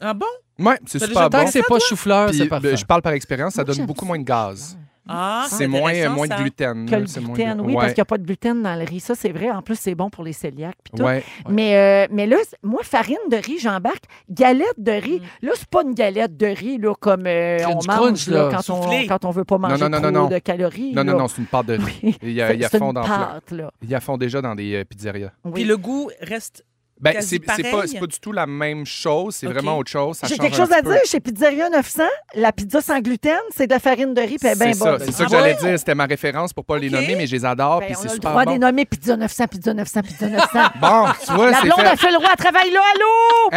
Speaker 4: Ah bon?
Speaker 3: Ouais, c'est
Speaker 4: T'as
Speaker 3: super
Speaker 4: déjà
Speaker 3: Ah
Speaker 4: fait
Speaker 3: bon.
Speaker 4: ça, toi?
Speaker 3: Puis,
Speaker 1: c'est
Speaker 3: ben,
Speaker 1: parfait.
Speaker 3: Je parle par expérience, ça donne beaucoup moins de gaz.
Speaker 4: Ah,
Speaker 3: c'est moins,
Speaker 4: intéressant,
Speaker 3: moins de
Speaker 4: ça.
Speaker 3: gluten.
Speaker 2: Que le
Speaker 3: Mm, c'est moins
Speaker 2: gluten,
Speaker 3: de-
Speaker 2: oui,
Speaker 3: Ouais.
Speaker 2: parce qu'il n'y a pas de gluten dans le riz. Ça, c'est vrai. En plus, c'est bon pour les cœliaques. puis tout.
Speaker 3: Ouais, ouais.
Speaker 2: Mais, euh, mais là, c'est- moi, farine de riz, j'embarque. Galette de riz. Là, c'est pas une galette de riz là, comme euh, on
Speaker 3: Crunch,
Speaker 2: mange
Speaker 3: crunch,
Speaker 2: là,
Speaker 3: là.
Speaker 2: quand, on,
Speaker 3: Soufflé.
Speaker 2: quand on veut pas manger
Speaker 3: non, non,
Speaker 2: trop
Speaker 3: non, non.
Speaker 2: de calories.
Speaker 3: Non, non,
Speaker 2: là.
Speaker 3: non, c'est une pâte de
Speaker 2: Oui,
Speaker 3: Il y a, il y a
Speaker 2: c'est
Speaker 3: fond
Speaker 2: une
Speaker 3: dans
Speaker 2: pâte, là.
Speaker 3: Il y a fond déjà dans des euh, pizzerias.
Speaker 4: Puis le goût reste
Speaker 3: Ben,
Speaker 4: quasi
Speaker 3: c'est c'est pas,
Speaker 4: pareil.
Speaker 3: c'est pas du tout la même chose, c'est
Speaker 4: Ok.
Speaker 3: vraiment autre chose. ça
Speaker 2: J'ai
Speaker 3: change
Speaker 2: quelque
Speaker 3: un
Speaker 2: chose à
Speaker 3: petit peu.
Speaker 2: dire. Chez Pizzeria 900, la pizza sans gluten, c'est de la farine de riz. puis elle est bien
Speaker 3: C'est ça,
Speaker 2: bonne.
Speaker 3: c'est ça que
Speaker 2: Ah
Speaker 3: j'allais
Speaker 2: ouais?
Speaker 3: dire. C'était ma référence pour pas les nommer, mais je les adore,
Speaker 2: Ben,
Speaker 3: puis c'est
Speaker 2: on a le
Speaker 3: super
Speaker 2: droit
Speaker 3: bon.
Speaker 2: des nommer Pizza 900, Pizza 900, Pizza 900.
Speaker 3: Bon, tu vois,
Speaker 2: la
Speaker 3: c'est
Speaker 2: blonde
Speaker 3: fait.
Speaker 2: a fait le roi, elle travaille là, allô?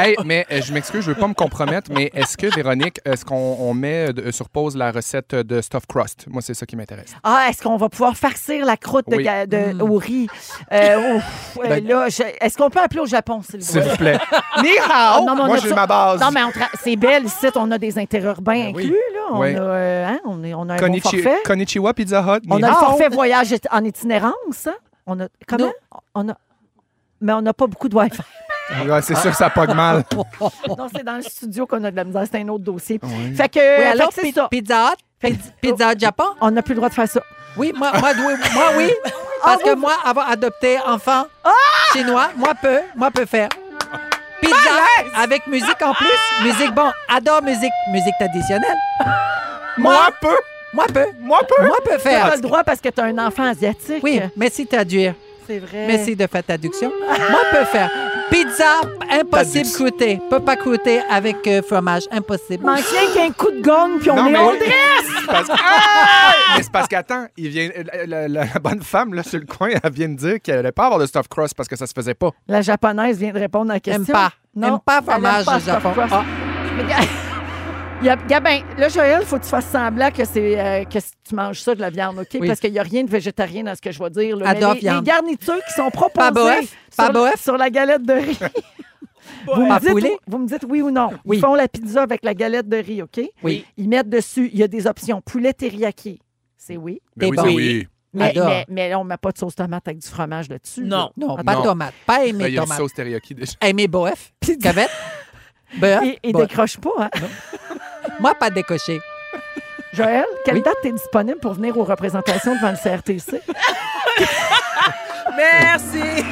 Speaker 3: Hey, mais euh, je m'excuse, je veux pas me compromettre, mais est-ce que, Véronique, est-ce qu'on on met euh, sur pause la recette de stuffed crust? Moi, c'est ça qui m'intéresse.
Speaker 2: Ah, est-ce qu'on va pouvoir farcir la croûte de
Speaker 3: Oui.
Speaker 2: ga- de, au riz? Euh, ouf, euh,
Speaker 3: Ben-
Speaker 2: là, je- est-ce qu'on peut appeler au Japon, s'il vous
Speaker 3: S'il
Speaker 2: plaît?
Speaker 3: vous plaît. Ni hao!
Speaker 2: Ah, non, mais on
Speaker 3: oh! Moi,
Speaker 2: a
Speaker 3: j'ai
Speaker 2: ça-
Speaker 3: ma base. Ben
Speaker 2: Non, mais on tra- c'est belle ici, on a des interurbains inclus. Là. On,
Speaker 3: Oui.
Speaker 2: a, euh, hein, on, est- on a un bon
Speaker 3: Konichi-
Speaker 2: forfait.
Speaker 3: Konnichiwa Pizza Hut.
Speaker 2: Ah, On
Speaker 3: ni
Speaker 2: a le
Speaker 3: hao.
Speaker 2: forfait voyage it- en itinérance. hein? On a, comment? On a, mais on n'a pas beaucoup de Wi-Fi.
Speaker 3: Ouais, c'est sûr que ça pogne mal.
Speaker 2: non, c'est dans le studio qu'on a de la misère. C'est un autre dossier.
Speaker 3: Oui.
Speaker 2: Fait que.
Speaker 12: Oui, alors,
Speaker 2: fait que c'est ça. Oh. Pizza Pizza Japon? On n'a plus le droit de faire ça.
Speaker 12: Oui, moi, moi, oui, moi, oui.
Speaker 2: Ah,
Speaker 12: Parce que moi, avoir adopté enfant chinois, moi peux, moi peux faire. Pizza avec musique en plus. Musique, bon, adore musique, musique traditionnelle.
Speaker 3: Moi peux.
Speaker 12: Moi peux.
Speaker 3: Moi peux.
Speaker 12: Moi peux faire.
Speaker 2: T'as le droit parce que t'as un enfant asiatique.
Speaker 12: Oui, merci de traduire.
Speaker 2: C'est vrai.
Speaker 12: Merci de faire traduction. moi peux faire. Pizza, impossible croûter. Peut pas croûter avec euh, fromage, impossible.
Speaker 2: Manque rien qu'un coup de gong, puis on
Speaker 3: Non,
Speaker 2: est
Speaker 3: mais-
Speaker 2: on dresse!
Speaker 3: C'est parce que- Ah! Mais c'est parce qu'attends, il vient... la, la- la bonne femme là, sur le coin, elle vient de dire qu'elle allait pas avoir de stuffed crust parce que ça se faisait pas.
Speaker 2: La japonaise vient de répondre à la question.
Speaker 12: pas. Aime pas
Speaker 2: elle aime
Speaker 12: fromage
Speaker 2: pas
Speaker 12: au Japon.
Speaker 2: Stuffed Crust.
Speaker 12: Ah.
Speaker 2: Mais ga- Gab- Gabin, là, Joël, faut que tu fasses semblant que, c'est, euh, que tu manges ça de la viande, OK?
Speaker 12: Oui.
Speaker 2: Parce qu'il n'y a rien de végétarien dans ce que je vais dire. là. Mais
Speaker 12: Adore
Speaker 2: les, les
Speaker 12: viande.
Speaker 2: garnitures qui sont proposées
Speaker 12: Pas boeuf, pas
Speaker 2: sur,
Speaker 12: boeuf.
Speaker 2: sur la galette de riz. Vous
Speaker 12: Pas
Speaker 2: me, dites,
Speaker 12: poulet.
Speaker 2: oui- vous me dites oui ou non. Ils font la pizza avec la galette de riz, OK?
Speaker 12: Oui.
Speaker 2: Ils mettent dessus, il y a des options. Poulet teriyaki, c'est Eh oui.
Speaker 12: Ben oui, c'est oui.
Speaker 2: Mais,
Speaker 12: Adore.
Speaker 2: mais, mais on ne met pas de sauce tomate avec du fromage dessus.
Speaker 12: Non,
Speaker 2: là.
Speaker 12: non, pas de tomate. Pas aimé
Speaker 3: Ben, Ah, Il y a une
Speaker 12: tomate.
Speaker 3: sauce teriyaki déjà.
Speaker 12: Aimé boeuf, cavette,
Speaker 2: Il- il décroche pas, hein?
Speaker 12: Moi, pas décoché.
Speaker 2: Joël, quelle date t'es disponible pour venir aux représentations devant le CRTC?
Speaker 4: Merci!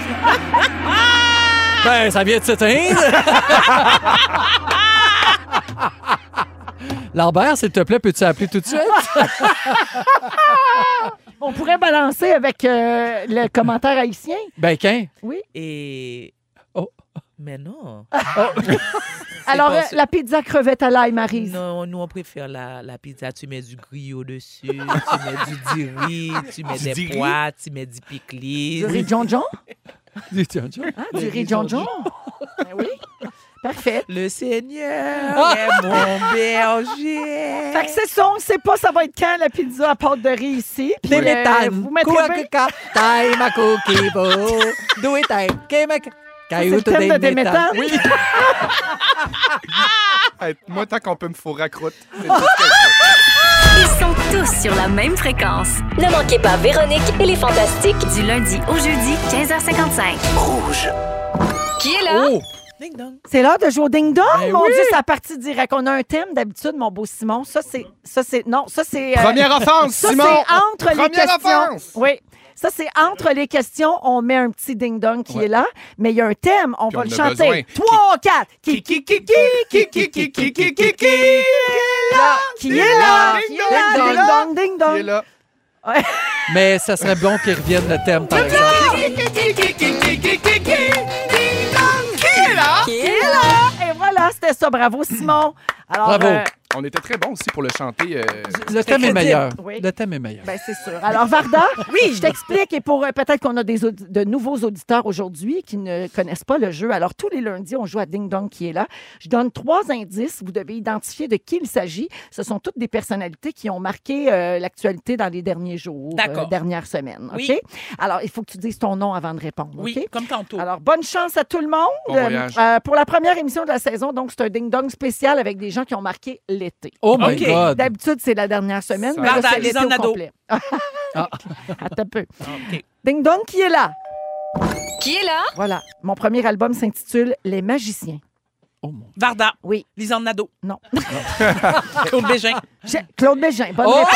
Speaker 1: Ben, ça vient de s'éteindre. Lambert, s'il te plaît, peux-tu appeler tout de suite?
Speaker 2: On pourrait balancer avec euh, le commentaire haïtien.
Speaker 1: Ben, qu'un.
Speaker 2: Oui.
Speaker 4: Et.
Speaker 1: Oh.
Speaker 4: Mais non.
Speaker 2: Alors,
Speaker 4: pas
Speaker 2: euh,
Speaker 4: ça.
Speaker 2: la pizza crevette à l'ail, Marise.
Speaker 4: Non, nous, on préfère la, la pizza. Tu mets du griot dessus, tu mets du diri, tu mets
Speaker 2: Du
Speaker 4: des
Speaker 2: diri?
Speaker 4: pois, tu mets du pickles.
Speaker 2: Du riz John John?
Speaker 1: Du John John?
Speaker 2: Hein, du riz John John? Ben oui. Parfait.
Speaker 4: Le Seigneur est mon berger.
Speaker 2: Ah! Fait que c'est ça, on ne sait pas ça va être quand la pizza à pâte de riz ici. Puis, euh, vous mettrez bien-
Speaker 12: Do it time. Québec.
Speaker 2: Ça, c'est le thème de Démétan.
Speaker 12: Oui.
Speaker 3: Hey, moi, tant qu'on peut me fourrer à croûte. c'est tout.
Speaker 6: Ils sont tous sur la même fréquence. Ne manquez pas Véronique et les Fantastiques du lundi au jeudi 15h55. Rouge. Qui est là?
Speaker 2: C'est l'heure de jouer au ding-dong,
Speaker 6: Ben
Speaker 2: mon
Speaker 6: oui.
Speaker 2: Dieu, ça partit direct. On a un thème d'habitude, mon beau Simon. Ça, c'est. Ça, c'est. Non, ça, c'est. euh,
Speaker 3: Première offense,
Speaker 2: ça,
Speaker 3: Simon.
Speaker 2: C'est entre les
Speaker 3: Première
Speaker 2: questions.
Speaker 3: offense.
Speaker 2: Oui. Ça, c'est entre les questions. On met un petit ding-dong qui est là, mais il y a un thème. On
Speaker 3: Puis
Speaker 2: va
Speaker 3: on
Speaker 2: le
Speaker 3: a besoin.
Speaker 2: chanter. 3, 4. Qui, qui, qui, qui, qui, qui, qui, qui, qui, qui, qui est là? Qui est là? Qui est là? Ding-dong, ding-dong. Qui est
Speaker 3: là?
Speaker 1: Mais ça serait bon qu'il revienne le thème, par exemple.
Speaker 2: Qui est là? Et voilà, c'était ça. Bravo, Simon. Alors, euh,
Speaker 3: On était très bons aussi pour le chanter. euh,
Speaker 1: Le thème est
Speaker 2: crédible.
Speaker 1: meilleur.
Speaker 2: Oui.
Speaker 1: Le thème est meilleur.
Speaker 2: Ben, c'est sûr. Alors, Varda, oui. je t'explique, et pour euh, peut-être qu'on a des audi- de nouveaux auditeurs aujourd'hui qui ne connaissent pas le jeu. Alors, tous les lundis, on joue à Ding Dong qui est là. Je donne trois indices. Vous devez identifier de qui il s'agit. Ce sont toutes des personnalités qui ont marqué euh, l'actualité dans les derniers jours, euh,
Speaker 4: D'accord.
Speaker 2: dernières semaines.
Speaker 4: Oui.
Speaker 2: OK? Alors, il faut que tu dises ton nom avant de répondre.
Speaker 4: Oui,
Speaker 2: OK?
Speaker 4: comme tantôt.
Speaker 2: Alors, bonne chance à tout le monde.
Speaker 4: Bon voyage.
Speaker 2: Euh, pour la première émission de la saison, donc, c'est un ding-dong spécial avec des gens qui ont marqué l'été.
Speaker 1: Oh my OK. God.
Speaker 2: D'habitude, c'est la dernière semaine,
Speaker 1: Ça-
Speaker 2: mais là,
Speaker 1: Varda,
Speaker 2: c'est l'été
Speaker 1: Lisanne
Speaker 2: au
Speaker 1: Nadeau.
Speaker 2: complet. Ah.
Speaker 4: Ah.
Speaker 2: Attends un peu. Ding-dong qui est là.
Speaker 6: Qui est là?
Speaker 2: Voilà. Mon premier album s'intitule Les Magiciens.
Speaker 4: Varda.
Speaker 2: Oui.
Speaker 4: Lisanne Nadeau.
Speaker 2: Non.
Speaker 4: Claude Bégin.
Speaker 2: J'ai- Claude Bégin, bonne
Speaker 4: Oh!
Speaker 2: réponse.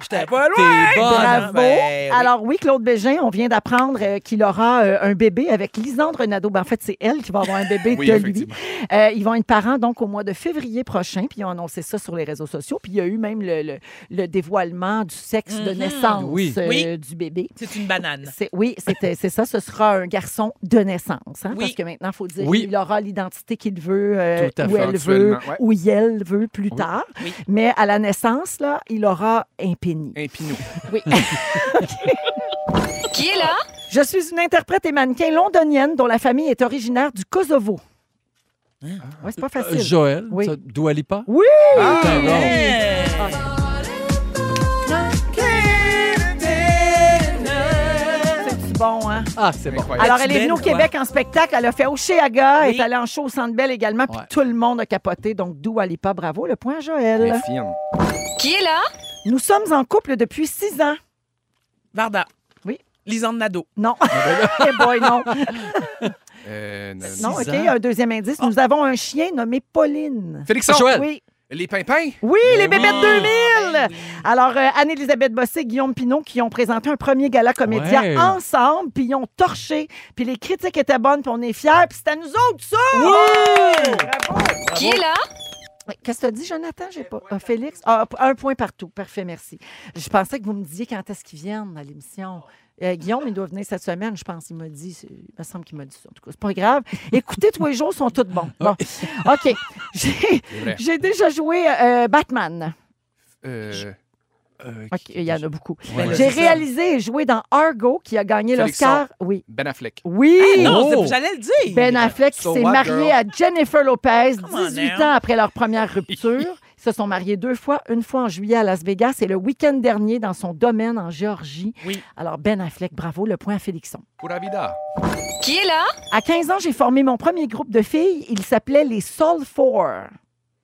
Speaker 4: J'étais pas loin!
Speaker 2: T'es
Speaker 4: bonne, hein?
Speaker 2: Bravo.
Speaker 4: Ben oui.
Speaker 2: Alors oui, Claude Bégin, on vient d'apprendre euh, qu'il aura euh, un bébé avec Lisandre Nadeau. Ben, en fait, c'est elle qui va avoir un bébé
Speaker 13: Oui,
Speaker 2: de lui.
Speaker 13: effectivement.
Speaker 2: Euh, ils vont être parents donc au mois de février prochain, puis ils ont annoncé ça sur les réseaux sociaux. Puis il y a eu même le, le- le dévoilement du sexe de
Speaker 4: Mhm.
Speaker 2: naissance
Speaker 4: Oui.
Speaker 2: euh,
Speaker 4: Oui.
Speaker 2: du bébé.
Speaker 4: C'est une banane.
Speaker 2: C'est- oui, c'était- c'est ça. Ce sera un garçon de naissance. hein,
Speaker 4: Oui.
Speaker 2: Parce que maintenant, il faut dire
Speaker 4: Oui.
Speaker 2: il aura l'identité qu'il veut, euh,
Speaker 4: Tout à
Speaker 2: où
Speaker 4: fait.
Speaker 2: elle veut,
Speaker 4: Actuellement, ouais.
Speaker 2: où elle veut plus tard. Mais à la naissance, là, il aura un pénis.
Speaker 3: Un pinou.
Speaker 2: Oui.
Speaker 6: Qui est là?
Speaker 2: Je suis une interprète et mannequin londonienne dont la famille est originaire du Kosovo.
Speaker 4: Hein?
Speaker 2: Ah. Ouais, c'est pas
Speaker 1: Euh,
Speaker 2: facile.
Speaker 1: Joël,
Speaker 2: Oui.
Speaker 1: ça, Dua Lipa?
Speaker 2: Oui!
Speaker 1: Ah,
Speaker 2: Oui.
Speaker 1: non.
Speaker 2: Ah. C'est bon, hein?
Speaker 1: Ah, c'est bon.
Speaker 2: Alors, elle est venue au Québec en spectacle. Elle a fait Oceaga,
Speaker 1: Oui.
Speaker 2: est allée en show au Centre Bell également, puis tout le monde a capoté. Donc, d'où allez pas, bravo. Le point à Joël.
Speaker 6: Qui est là?
Speaker 2: Nous sommes en couple depuis six ans.
Speaker 4: Varda.
Speaker 2: Oui.
Speaker 4: Lisanne Nadeau.
Speaker 2: Non.
Speaker 3: Ah, ben
Speaker 2: Eh boy, non.
Speaker 3: euh, non,
Speaker 2: Non, OK, un deuxième indice. Nous
Speaker 3: Ah.
Speaker 2: avons un chien nommé Pauline.
Speaker 3: Félixon.
Speaker 2: Oui.
Speaker 3: Les pimpins.
Speaker 2: Oui, les
Speaker 3: Ben
Speaker 2: bébêtes
Speaker 3: oui.
Speaker 2: 2000! Alors, euh, Anne-Élisabeth Bossé et Guillaume Pinot qui ont présenté un premier gala comédien
Speaker 3: Ouais.
Speaker 2: ensemble, puis ils ont torché, puis les critiques étaient bonnes, puis on est fiers, puis c'est à nous autres, ça!
Speaker 13: Oui!
Speaker 2: Bravo!
Speaker 13: Qui est là?
Speaker 2: Oui, Qu'est-ce que tu as dit, Jonathan? J'ai pas. Ah, Félix? Ah, un point partout. Parfait, merci. Je pensais que vous me disiez quand est-ce qu'ils viennent à l'émission. Euh, Guillaume, il doit venir cette semaine, je pense. Il m'a dit. c'est- Il me semble qu'il m'a dit ça. En tout cas, c'est pas grave. Écoutez, tous les jours sont tous bons. Bon. OK. J'ai-
Speaker 3: vrai.
Speaker 2: J'ai déjà joué euh, Batman.
Speaker 3: Euh,
Speaker 2: OK, il y en a beaucoup.
Speaker 3: Ouais.
Speaker 2: Ben, J'ai
Speaker 3: C'est ça.
Speaker 2: réalisé et joué dans Argo, qui a gagné
Speaker 3: Félixson.
Speaker 2: l'Oscar. Oui.
Speaker 3: Ben Affleck.
Speaker 2: Oui!
Speaker 3: Ah non,
Speaker 4: c'est- j'allais le dire!
Speaker 2: Ben Affleck qui
Speaker 3: So
Speaker 2: s'est
Speaker 3: what,
Speaker 2: marié
Speaker 3: girl?
Speaker 2: à Jennifer Lopez 18
Speaker 3: now.
Speaker 2: ans après leur première rupture. Ils se sont mariés deux fois, une fois en juillet à Las Vegas et le week-end dernier dans son domaine en Géorgie. Alors Ben Affleck, bravo, le point à Félixon.
Speaker 3: Pura vida.
Speaker 6: Qui est là?
Speaker 2: À 15 ans, j'ai formé mon premier groupe de filles. Il s'appelait les Soul Four.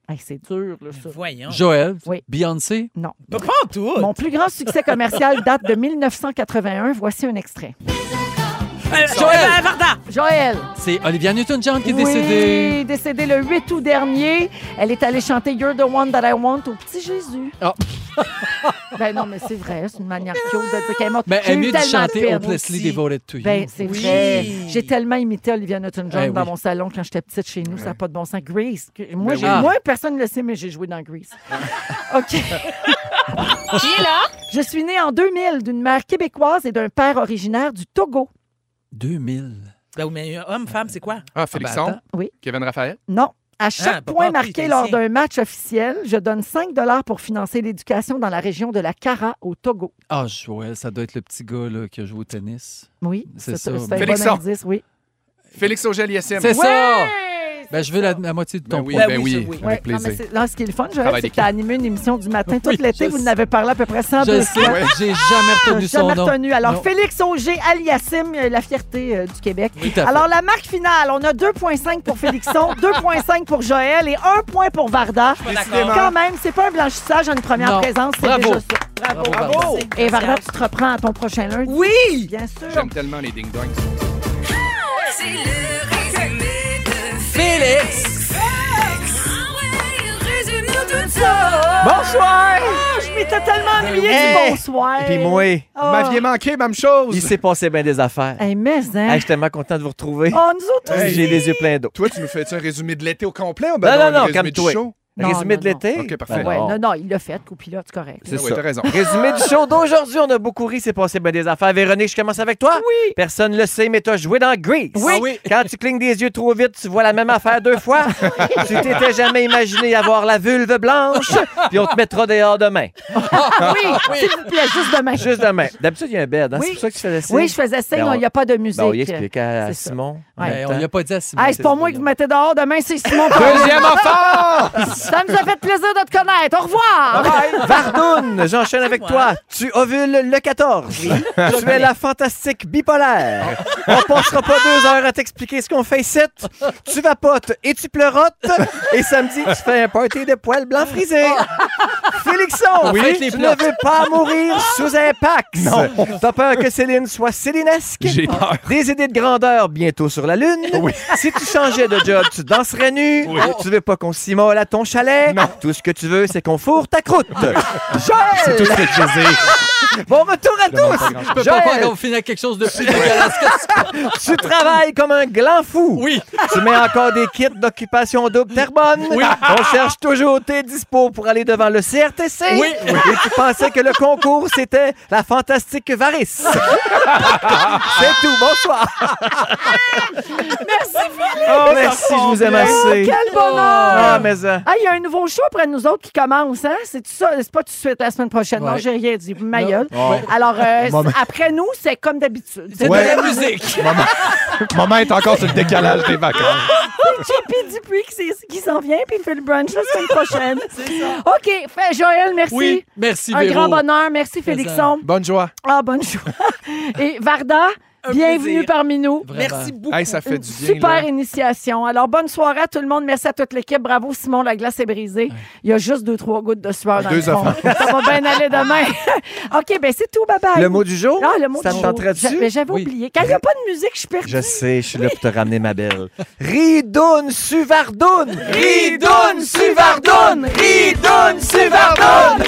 Speaker 2: Hey, c'est dur, là, ça.
Speaker 4: Voyons.
Speaker 1: Joël,
Speaker 2: Oui.
Speaker 1: Beyoncé.
Speaker 2: Non.
Speaker 4: Pas tout.
Speaker 2: Mon plus grand succès commercial date de 1981. Voici un extrait.
Speaker 4: Euh, Joël. Varda.
Speaker 2: Joël.
Speaker 1: C'est Olivia Newton-John qui est
Speaker 2: Oui,
Speaker 1: décédée.
Speaker 2: décédée le 8 août dernier. Elle est allée chanter You're the one that I want au petit Jésus.
Speaker 1: Ah.
Speaker 2: ben non, mais c'est vrai, c'est une manière cute de dire qu'elle est morte.
Speaker 1: Mais
Speaker 2: J'ai
Speaker 1: Ben,
Speaker 2: eu
Speaker 1: elle est mieux de
Speaker 2: tellement de
Speaker 1: chanter
Speaker 2: peine.
Speaker 1: Hopelessly Devoted to You.
Speaker 2: Ben, c'est
Speaker 1: Oui.
Speaker 2: vrai. J'ai tellement imité Olivia Newton-John
Speaker 1: Eh
Speaker 2: dans
Speaker 1: oui.
Speaker 2: mon salon quand j'étais petite chez nous. Ça n'a pas de bon sens. Grease. que- Moi,
Speaker 1: Ben
Speaker 2: j'ai-
Speaker 1: oui.
Speaker 2: moi, personne ne le sait, mais j'ai joué dans Grease. OK. Qui est là? Je suis née en 2000 d'une mère québécoise et d'un père originaire du Togo.
Speaker 1: 2000.
Speaker 4: Ben oui, mais homme, femme, c'est quoi?
Speaker 3: Ah, Félixon.
Speaker 1: ben, attends.
Speaker 2: Oui.
Speaker 3: Kevin Raphaël.
Speaker 2: Non. À chaque
Speaker 4: Ah, pas
Speaker 2: point
Speaker 4: compris,
Speaker 2: marqué
Speaker 4: t'as
Speaker 2: lors
Speaker 4: essayé.
Speaker 2: d'un match officiel, je donne 5 pour financer l'éducation dans la région de la Cara au Togo.
Speaker 1: Ah, Joël, ça doit être le petit gars là, qui a joué au tennis.
Speaker 2: Oui,
Speaker 1: C'est ça.
Speaker 2: un bon
Speaker 3: Félixson.
Speaker 2: indice, oui.
Speaker 3: Félix Auger Yassim.
Speaker 1: C'est ça!
Speaker 2: Ouais!
Speaker 1: Ben, je veux la, la moitié de ton
Speaker 3: Ben oui,
Speaker 1: point.
Speaker 3: ben oui,
Speaker 4: oui.
Speaker 3: avec
Speaker 2: Ouais, non, mais
Speaker 3: plaisir.
Speaker 2: c'est- non, ce qui est le fun, Joël,
Speaker 3: Travail
Speaker 2: c'est que tu as
Speaker 3: d'équipe.
Speaker 2: animé une émission du matin tout
Speaker 1: Oui,
Speaker 2: l'été.
Speaker 1: je
Speaker 2: Vous en
Speaker 1: sais.
Speaker 2: avez parlé à peu près 100
Speaker 1: Je
Speaker 2: deux fois.
Speaker 1: sais, j'ai jamais retenu
Speaker 2: ben Ah, J'ai
Speaker 1: son
Speaker 2: jamais
Speaker 1: nom.
Speaker 2: retenu. Alors,
Speaker 1: Non.
Speaker 2: Félix Auger, Aliassim, euh, la fierté euh, du Québec.
Speaker 1: Tout à fait.
Speaker 2: Alors, la marque finale, on a 2,5 pour Félixon, 2,5 pour Joël et 1 point pour Varda.
Speaker 4: D'accord.
Speaker 2: Quand même, c'est pas un blanchissage en une première
Speaker 1: Non.
Speaker 2: présence, c'est
Speaker 1: Bravo.
Speaker 2: déjà ça.
Speaker 1: Bravo, Varda.
Speaker 4: Bravo.
Speaker 2: Et Varda, tu te reprends à ton prochain lundi.
Speaker 4: Oui!
Speaker 2: Bien sûr.
Speaker 3: J'aime tellement les ding-dongs.
Speaker 6: C'est le résumé de Ah
Speaker 4: Félix.
Speaker 13: Bonsoir!
Speaker 2: Ah, je m'étais tellement ennuyée
Speaker 13: Hey!
Speaker 2: du bonsoir.
Speaker 13: Et puis moi,
Speaker 3: Vous m'aviez manqué, même chose.
Speaker 13: il s'est passé bien des affaires.
Speaker 2: Hey, mais, hein?
Speaker 13: Hey, je suis tellement content de vous retrouver.
Speaker 2: Oh, nous autres aussi.
Speaker 13: J'ai les yeux pleins d'eau.
Speaker 3: Toi, tu nous fais-tu un résumé de l'été au complet? ou
Speaker 13: Non,
Speaker 3: ben
Speaker 13: non,
Speaker 3: un
Speaker 13: non,
Speaker 3: résumé du
Speaker 13: calme-toi.
Speaker 3: show?
Speaker 2: Non,
Speaker 13: Résumé de
Speaker 2: non,
Speaker 13: l'été?
Speaker 3: OK, parfait.
Speaker 13: Ben
Speaker 2: Ouais,
Speaker 13: non.
Speaker 2: non, non, il l'a fait, Coupila, c'est correct.
Speaker 13: C'est
Speaker 3: Ah ouais,
Speaker 13: ça.
Speaker 3: t'as raison.
Speaker 13: Résumé du show d'aujourd'hui, on a beaucoup ri, c'est passé bien des affaires. Véronique, je commence avec toi.
Speaker 2: Oui.
Speaker 13: Personne ne le sait, mais t'as joué dans Grease.
Speaker 1: Oui. Ah oui.
Speaker 13: Quand tu clignes des yeux trop vite, tu vois la même affaire deux fois. tu t'étais jamais imaginé avoir la vulve blanche, puis on te mettra dehors demain.
Speaker 2: Ah
Speaker 13: Ah
Speaker 2: Oui, s'il vous plaît, juste demain.
Speaker 13: Juste demain. D'habitude, il y a un bed, hein?
Speaker 2: Oui.
Speaker 13: c'est pour ça que tu faisais ça.
Speaker 2: Oui, je faisais signe,
Speaker 13: Ben, on-
Speaker 2: il n'y a pas de musique.
Speaker 13: Ben, on y explique à, à
Speaker 2: C'est ça.
Speaker 13: Simon. en
Speaker 2: Ouais.
Speaker 13: même
Speaker 1: Ben,
Speaker 13: temps.
Speaker 1: on l'a pas dit à Simon.
Speaker 2: Hey, c'est pas moi que vous mettez dehors. Demain, c'est Simon.
Speaker 13: Deuxième enfant!
Speaker 2: Ça nous a fait plaisir de te connaître. Au revoir.
Speaker 13: Vardoun, j'enchaîne avec toi. Tu ovules le 14. tu es la fantastique bipolaire. On passera pas deux heures à t'expliquer ce qu'on fait ici. Tu vapotes et tu pleurotes. Et samedi, tu fais un party de poils blancs frisés. Félixon,
Speaker 1: Oui.
Speaker 13: tu ne veux pas mourir sous un pax. T'as peur que Céline soit célinesque.
Speaker 3: J'ai peur.
Speaker 13: Des idées de grandeur bientôt sur la Lune. Si tu changeais de job, tu danserais nu. Tu veux pas qu'on s'immole à ton chalet. Tout ce que tu veux, c'est qu'on fourre ta croûte. Joël!
Speaker 3: Tout ce que je disais.
Speaker 13: Bon retour à
Speaker 1: Je peux
Speaker 13: tous!
Speaker 1: pas croire
Speaker 13: Joël,
Speaker 1: qu'on finit avec quelque chose de plus dégueulasse que ça.
Speaker 13: tu travailles comme un gland fou.
Speaker 1: Oui.
Speaker 13: Tu mets encore des kits d'occupation double Terrebonne.
Speaker 1: Oui.
Speaker 13: On cherche toujours tes dispos pour aller devant le CRTC.
Speaker 1: Oui.
Speaker 13: Et tu pensais que le concours, c'était la fantastique Varisse. C'est tout. Bonsoir.
Speaker 1: Oh,
Speaker 13: Merci, Merci, je vous aime assez.
Speaker 2: Oh, Quel bonheur.
Speaker 13: Ah, mais... euh,
Speaker 2: Ah, il y a un nouveau show après nous autres qui commence, hein? C'est ça? C'est pas tout de suite la semaine prochaine. Non,
Speaker 1: Ouais.
Speaker 2: j'ai rien dit. Ma gueule.
Speaker 3: Oh.
Speaker 2: Alors, euh,
Speaker 3: Maman.
Speaker 2: après nous, c'est comme d'habitude. C'est
Speaker 3: Ouais.
Speaker 1: De la musique.
Speaker 3: Maman, Maman est encore sur le décalage des vacances.
Speaker 2: JP Dupuis qui, s'est- qui s'en vient, puis il fait le brunch la semaine prochaine. c'est ça. OK. Fait, Joël, merci.
Speaker 1: Oui, merci,
Speaker 2: Un
Speaker 1: Véro.
Speaker 2: grand bonheur. Merci, Félixon.
Speaker 3: Bonne joie.
Speaker 2: Ah, bonne joie. Et Varda,
Speaker 4: Un
Speaker 2: bienvenue
Speaker 4: plaisir.
Speaker 2: parmi nous.
Speaker 1: Vraiment.
Speaker 4: Merci beaucoup.
Speaker 3: Hey, ça fait
Speaker 2: Une
Speaker 3: du bien.
Speaker 2: super
Speaker 3: là.
Speaker 2: initiation. Alors, bonne soirée à tout le monde. Merci à toute l'équipe. Bravo, Simon. La glace est brisée. Il y a juste deux, trois gouttes de sueur dans
Speaker 3: Deux
Speaker 2: le fond.
Speaker 3: affaires.
Speaker 2: Ça va bien aller demain. OK, ben c'est tout. Bye-bye.
Speaker 13: Le mot du jour,
Speaker 2: Ah, le mot
Speaker 13: ça
Speaker 2: du
Speaker 13: te
Speaker 2: jour.
Speaker 13: tenterait-tu?
Speaker 2: J'a- Mais j'avais
Speaker 1: Oui.
Speaker 2: oublié. Quand il n'y a pas de musique, je suis perdue.
Speaker 13: Je sais, je suis là pour te ramener ma belle. Ridoun Suvardoun! Ridoun Suvardoun! Ridoun Suvardoun!